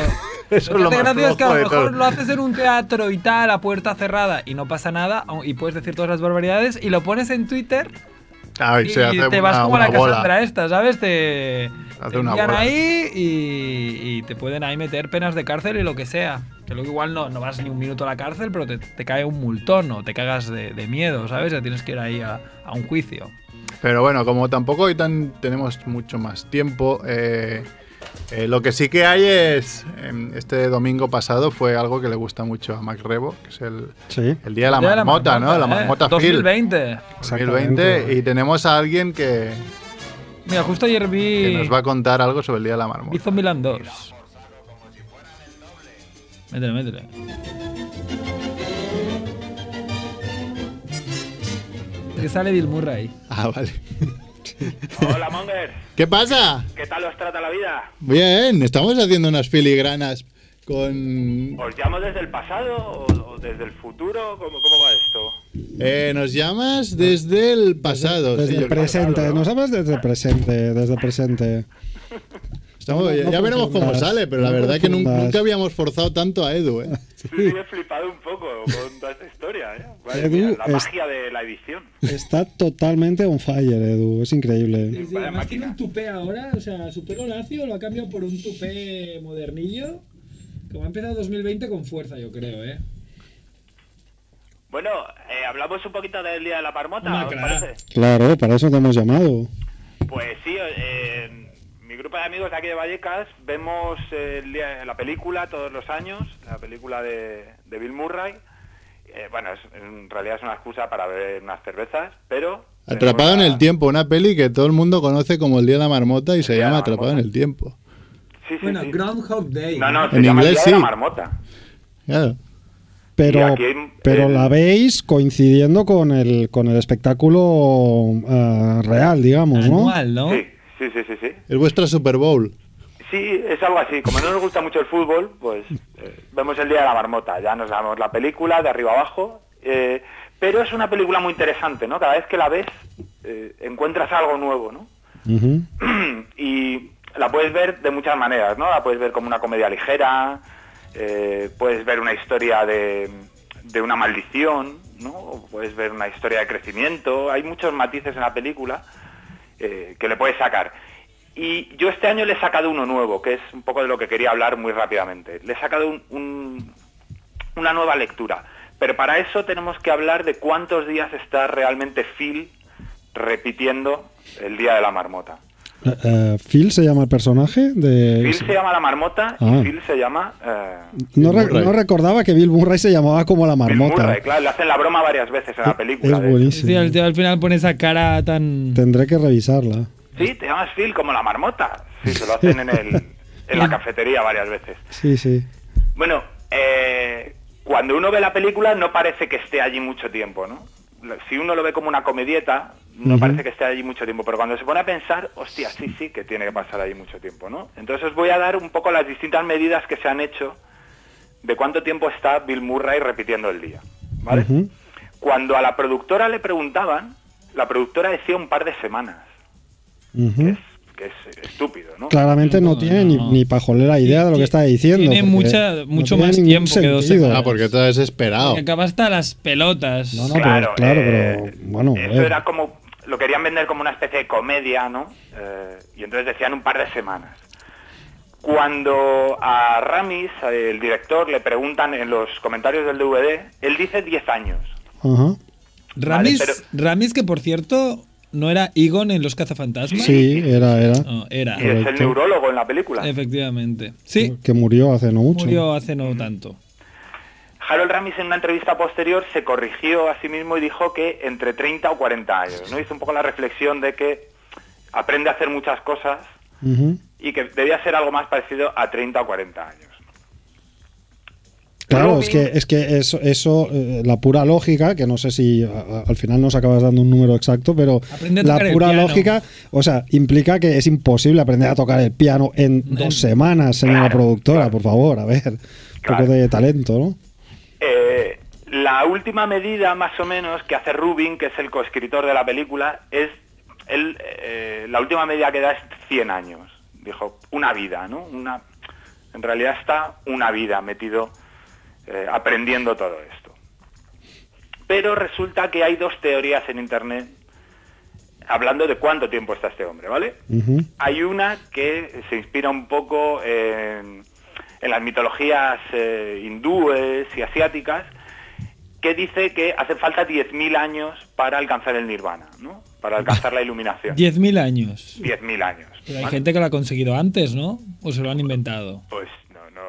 [SPEAKER 2] Eso es lo
[SPEAKER 3] que hace
[SPEAKER 2] más
[SPEAKER 3] gracia es que a
[SPEAKER 2] flojo
[SPEAKER 3] lo
[SPEAKER 2] de todo.
[SPEAKER 3] mejor lo haces en un teatro y tal, a puerta cerrada, y no pasa nada, au- y puedes decir todas las barbaridades, y lo pones en Twitter
[SPEAKER 2] Ah,
[SPEAKER 3] y,
[SPEAKER 2] y se hace
[SPEAKER 3] te vas
[SPEAKER 2] una-
[SPEAKER 3] como la
[SPEAKER 2] una bola.
[SPEAKER 3] Cassandra esta, ¿sabes? Te, te
[SPEAKER 2] una
[SPEAKER 3] envían
[SPEAKER 2] bola.
[SPEAKER 3] ahí y, y te pueden ahí meter penas de cárcel y lo que sea. Que luego igual no, no vas ni un minuto a la cárcel, pero te, te cae un multón o te cagas de, de miedo, ¿sabes? Ya tienes que ir ahí a, a un juicio.
[SPEAKER 2] Pero bueno, como tampoco hoy tan- tenemos mucho más tiempo, eh, eh, lo que sí que hay es, em, este domingo pasado fue algo que le gusta mucho a Mac Rebo, que es el,
[SPEAKER 4] Sí.
[SPEAKER 2] el Día de la
[SPEAKER 3] Ya
[SPEAKER 2] Marmota, ¿no? La
[SPEAKER 3] ¿eh?
[SPEAKER 2] Marmota Phil
[SPEAKER 3] 2020.
[SPEAKER 2] 2020.
[SPEAKER 4] Exactamente.
[SPEAKER 2] Y tenemos a alguien que,
[SPEAKER 3] Mira, justo ayer
[SPEAKER 2] que
[SPEAKER 3] vi
[SPEAKER 2] nos va a contar algo sobre el Día de la Marmota.
[SPEAKER 3] Hizo Milan 2. Métele, métele. Que sale Bill Murray.
[SPEAKER 2] Ah, vale.
[SPEAKER 12] Hola, Monger.
[SPEAKER 2] ¿Qué pasa?
[SPEAKER 12] ¿Qué tal os trata la vida?
[SPEAKER 2] Bien, estamos haciendo unas filigranas con...
[SPEAKER 12] ¿Os llamo desde el pasado o, o desde el futuro? ¿Cómo, cómo va esto?
[SPEAKER 2] eh, nos llamas desde el pasado.
[SPEAKER 4] Desde
[SPEAKER 2] sí, yo
[SPEAKER 4] el
[SPEAKER 2] creo.
[SPEAKER 4] presente. Nos hablas desde el presente. Desde el presente.
[SPEAKER 2] Estamos-
[SPEAKER 4] No,
[SPEAKER 2] ya,
[SPEAKER 4] no
[SPEAKER 2] ya veremos cómo
[SPEAKER 4] confundas,
[SPEAKER 2] sale, pero la
[SPEAKER 4] no
[SPEAKER 2] verdad que nun-
[SPEAKER 4] confundas.
[SPEAKER 2] nunca habíamos forzado tanto a Edu, ¿eh?
[SPEAKER 12] Sí, sí, he flipado un poco con toda esta historia. ¿eh? Madre
[SPEAKER 4] Edu,
[SPEAKER 12] mía, la
[SPEAKER 4] es-
[SPEAKER 12] magia de la edición.
[SPEAKER 4] Está totalmente on fire, Edu. Es increíble.
[SPEAKER 12] Vaya máquina.
[SPEAKER 3] un tupé ahora, o sea, su pelo lacio lo ha cambiado por un tupé modernillo. Como ha empezado 2020 con fuerza, yo creo, ¿eh?
[SPEAKER 12] Bueno, eh, hablamos un poquito del Día de la Marmota, ¿os parece?
[SPEAKER 4] Claro, para eso te hemos llamado.
[SPEAKER 12] Pues sí, eh, mi grupo de amigos de aquí de Vallecas vemos eh, el día- la película todos los años, la película de, de Bill Murray. Eh, bueno, es- en realidad es una excusa para beber unas cervezas, pero
[SPEAKER 2] Atrapado en el tiempo, una peli que todo el mundo conoce como El Día de la Marmota y se llama Atrapado en el tiempo.
[SPEAKER 3] bueno, Groundhog Day.
[SPEAKER 12] No, no, se
[SPEAKER 2] En
[SPEAKER 12] llama el Día
[SPEAKER 2] inglés,
[SPEAKER 12] de
[SPEAKER 2] sí.
[SPEAKER 12] la Marmota.
[SPEAKER 2] Claro.
[SPEAKER 12] Y
[SPEAKER 4] Pero,
[SPEAKER 12] aquí hay-
[SPEAKER 4] pero
[SPEAKER 12] el-
[SPEAKER 4] la veis coincidiendo con el, con el espectáculo eh, real, digamos, ¿no?
[SPEAKER 3] ¿no?
[SPEAKER 12] Sí, sí, sí, sí, sí.
[SPEAKER 2] Es vuestra Super Bowl.
[SPEAKER 12] Sí, es algo así. Como no nos gusta mucho el fútbol, pues eh, vemos el Día de la Marmota. Ya nos damos la película de arriba abajo. eh, pero es una película muy interesante, ¿no? Cada vez que la ves, eh, encuentras algo nuevo, ¿no?
[SPEAKER 4] Ujú.
[SPEAKER 12] y la puedes ver de muchas maneras, ¿no? La puedes ver como una comedia ligera, eh, puedes ver una historia de, de una maldición, ¿no? O puedes ver una historia de crecimiento. Hay muchos matices en la película eh, que le puedes sacar. Y yo este año le he sacado uno nuevo, que es un poco de lo que quería hablar muy rápidamente. Le he sacado un- un- una nueva lectura. Pero para eso tenemos que hablar de cuántos días está realmente Phil repitiendo el Día de la Marmota.
[SPEAKER 4] Eh, eh, ¿Phil se llama el personaje? De...
[SPEAKER 12] Phil se llama la marmota
[SPEAKER 4] Ah.
[SPEAKER 12] y Phil se llama... eh,
[SPEAKER 4] No, re- no recordaba que Bill Murray se llamaba como la marmota.
[SPEAKER 12] Murray, claro, le hacen la broma varias veces en la película.
[SPEAKER 4] es
[SPEAKER 12] de-
[SPEAKER 4] buenísimo.
[SPEAKER 3] Sí, el tío al final pone esa cara tan...
[SPEAKER 4] Tendré que revisarla.
[SPEAKER 12] Sí, te llamas Phil como la marmota. Sí, se lo hacen en, el- en la cafetería varias veces.
[SPEAKER 4] Sí, sí.
[SPEAKER 12] Bueno, eh, cuando uno ve la película no parece que esté allí mucho tiempo, ¿no? Lo- Si uno lo ve como una comedieta, no
[SPEAKER 4] Ujú.
[SPEAKER 12] parece que esté allí mucho tiempo, pero cuando se pone a pensar, hostia, sí, sí, que tiene que pasar allí mucho tiempo, ¿no? Entonces os voy a dar un poco las distintas medidas que se han hecho de cuánto tiempo está Bill Murray repitiendo el día. ¿Vale?
[SPEAKER 4] Ujú.
[SPEAKER 12] Cuando a la productora le preguntaban, la productora decía un par de semanas,
[SPEAKER 4] Ujú.
[SPEAKER 12] que es estúpido, ¿no?
[SPEAKER 4] Claramente no, tiene ni, ni pajolera idea de lo que está diciendo.
[SPEAKER 3] tiene
[SPEAKER 4] porque
[SPEAKER 3] mucha-
[SPEAKER 4] no
[SPEAKER 3] mucho
[SPEAKER 4] tiene
[SPEAKER 3] más
[SPEAKER 4] ningún
[SPEAKER 3] tiempo que dos
[SPEAKER 4] sentido.
[SPEAKER 3] semanas. Ah, porque
[SPEAKER 2] está desesperado.
[SPEAKER 3] Acaba hasta las pelotas.
[SPEAKER 4] Oh. No, no, pero- claro, pero bueno, a
[SPEAKER 12] eh, Eso
[SPEAKER 4] ver,
[SPEAKER 12] era como, lo querían vender como una especie de comedia, ¿no? Eh, y entonces decían un par de semanas. Cuando a Ramis, el director, le preguntan en los comentarios del DVD, él dice 10 años.
[SPEAKER 4] ajá.
[SPEAKER 3] Ramis,
[SPEAKER 12] Vale,
[SPEAKER 3] Ramis, que por cierto, ¿no era Egon en Los Cazafantasmas?
[SPEAKER 4] Sí, era, era.
[SPEAKER 3] No, era.
[SPEAKER 12] Y es el
[SPEAKER 4] Correcto.
[SPEAKER 12] neurólogo en la película.
[SPEAKER 3] Efectivamente. Sí,
[SPEAKER 4] Que murió hace no mucho.
[SPEAKER 3] murió hace no tanto.
[SPEAKER 12] Harold Ramis en una entrevista posterior se corrigió a sí mismo y dijo que entre 30 o 40 años, ¿no? Hizo un poco la reflexión de que aprende a hacer muchas cosas
[SPEAKER 4] Ujú.
[SPEAKER 12] y que debía ser algo más parecido a 30 o 40 años.
[SPEAKER 4] Claro, es que, es que eso, eso eh, la pura lógica, que no sé si a- a- al final nos acabas dando un número exacto, pero
[SPEAKER 3] Aprende a
[SPEAKER 4] la
[SPEAKER 3] tocar el
[SPEAKER 4] pura
[SPEAKER 3] piano.
[SPEAKER 4] lógica, o sea, implica que es imposible aprender a tocar el piano en dos semanas, señora productora, por favor, a ver, un poco de talento, ¿no?
[SPEAKER 12] Eh, la última medida, más o menos, que hace Rubin, que es el coescritor de la película, es él, eh, la última medida que da es 100 años. Dijo, una vida, ¿no? Una, en realidad está una vida metido eh, aprendiendo todo esto. Pero resulta que hay dos teorías en Internet hablando de cuánto tiempo está este hombre, ¿vale?
[SPEAKER 4] Ujú.
[SPEAKER 12] Hay una que se inspira un poco en, en las mitologías eh, hindúes y asiáticas, que dice que hace falta 10.000 años para alcanzar el nirvana, ¿no? Para alcanzar la iluminación.
[SPEAKER 3] 10.000 años.
[SPEAKER 12] 10.000 años.
[SPEAKER 3] Pero hay
[SPEAKER 12] ¿vale?
[SPEAKER 3] gente que lo ha conseguido antes, ¿no? ¿O se lo han inventado?
[SPEAKER 12] Pues no, no,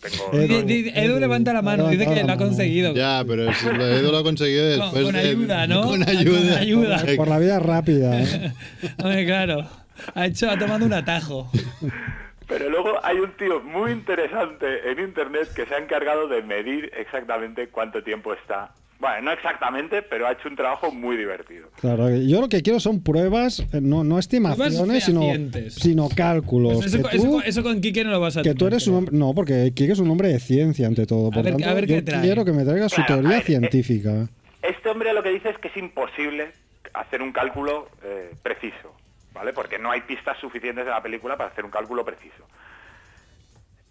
[SPEAKER 12] Pues no tengo...
[SPEAKER 3] Di- di- Edu levanta la mano, dice que lo ha conseguido.
[SPEAKER 2] Ya, pero es- lo Edu lo ha conseguido
[SPEAKER 3] Con-
[SPEAKER 2] después
[SPEAKER 3] con
[SPEAKER 2] de-
[SPEAKER 3] ayuda, ¿no?
[SPEAKER 2] Con ayuda.
[SPEAKER 3] Con ayuda.
[SPEAKER 4] Por la vida rápida. ¿eh?
[SPEAKER 3] Hombre, claro. Ha hecho, ha tomado un atajo.
[SPEAKER 12] Pero luego hay un tío muy interesante en internet que se ha encargado de medir exactamente cuánto tiempo está. Bueno, no exactamente, pero ha hecho un trabajo muy divertido.
[SPEAKER 4] Claro, yo lo que quiero son pruebas, eh, no, no estimaciones, sino,
[SPEAKER 3] fehacientes. Pues
[SPEAKER 4] sino cálculos.
[SPEAKER 3] Eso,
[SPEAKER 4] Pues que tú-
[SPEAKER 3] con- eso con- eso con Quique no lo vas a
[SPEAKER 4] Que tú
[SPEAKER 3] tener.
[SPEAKER 4] eres un hombre. No, porque Kike es un hombre de ciencia, ante todo. Por
[SPEAKER 3] ver-
[SPEAKER 4] tanto,
[SPEAKER 3] a ver qué
[SPEAKER 4] yo
[SPEAKER 3] trae.
[SPEAKER 4] quiero que me traiga su
[SPEAKER 12] Claro, a
[SPEAKER 4] teoría
[SPEAKER 12] ver, eh,
[SPEAKER 4] científica.
[SPEAKER 12] Este hombre lo que dice es que es imposible hacer un cálculo eh, preciso, ¿vale? Porque no hay pistas suficientes en la película para hacer un cálculo preciso.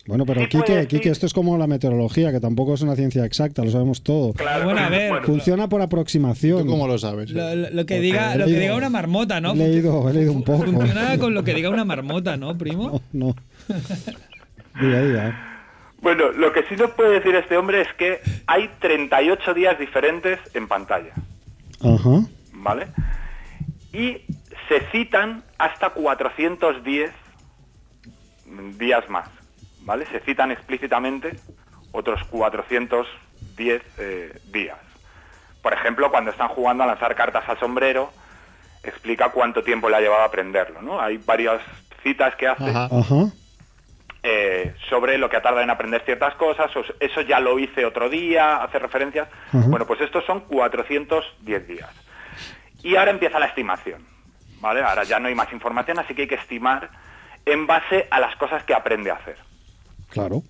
[SPEAKER 4] Bueno, pero Kike, Kike, esto es como la meteorología, que tampoco es una ciencia exacta, lo sabemos todo.
[SPEAKER 3] Bueno, a ver.
[SPEAKER 4] Funciona por aproximación. ¿Tú
[SPEAKER 2] cómo lo sabes?
[SPEAKER 3] Lo, lo- lo que
[SPEAKER 4] Porque
[SPEAKER 3] diga,
[SPEAKER 4] he
[SPEAKER 3] lo que
[SPEAKER 4] leído-
[SPEAKER 3] diga una marmota, Ah, ¿no?
[SPEAKER 4] He leído, he leído un poco.
[SPEAKER 3] Funciona con lo que diga una marmota, ¿no, primo?
[SPEAKER 4] No. Diga, diga.
[SPEAKER 12] Bueno, lo que sí nos puede decir este hombre es que hay 38 días diferentes en pantalla,
[SPEAKER 4] Ajá.
[SPEAKER 12] ¿vale? Y se citan hasta 410 días más, ¿vale? Se citan explícitamente otros 410 eh, días. Por ejemplo, cuando están jugando a lanzar cartas al sombrero, explica cuánto tiempo le ha llevado a aprenderlo, ¿no? Hay varias citas que hace
[SPEAKER 4] Ajá. Ajá.
[SPEAKER 12] eh, sobre lo que ha tardado en aprender ciertas cosas, o eso ya lo hice otro día, hace referencias.
[SPEAKER 4] Ujú.
[SPEAKER 12] Bueno, pues estos son 410 días. Y ahora empieza la estimación, ¿vale? Ahora ya no hay más información, así que hay que estimar en base a las cosas que aprende a hacer.
[SPEAKER 4] Claro.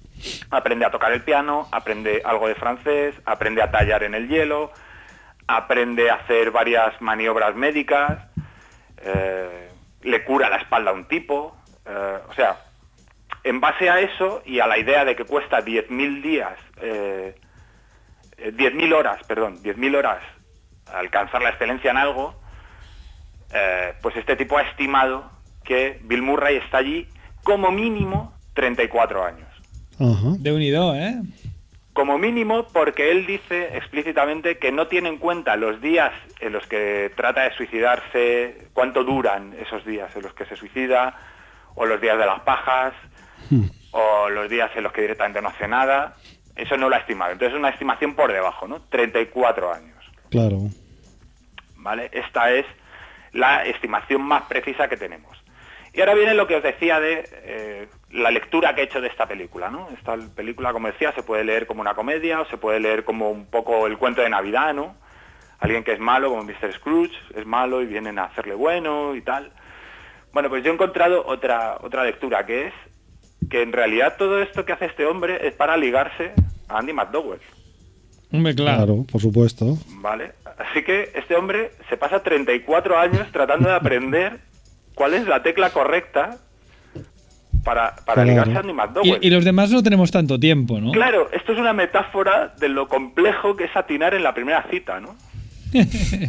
[SPEAKER 12] Aprende a tocar el piano, aprende algo de francés, aprende a tallar en el hielo, aprende a hacer varias maniobras médicas, eh, le cura la espalda a un tipo. eh, o sea, en base a eso y a la idea de que cuesta 10.000 días, eh, eh, 10.000 horas, perdón, 10.000 horas alcanzar la excelencia en algo, eh, pues este tipo ha estimado que Bill Murray está allí como mínimo 34 años.
[SPEAKER 3] De unido, ¿eh?
[SPEAKER 12] Como mínimo porque él dice explícitamente que no tiene en cuenta los días en los que trata de suicidarse, cuánto duran esos días en los que se suicida, o los días de las pajas, o los días en los que directamente no hace nada. Eso no lo ha estimado. Entonces es una estimación por debajo, ¿no? 34 años,
[SPEAKER 4] Claro.
[SPEAKER 12] ¿vale? Esta es la estimación más precisa que tenemos. Y ahora viene lo que os decía de eh, la lectura que he hecho de esta película, ¿no? Esta película, como decía, se puede leer como una comedia o se puede leer como un poco el cuento de Navidad, ¿no? Alguien que es malo, como Mr. Scrooge, es malo y vienen a hacerle bueno y tal. Bueno, pues yo he encontrado otra, otra lectura, que es que en realidad todo esto que hace este hombre es para ligarse a Andy McDowell,
[SPEAKER 4] Hombre, claro. por supuesto.
[SPEAKER 12] ¿vale? Así que este hombre se pasa 34 años tratando de aprender cuál es la tecla correcta para, para
[SPEAKER 3] Claro.
[SPEAKER 12] ligarse a Andy McDowell.
[SPEAKER 3] Y, y los demás no tenemos tanto tiempo, ¿no?
[SPEAKER 12] Claro, esto es una metáfora de lo complejo que es atinar en la primera cita, ¿no?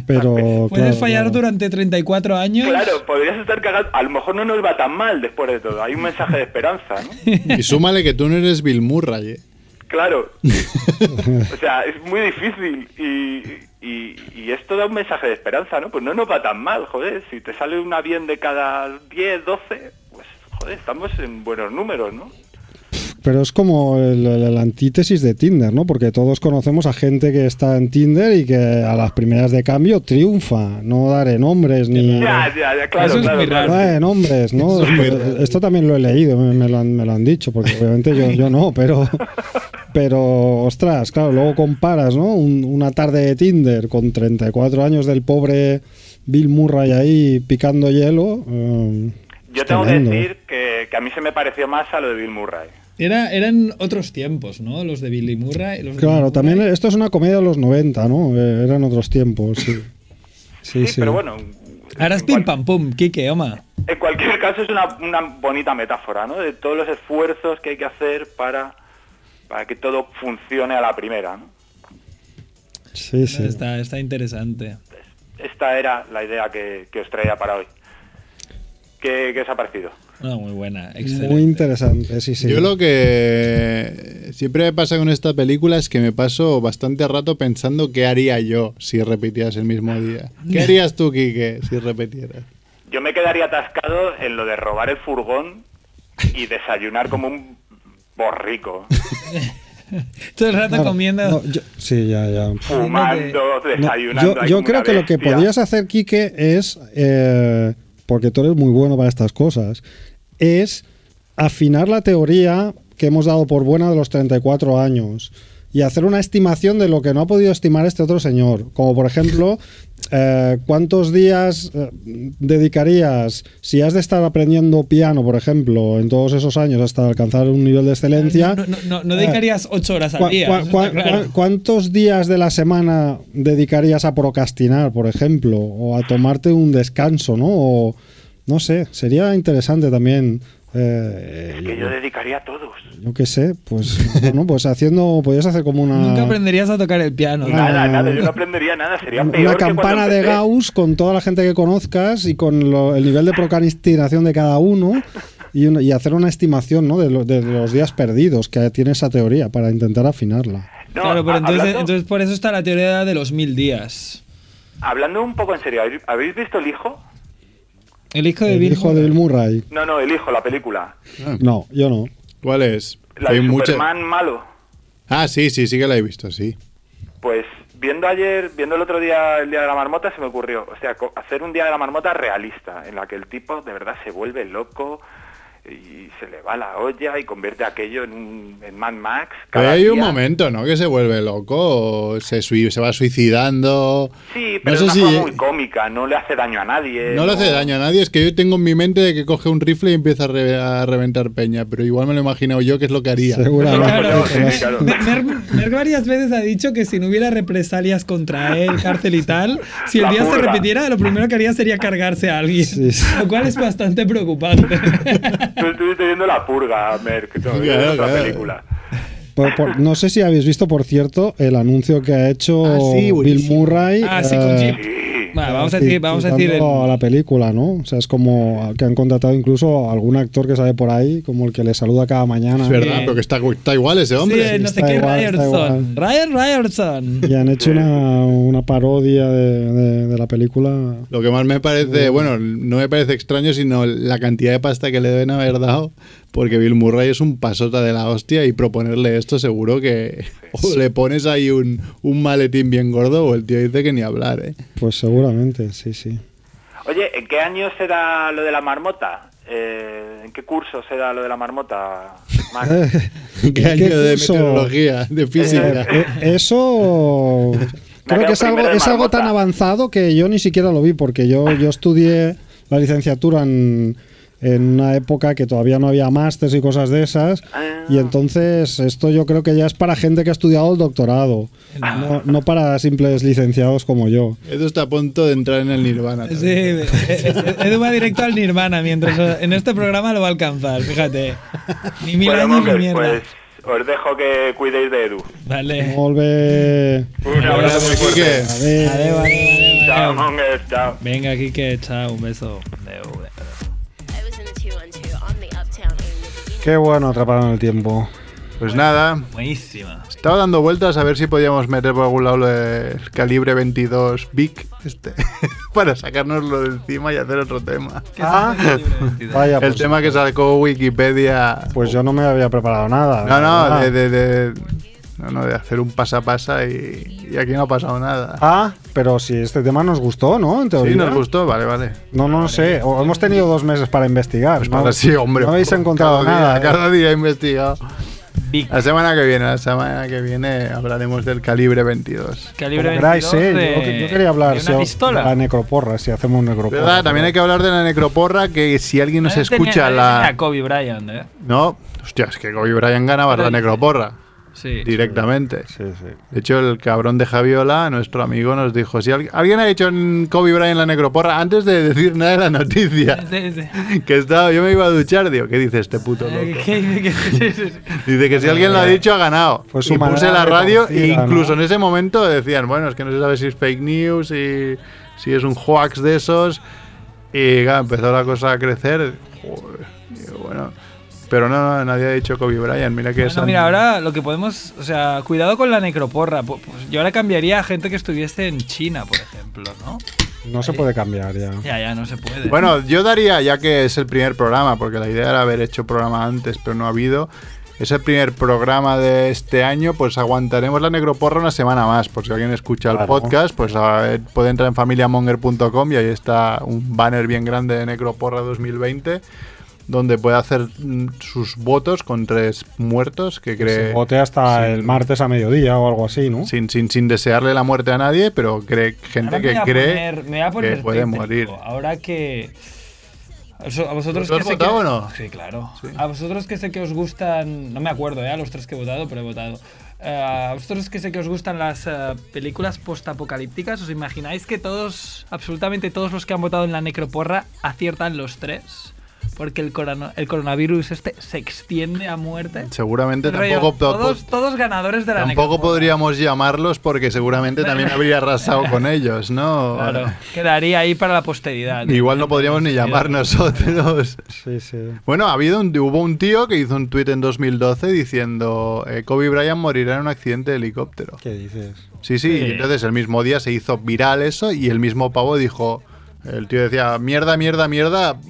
[SPEAKER 4] Pero,
[SPEAKER 3] Puedes
[SPEAKER 4] claro.
[SPEAKER 3] fallar durante 34 años.
[SPEAKER 12] Claro, podrías estar cagado. A lo mejor no nos va tan mal después de todo. Hay un mensaje de esperanza, ¿no?
[SPEAKER 13] Y súmale que tú no eres Bill Murray, ¿eh?
[SPEAKER 12] Claro. O sea, es muy difícil. Y, y, y esto da un mensaje de esperanza, ¿no? Pues no nos va tan mal, joder. Si te sale una bien de cada 10, 12, pues, joder, estamos en buenos números, ¿no?
[SPEAKER 4] Pues, Pero es como el- el- la antítesis de Tinder, ¿no? Porque todos conocemos a gente que está en Tinder y que a las primeras de cambio triunfa. No daré nombres ni.
[SPEAKER 12] Ya, ya, ya, claro,
[SPEAKER 4] Eso es
[SPEAKER 12] claro,
[SPEAKER 4] muy
[SPEAKER 12] claro.
[SPEAKER 4] raro. No daré nombres, ¿no?
[SPEAKER 12] Eso es muy raro.
[SPEAKER 4] Esto también lo he leído, me, me lo, han, me lo han dicho, porque obviamente yo, yo no, pero. Pero, ostras, claro, luego comparas, ¿no? Un- una tarde de Tinder con 34 años del pobre Bill Murray ahí picando hielo. eh,
[SPEAKER 12] Yo tengo que
[SPEAKER 4] tremendo.
[SPEAKER 12] decir que, que a mí se me pareció más a lo de Bill Murray.
[SPEAKER 3] Era, eran otros tiempos, ¿no? Los de Billy Murray. Los de
[SPEAKER 4] Claro, también esto es una comedia de los 90, ¿no? Eh, eran otros tiempos, sí. Sí, sí.
[SPEAKER 3] Ahora es pim pam pum, Kike, oma.
[SPEAKER 12] En cualquier caso es una, una bonita metáfora, ¿no? De todos los esfuerzos que hay que hacer para, para que todo funcione a la primera, ¿no?
[SPEAKER 4] Sí, sí.
[SPEAKER 3] Está, está interesante.
[SPEAKER 12] Esta era la idea que, que os traía para hoy. ¿Qué, qué os ha parecido?
[SPEAKER 3] No, muy buena,
[SPEAKER 4] Muy interesante, sí, sí.
[SPEAKER 13] Yo lo que siempre me pasa con esta película es que me paso bastante rato pensando qué haría yo si repitías el mismo día. ¿Qué harías tú, Quique, si repitieras?
[SPEAKER 12] Yo me quedaría atascado en lo de robar el furgón y desayunar como un borrico.
[SPEAKER 3] Todo el rato
[SPEAKER 4] Claro,
[SPEAKER 3] comiendo.
[SPEAKER 4] no, yo- sí, ya, ya.
[SPEAKER 12] Fumando,
[SPEAKER 4] No,
[SPEAKER 12] desayunando.
[SPEAKER 4] yo
[SPEAKER 12] ahí
[SPEAKER 4] yo
[SPEAKER 12] como
[SPEAKER 4] creo
[SPEAKER 12] una
[SPEAKER 4] que lo que
[SPEAKER 12] bestia.
[SPEAKER 4] podrías hacer, Quique, es, eh, porque tú eres muy bueno para estas cosas, es afinar la teoría que hemos dado por buena de los 34 años y hacer una estimación de lo que no ha podido estimar este otro señor. Como por ejemplo, eh, ¿cuántos días eh, dedicarías, si has de estar aprendiendo piano, por ejemplo, en todos esos años hasta alcanzar un nivel de excelencia?
[SPEAKER 3] No, no dedicarías ocho horas al
[SPEAKER 4] ¿Cuá-
[SPEAKER 3] día.
[SPEAKER 4] cuá-
[SPEAKER 3] eso
[SPEAKER 4] cuá-
[SPEAKER 3] está claro.
[SPEAKER 4] cuá- ¿Cuántos días de la semana dedicarías a procrastinar, por ejemplo? O a tomarte un descanso, ¿no? O, no sé, sería interesante también. eh,
[SPEAKER 12] Que yo dedicaría a todos.
[SPEAKER 4] yo qué sé, pues, bueno, pues haciendo, podrías hacer como
[SPEAKER 3] Nunca
[SPEAKER 4] una,
[SPEAKER 3] aprenderías a tocar el piano.
[SPEAKER 4] Nada, nada, yo Ah, no
[SPEAKER 12] aprendería nada. Sería
[SPEAKER 4] una campana de Gauss con toda la gente que conozcas y con lo- el nivel de procrastinación de cada uno. y, una- y hacer una estimación ¿no? de, lo- de los días perdidos que tiene esa teoría para intentar afinarla.
[SPEAKER 3] claro, pero
[SPEAKER 12] ha-
[SPEAKER 3] entonces,
[SPEAKER 12] hablando-
[SPEAKER 3] entonces por eso está la teoría de los mil días.
[SPEAKER 12] Hablando un poco en serio, ¿habéis- ¿habéis visto El Hijo?
[SPEAKER 3] El hijo de
[SPEAKER 4] El
[SPEAKER 3] Bill.
[SPEAKER 4] hijo de Bill Murray.
[SPEAKER 12] No, no, El Hijo, la película.
[SPEAKER 4] No, yo no.
[SPEAKER 13] ¿Cuál es?
[SPEAKER 12] La de Superman malo.
[SPEAKER 13] Ah, sí, sí, sí que la he visto, sí.
[SPEAKER 12] Pues viendo ayer, viendo el otro día el Día de la Marmota, se me ocurrió, o sea, co- hacer un Día de la Marmota realista, en la que el tipo de verdad se vuelve loco y se le va la olla y convierte aquello en, un, en Mad Max.
[SPEAKER 13] Pero
[SPEAKER 12] cada
[SPEAKER 13] hay un
[SPEAKER 12] día.
[SPEAKER 13] momento, ¿no? Que se vuelve loco, o se, sui- se va suicidando.
[SPEAKER 12] Sí,
[SPEAKER 13] no
[SPEAKER 12] pero
[SPEAKER 13] sé
[SPEAKER 12] es una
[SPEAKER 13] si
[SPEAKER 12] forma muy cómica, no le hace daño a nadie.
[SPEAKER 13] eh. no le hace daño a nadie. Es que yo tengo en mi mente de que coge un rifle y empieza a, re- a reventar peña, pero igual me lo he imaginado yo que es lo que haría.
[SPEAKER 12] Seguramente. Claro.
[SPEAKER 3] Merck varias veces ha dicho que si no hubiera represalias contra él, cárcel y tal, si el
[SPEAKER 13] La
[SPEAKER 3] día se
[SPEAKER 13] purga.
[SPEAKER 3] repitiera, lo primero que haría sería cargarse a alguien. Lo cual es bastante preocupante.
[SPEAKER 12] Tú estuviste viendo La Purga, Merck, no,
[SPEAKER 13] Claro,
[SPEAKER 12] es otra
[SPEAKER 13] claro.
[SPEAKER 12] película.
[SPEAKER 4] Por- por- no sé si habéis visto, por cierto, el anuncio que ha hecho
[SPEAKER 3] Ah, sí,
[SPEAKER 4] Bill
[SPEAKER 3] buenísimo.
[SPEAKER 4] Murray.
[SPEAKER 3] Ah, sí, con
[SPEAKER 4] eh,
[SPEAKER 3] Jim. Vale, vamos a decir, vamos a decir el-
[SPEAKER 4] citando a la película, ¿no? O sea, es como que han contratado incluso a algún actor que sale por ahí, como el que le saluda cada mañana.
[SPEAKER 13] Es verdad, pero que está, está igual ese hombre.
[SPEAKER 3] Sí, no sé
[SPEAKER 4] Está
[SPEAKER 3] qué
[SPEAKER 4] igual, está
[SPEAKER 3] Ryerson. Ryan Ryerson.
[SPEAKER 4] Y han hecho una, una parodia de, de- de la película.
[SPEAKER 13] Lo que más me parece, bueno, no me parece extraño, sino la cantidad de pasta que le deben haber dado, porque Bill Murray es un pasota de la hostia y proponerle esto seguro que o le pones ahí un, un maletín bien gordo o el tío dice que ni hablar, ¿eh?
[SPEAKER 4] Pues seguramente, sí, sí.
[SPEAKER 12] Oye, ¿en qué año será lo de la marmota? Eh, ¿En qué curso será lo de la marmota, Max?
[SPEAKER 13] ¿Qué, año de
[SPEAKER 4] curso?
[SPEAKER 13] meteorología, de física?
[SPEAKER 4] Eh, eh, eso creo que es
[SPEAKER 13] primero
[SPEAKER 4] algo,
[SPEAKER 13] de
[SPEAKER 4] es algo tan avanzado que yo ni siquiera lo vi, porque yo, yo estudié la licenciatura en, en una época que todavía no había másters y cosas de esas, y entonces esto yo creo que ya es para gente que ha estudiado el doctorado, no, no para simples licenciados como yo.
[SPEAKER 13] Esto está a punto de entrar en el nirvana.
[SPEAKER 3] Sí, eh, eh, Edu va directo al Nirvana, mientras en este programa lo va a alcanzar, fíjate. Ni mil
[SPEAKER 12] Bueno,
[SPEAKER 3] años ni
[SPEAKER 12] Monger,
[SPEAKER 3] mierda.
[SPEAKER 12] pues os dejo que cuidéis de Edu.
[SPEAKER 3] Vale.
[SPEAKER 4] Volve.
[SPEAKER 12] Un abrazo muy fuerte.
[SPEAKER 4] Adeu.
[SPEAKER 3] Adeu, adeu, adeu,
[SPEAKER 12] Chao,
[SPEAKER 3] adeu.
[SPEAKER 12] Monger, chao.
[SPEAKER 3] Venga, Kike, chao, un beso. Adeu, adeu.
[SPEAKER 4] Qué bueno atrapado en el tiempo.
[SPEAKER 2] Pues nada,
[SPEAKER 3] Buenísima.
[SPEAKER 2] estaba dando vueltas a ver si podíamos meter por algún lado lo del calibre 22 Vic este, para sacárnoslo de encima y hacer otro tema.
[SPEAKER 4] Ah, vaya,
[SPEAKER 2] el
[SPEAKER 4] pues,
[SPEAKER 2] tema que sacó Wikipedia.
[SPEAKER 4] Pues yo no me había preparado nada.
[SPEAKER 2] No, no,
[SPEAKER 4] Ah.
[SPEAKER 2] de, de, de- no, no, de hacer un pasapasa y, y aquí no ha pasado nada.
[SPEAKER 4] Ah, pero si este tema nos gustó, ¿no? En teoría.
[SPEAKER 2] Sí, nos gustó, vale, vale.
[SPEAKER 4] No, no sé. O- hemos tenido dos meses para investigar.
[SPEAKER 2] Pues
[SPEAKER 4] ¿no?
[SPEAKER 2] para sí, hombre.
[SPEAKER 4] No habéis
[SPEAKER 2] por-
[SPEAKER 4] encontrado
[SPEAKER 2] cada
[SPEAKER 4] nada. ¿eh?
[SPEAKER 2] Día, cada día he investigado. La semana que viene, la semana que viene hablaremos del calibre 22.
[SPEAKER 4] Como queráis, ¿eh? Yo- yo, quería hablar si- de la necroporra, si hacemos necroporra.
[SPEAKER 2] ¿Verdad? También hay que hablar de la necroporra, que si alguien
[SPEAKER 3] Ah,
[SPEAKER 2] nos escucha la...
[SPEAKER 3] Kobe Bryant, ¿eh?
[SPEAKER 2] No, hostia, es que Kobe Bryant ganaba la necroporra.
[SPEAKER 3] Sí.
[SPEAKER 2] Directamente. De hecho, el cabrón de Javiola, nuestro amigo, nos dijo, si al- alguien ha hecho en Kobe Bryant la necroporra antes de decir nada de la noticia,
[SPEAKER 3] Sí, sí.
[SPEAKER 2] que estaba, yo me iba a duchar, digo, ¿qué dice este puto loco?
[SPEAKER 3] Eh, que- que- que-
[SPEAKER 2] Dice que si alguien lo ha dicho, ha ganado.
[SPEAKER 4] Pues su
[SPEAKER 2] y puse
[SPEAKER 4] manera
[SPEAKER 2] la
[SPEAKER 4] de
[SPEAKER 2] radio e
[SPEAKER 4] conocida, ¿no?
[SPEAKER 2] incluso en ese momento decían, bueno, es que no se sabe si es fake news, si, si es un hoax de esos. Y claro, empezó la cosa a crecer. Joder, digo, bueno. Pero no, no, nadie ha dicho Kobe Bryant. Mira que es...
[SPEAKER 3] No, mira, ahora lo que podemos, o sea, cuidado con la necroporra. po- pues yo ahora cambiaría a gente que estuviese en China, por ejemplo, ¿no?
[SPEAKER 4] No se puede cambiar ya.
[SPEAKER 3] Ya, ya, no se puede.
[SPEAKER 2] Bueno, yo daría, ya que es el primer programa, porque la idea era haber hecho programa antes, pero no ha habido. Es el primer programa de este año, pues aguantaremos la necroporra una semana más. Por si alguien escucha el
[SPEAKER 4] Claro.
[SPEAKER 2] podcast, pues a ver, puede entrar en familiamonger.com y ahí está un banner bien grande de Necroporra 2020, donde puede hacer mm, sus votos con tres muertos que cree
[SPEAKER 4] Se vote hasta el martes a mediodía o algo así, ¿no?
[SPEAKER 2] sin, sin, sin desearle la muerte a nadie, pero cree gente
[SPEAKER 3] Ahora me
[SPEAKER 2] que
[SPEAKER 3] voy a
[SPEAKER 2] cree
[SPEAKER 3] poner- me voy a
[SPEAKER 2] que
[SPEAKER 3] poner
[SPEAKER 2] puede
[SPEAKER 3] técnico.
[SPEAKER 2] morir.
[SPEAKER 3] Ahora que. a vos- A vosotros
[SPEAKER 2] ¿Tú has
[SPEAKER 3] que sé
[SPEAKER 2] votado
[SPEAKER 3] que-
[SPEAKER 2] o no?
[SPEAKER 3] Sí, claro. A vosotros que sé que os gustan. No me acuerdo, ¿eh? A los tres que he votado, pero he votado. Eh, a vosotros que sé que os gustan las eh, películas postapocalípticas, ¿os imagináis que todos, absolutamente todos los que han votado en la necroporra, aciertan los tres? porque el, corona- el coronavirus este se extiende a muerte.
[SPEAKER 2] Seguramente
[SPEAKER 3] Rollo,
[SPEAKER 2] tampoco,
[SPEAKER 3] todos, todos ganadores de la
[SPEAKER 2] tampoco podríamos llamarlos porque seguramente también habría arrasado con ellos, ¿no?
[SPEAKER 3] Claro, quedaría ahí para la posteridad.
[SPEAKER 2] Igual no podríamos ni llamar nosotros.
[SPEAKER 4] Sí, sí.
[SPEAKER 2] Bueno, ha habido un, hubo un tío que hizo un tuit en 2012 diciendo eh, Kobe Bryant morirá en un accidente de helicóptero.
[SPEAKER 4] ¿Qué dices?
[SPEAKER 2] Sí, sí,
[SPEAKER 4] Sí.
[SPEAKER 2] y entonces el mismo día se hizo viral eso y el mismo pavo dijo, el tío decía, mierda, mierda, mierda, mm,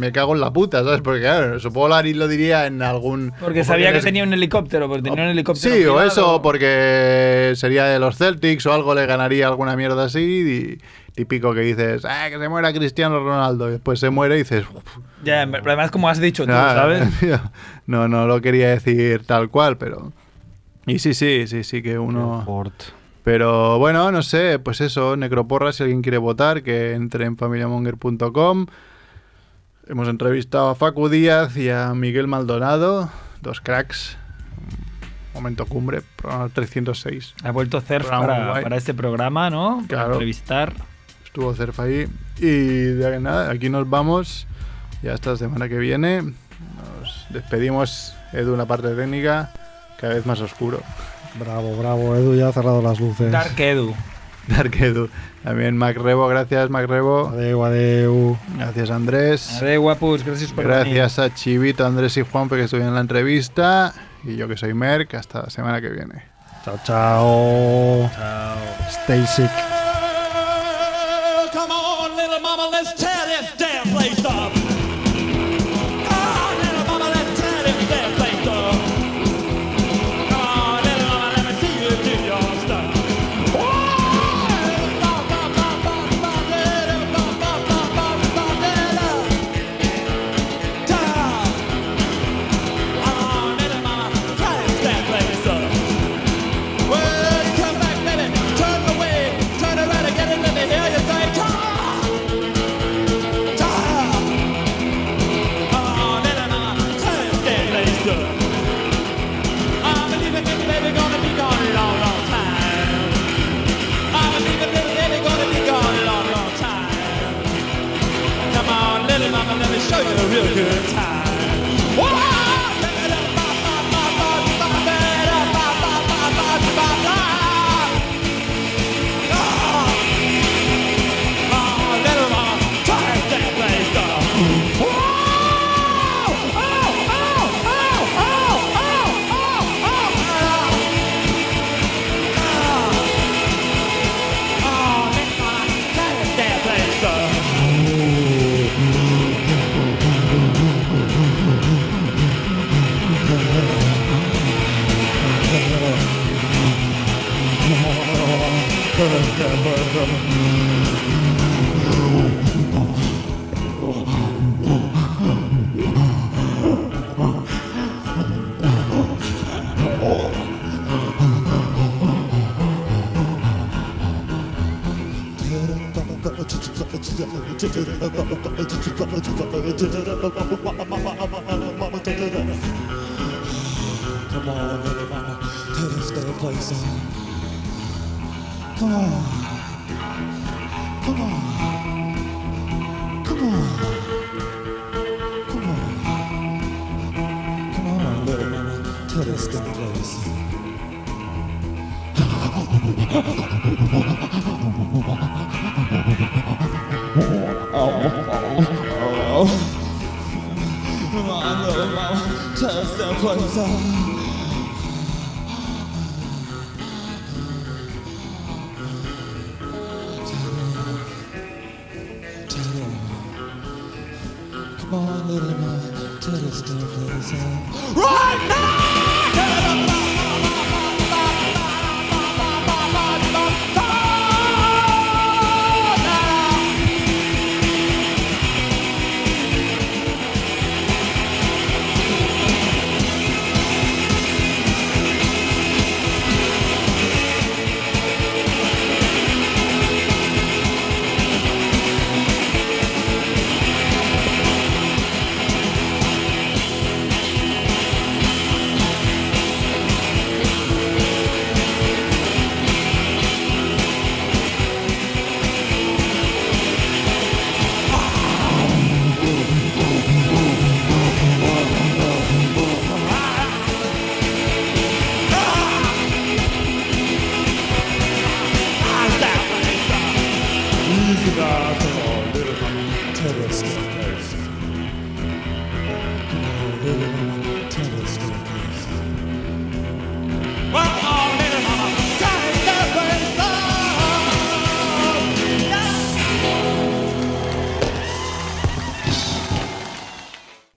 [SPEAKER 2] me cago en la puta, ¿sabes? Porque claro, supongo Larry lo diría en algún...
[SPEAKER 3] Porque
[SPEAKER 2] o
[SPEAKER 3] sabía que
[SPEAKER 2] eres- Oh,
[SPEAKER 3] tenía un helicóptero, porque tenía un helicóptero.
[SPEAKER 2] Sí, o
[SPEAKER 3] privado.
[SPEAKER 2] eso, o porque sería de los Celtics o algo le ganaría alguna mierda así. Y típico que dices, ah, que se muera Cristiano Ronaldo. Y después se muere y dices, "Uf,
[SPEAKER 3] Ya, pero además, como has dicho tú,
[SPEAKER 2] ah,
[SPEAKER 3] ¿sabes?
[SPEAKER 2] tío". No, no lo quería decir tal cual, pero. Y sí, sí, sí, sí que uno. Pero bueno, no sé, pues eso, Necroporra, si alguien quiere votar, que entre en familiamonger.com. Hemos entrevistado a Facu Díaz y a Miguel Maldonado, dos cracks. Momento cumbre, programa 306.
[SPEAKER 3] Ha vuelto Cerf
[SPEAKER 2] Programa muy
[SPEAKER 3] para,
[SPEAKER 2] guay.
[SPEAKER 3] para este programa, ¿no? Para
[SPEAKER 2] Claro.
[SPEAKER 3] entrevistar.
[SPEAKER 2] Estuvo Cerf ahí. Y de nada, aquí nos vamos. Ya hasta la semana que viene. Nos despedimos. Edu, una parte técnica cada vez más oscuro.
[SPEAKER 4] Bravo, bravo. Edu ya ha cerrado las luces.
[SPEAKER 3] Dark Edu.
[SPEAKER 2] Dark Edu. También Mac Rebo, gracias Mac Rebo.
[SPEAKER 4] Adeu, adeu.
[SPEAKER 2] Gracias Andrés.
[SPEAKER 3] Adeu, guapos. Gracias por
[SPEAKER 2] Gracias a Chivito, Andrés y Juanpe que estuvieron en la entrevista. Y yo que soy Merck, hasta la semana que viene.
[SPEAKER 4] Chao, chao.
[SPEAKER 2] Chao.
[SPEAKER 4] Stay sick.
[SPEAKER 5] Come on, little mama, let's tear this damn place up. Oh, little mama, let's tear this damn place up. Come on, little mama, let me see you do your stuff. Well, you come back, baby, turn away, turn around again and let me hear you say, "Ta, ta." Oh, na, na, na, na, turn it down, ladies, uh. I believe it, baby, baby, gonna be gone a long, long time. I believe it, baby, baby, gonna be gone a long, long time. Come on, little mama, let me show you a real good time. Whoa!
[SPEAKER 14] Come on, little mama, tell us their place on. Come on. Come on. Come on. Come on. Come on, little mama, tell us their place. Come on, little mama, tell us their place on. Come on, little man, tell us to play some.
[SPEAKER 5] Right now!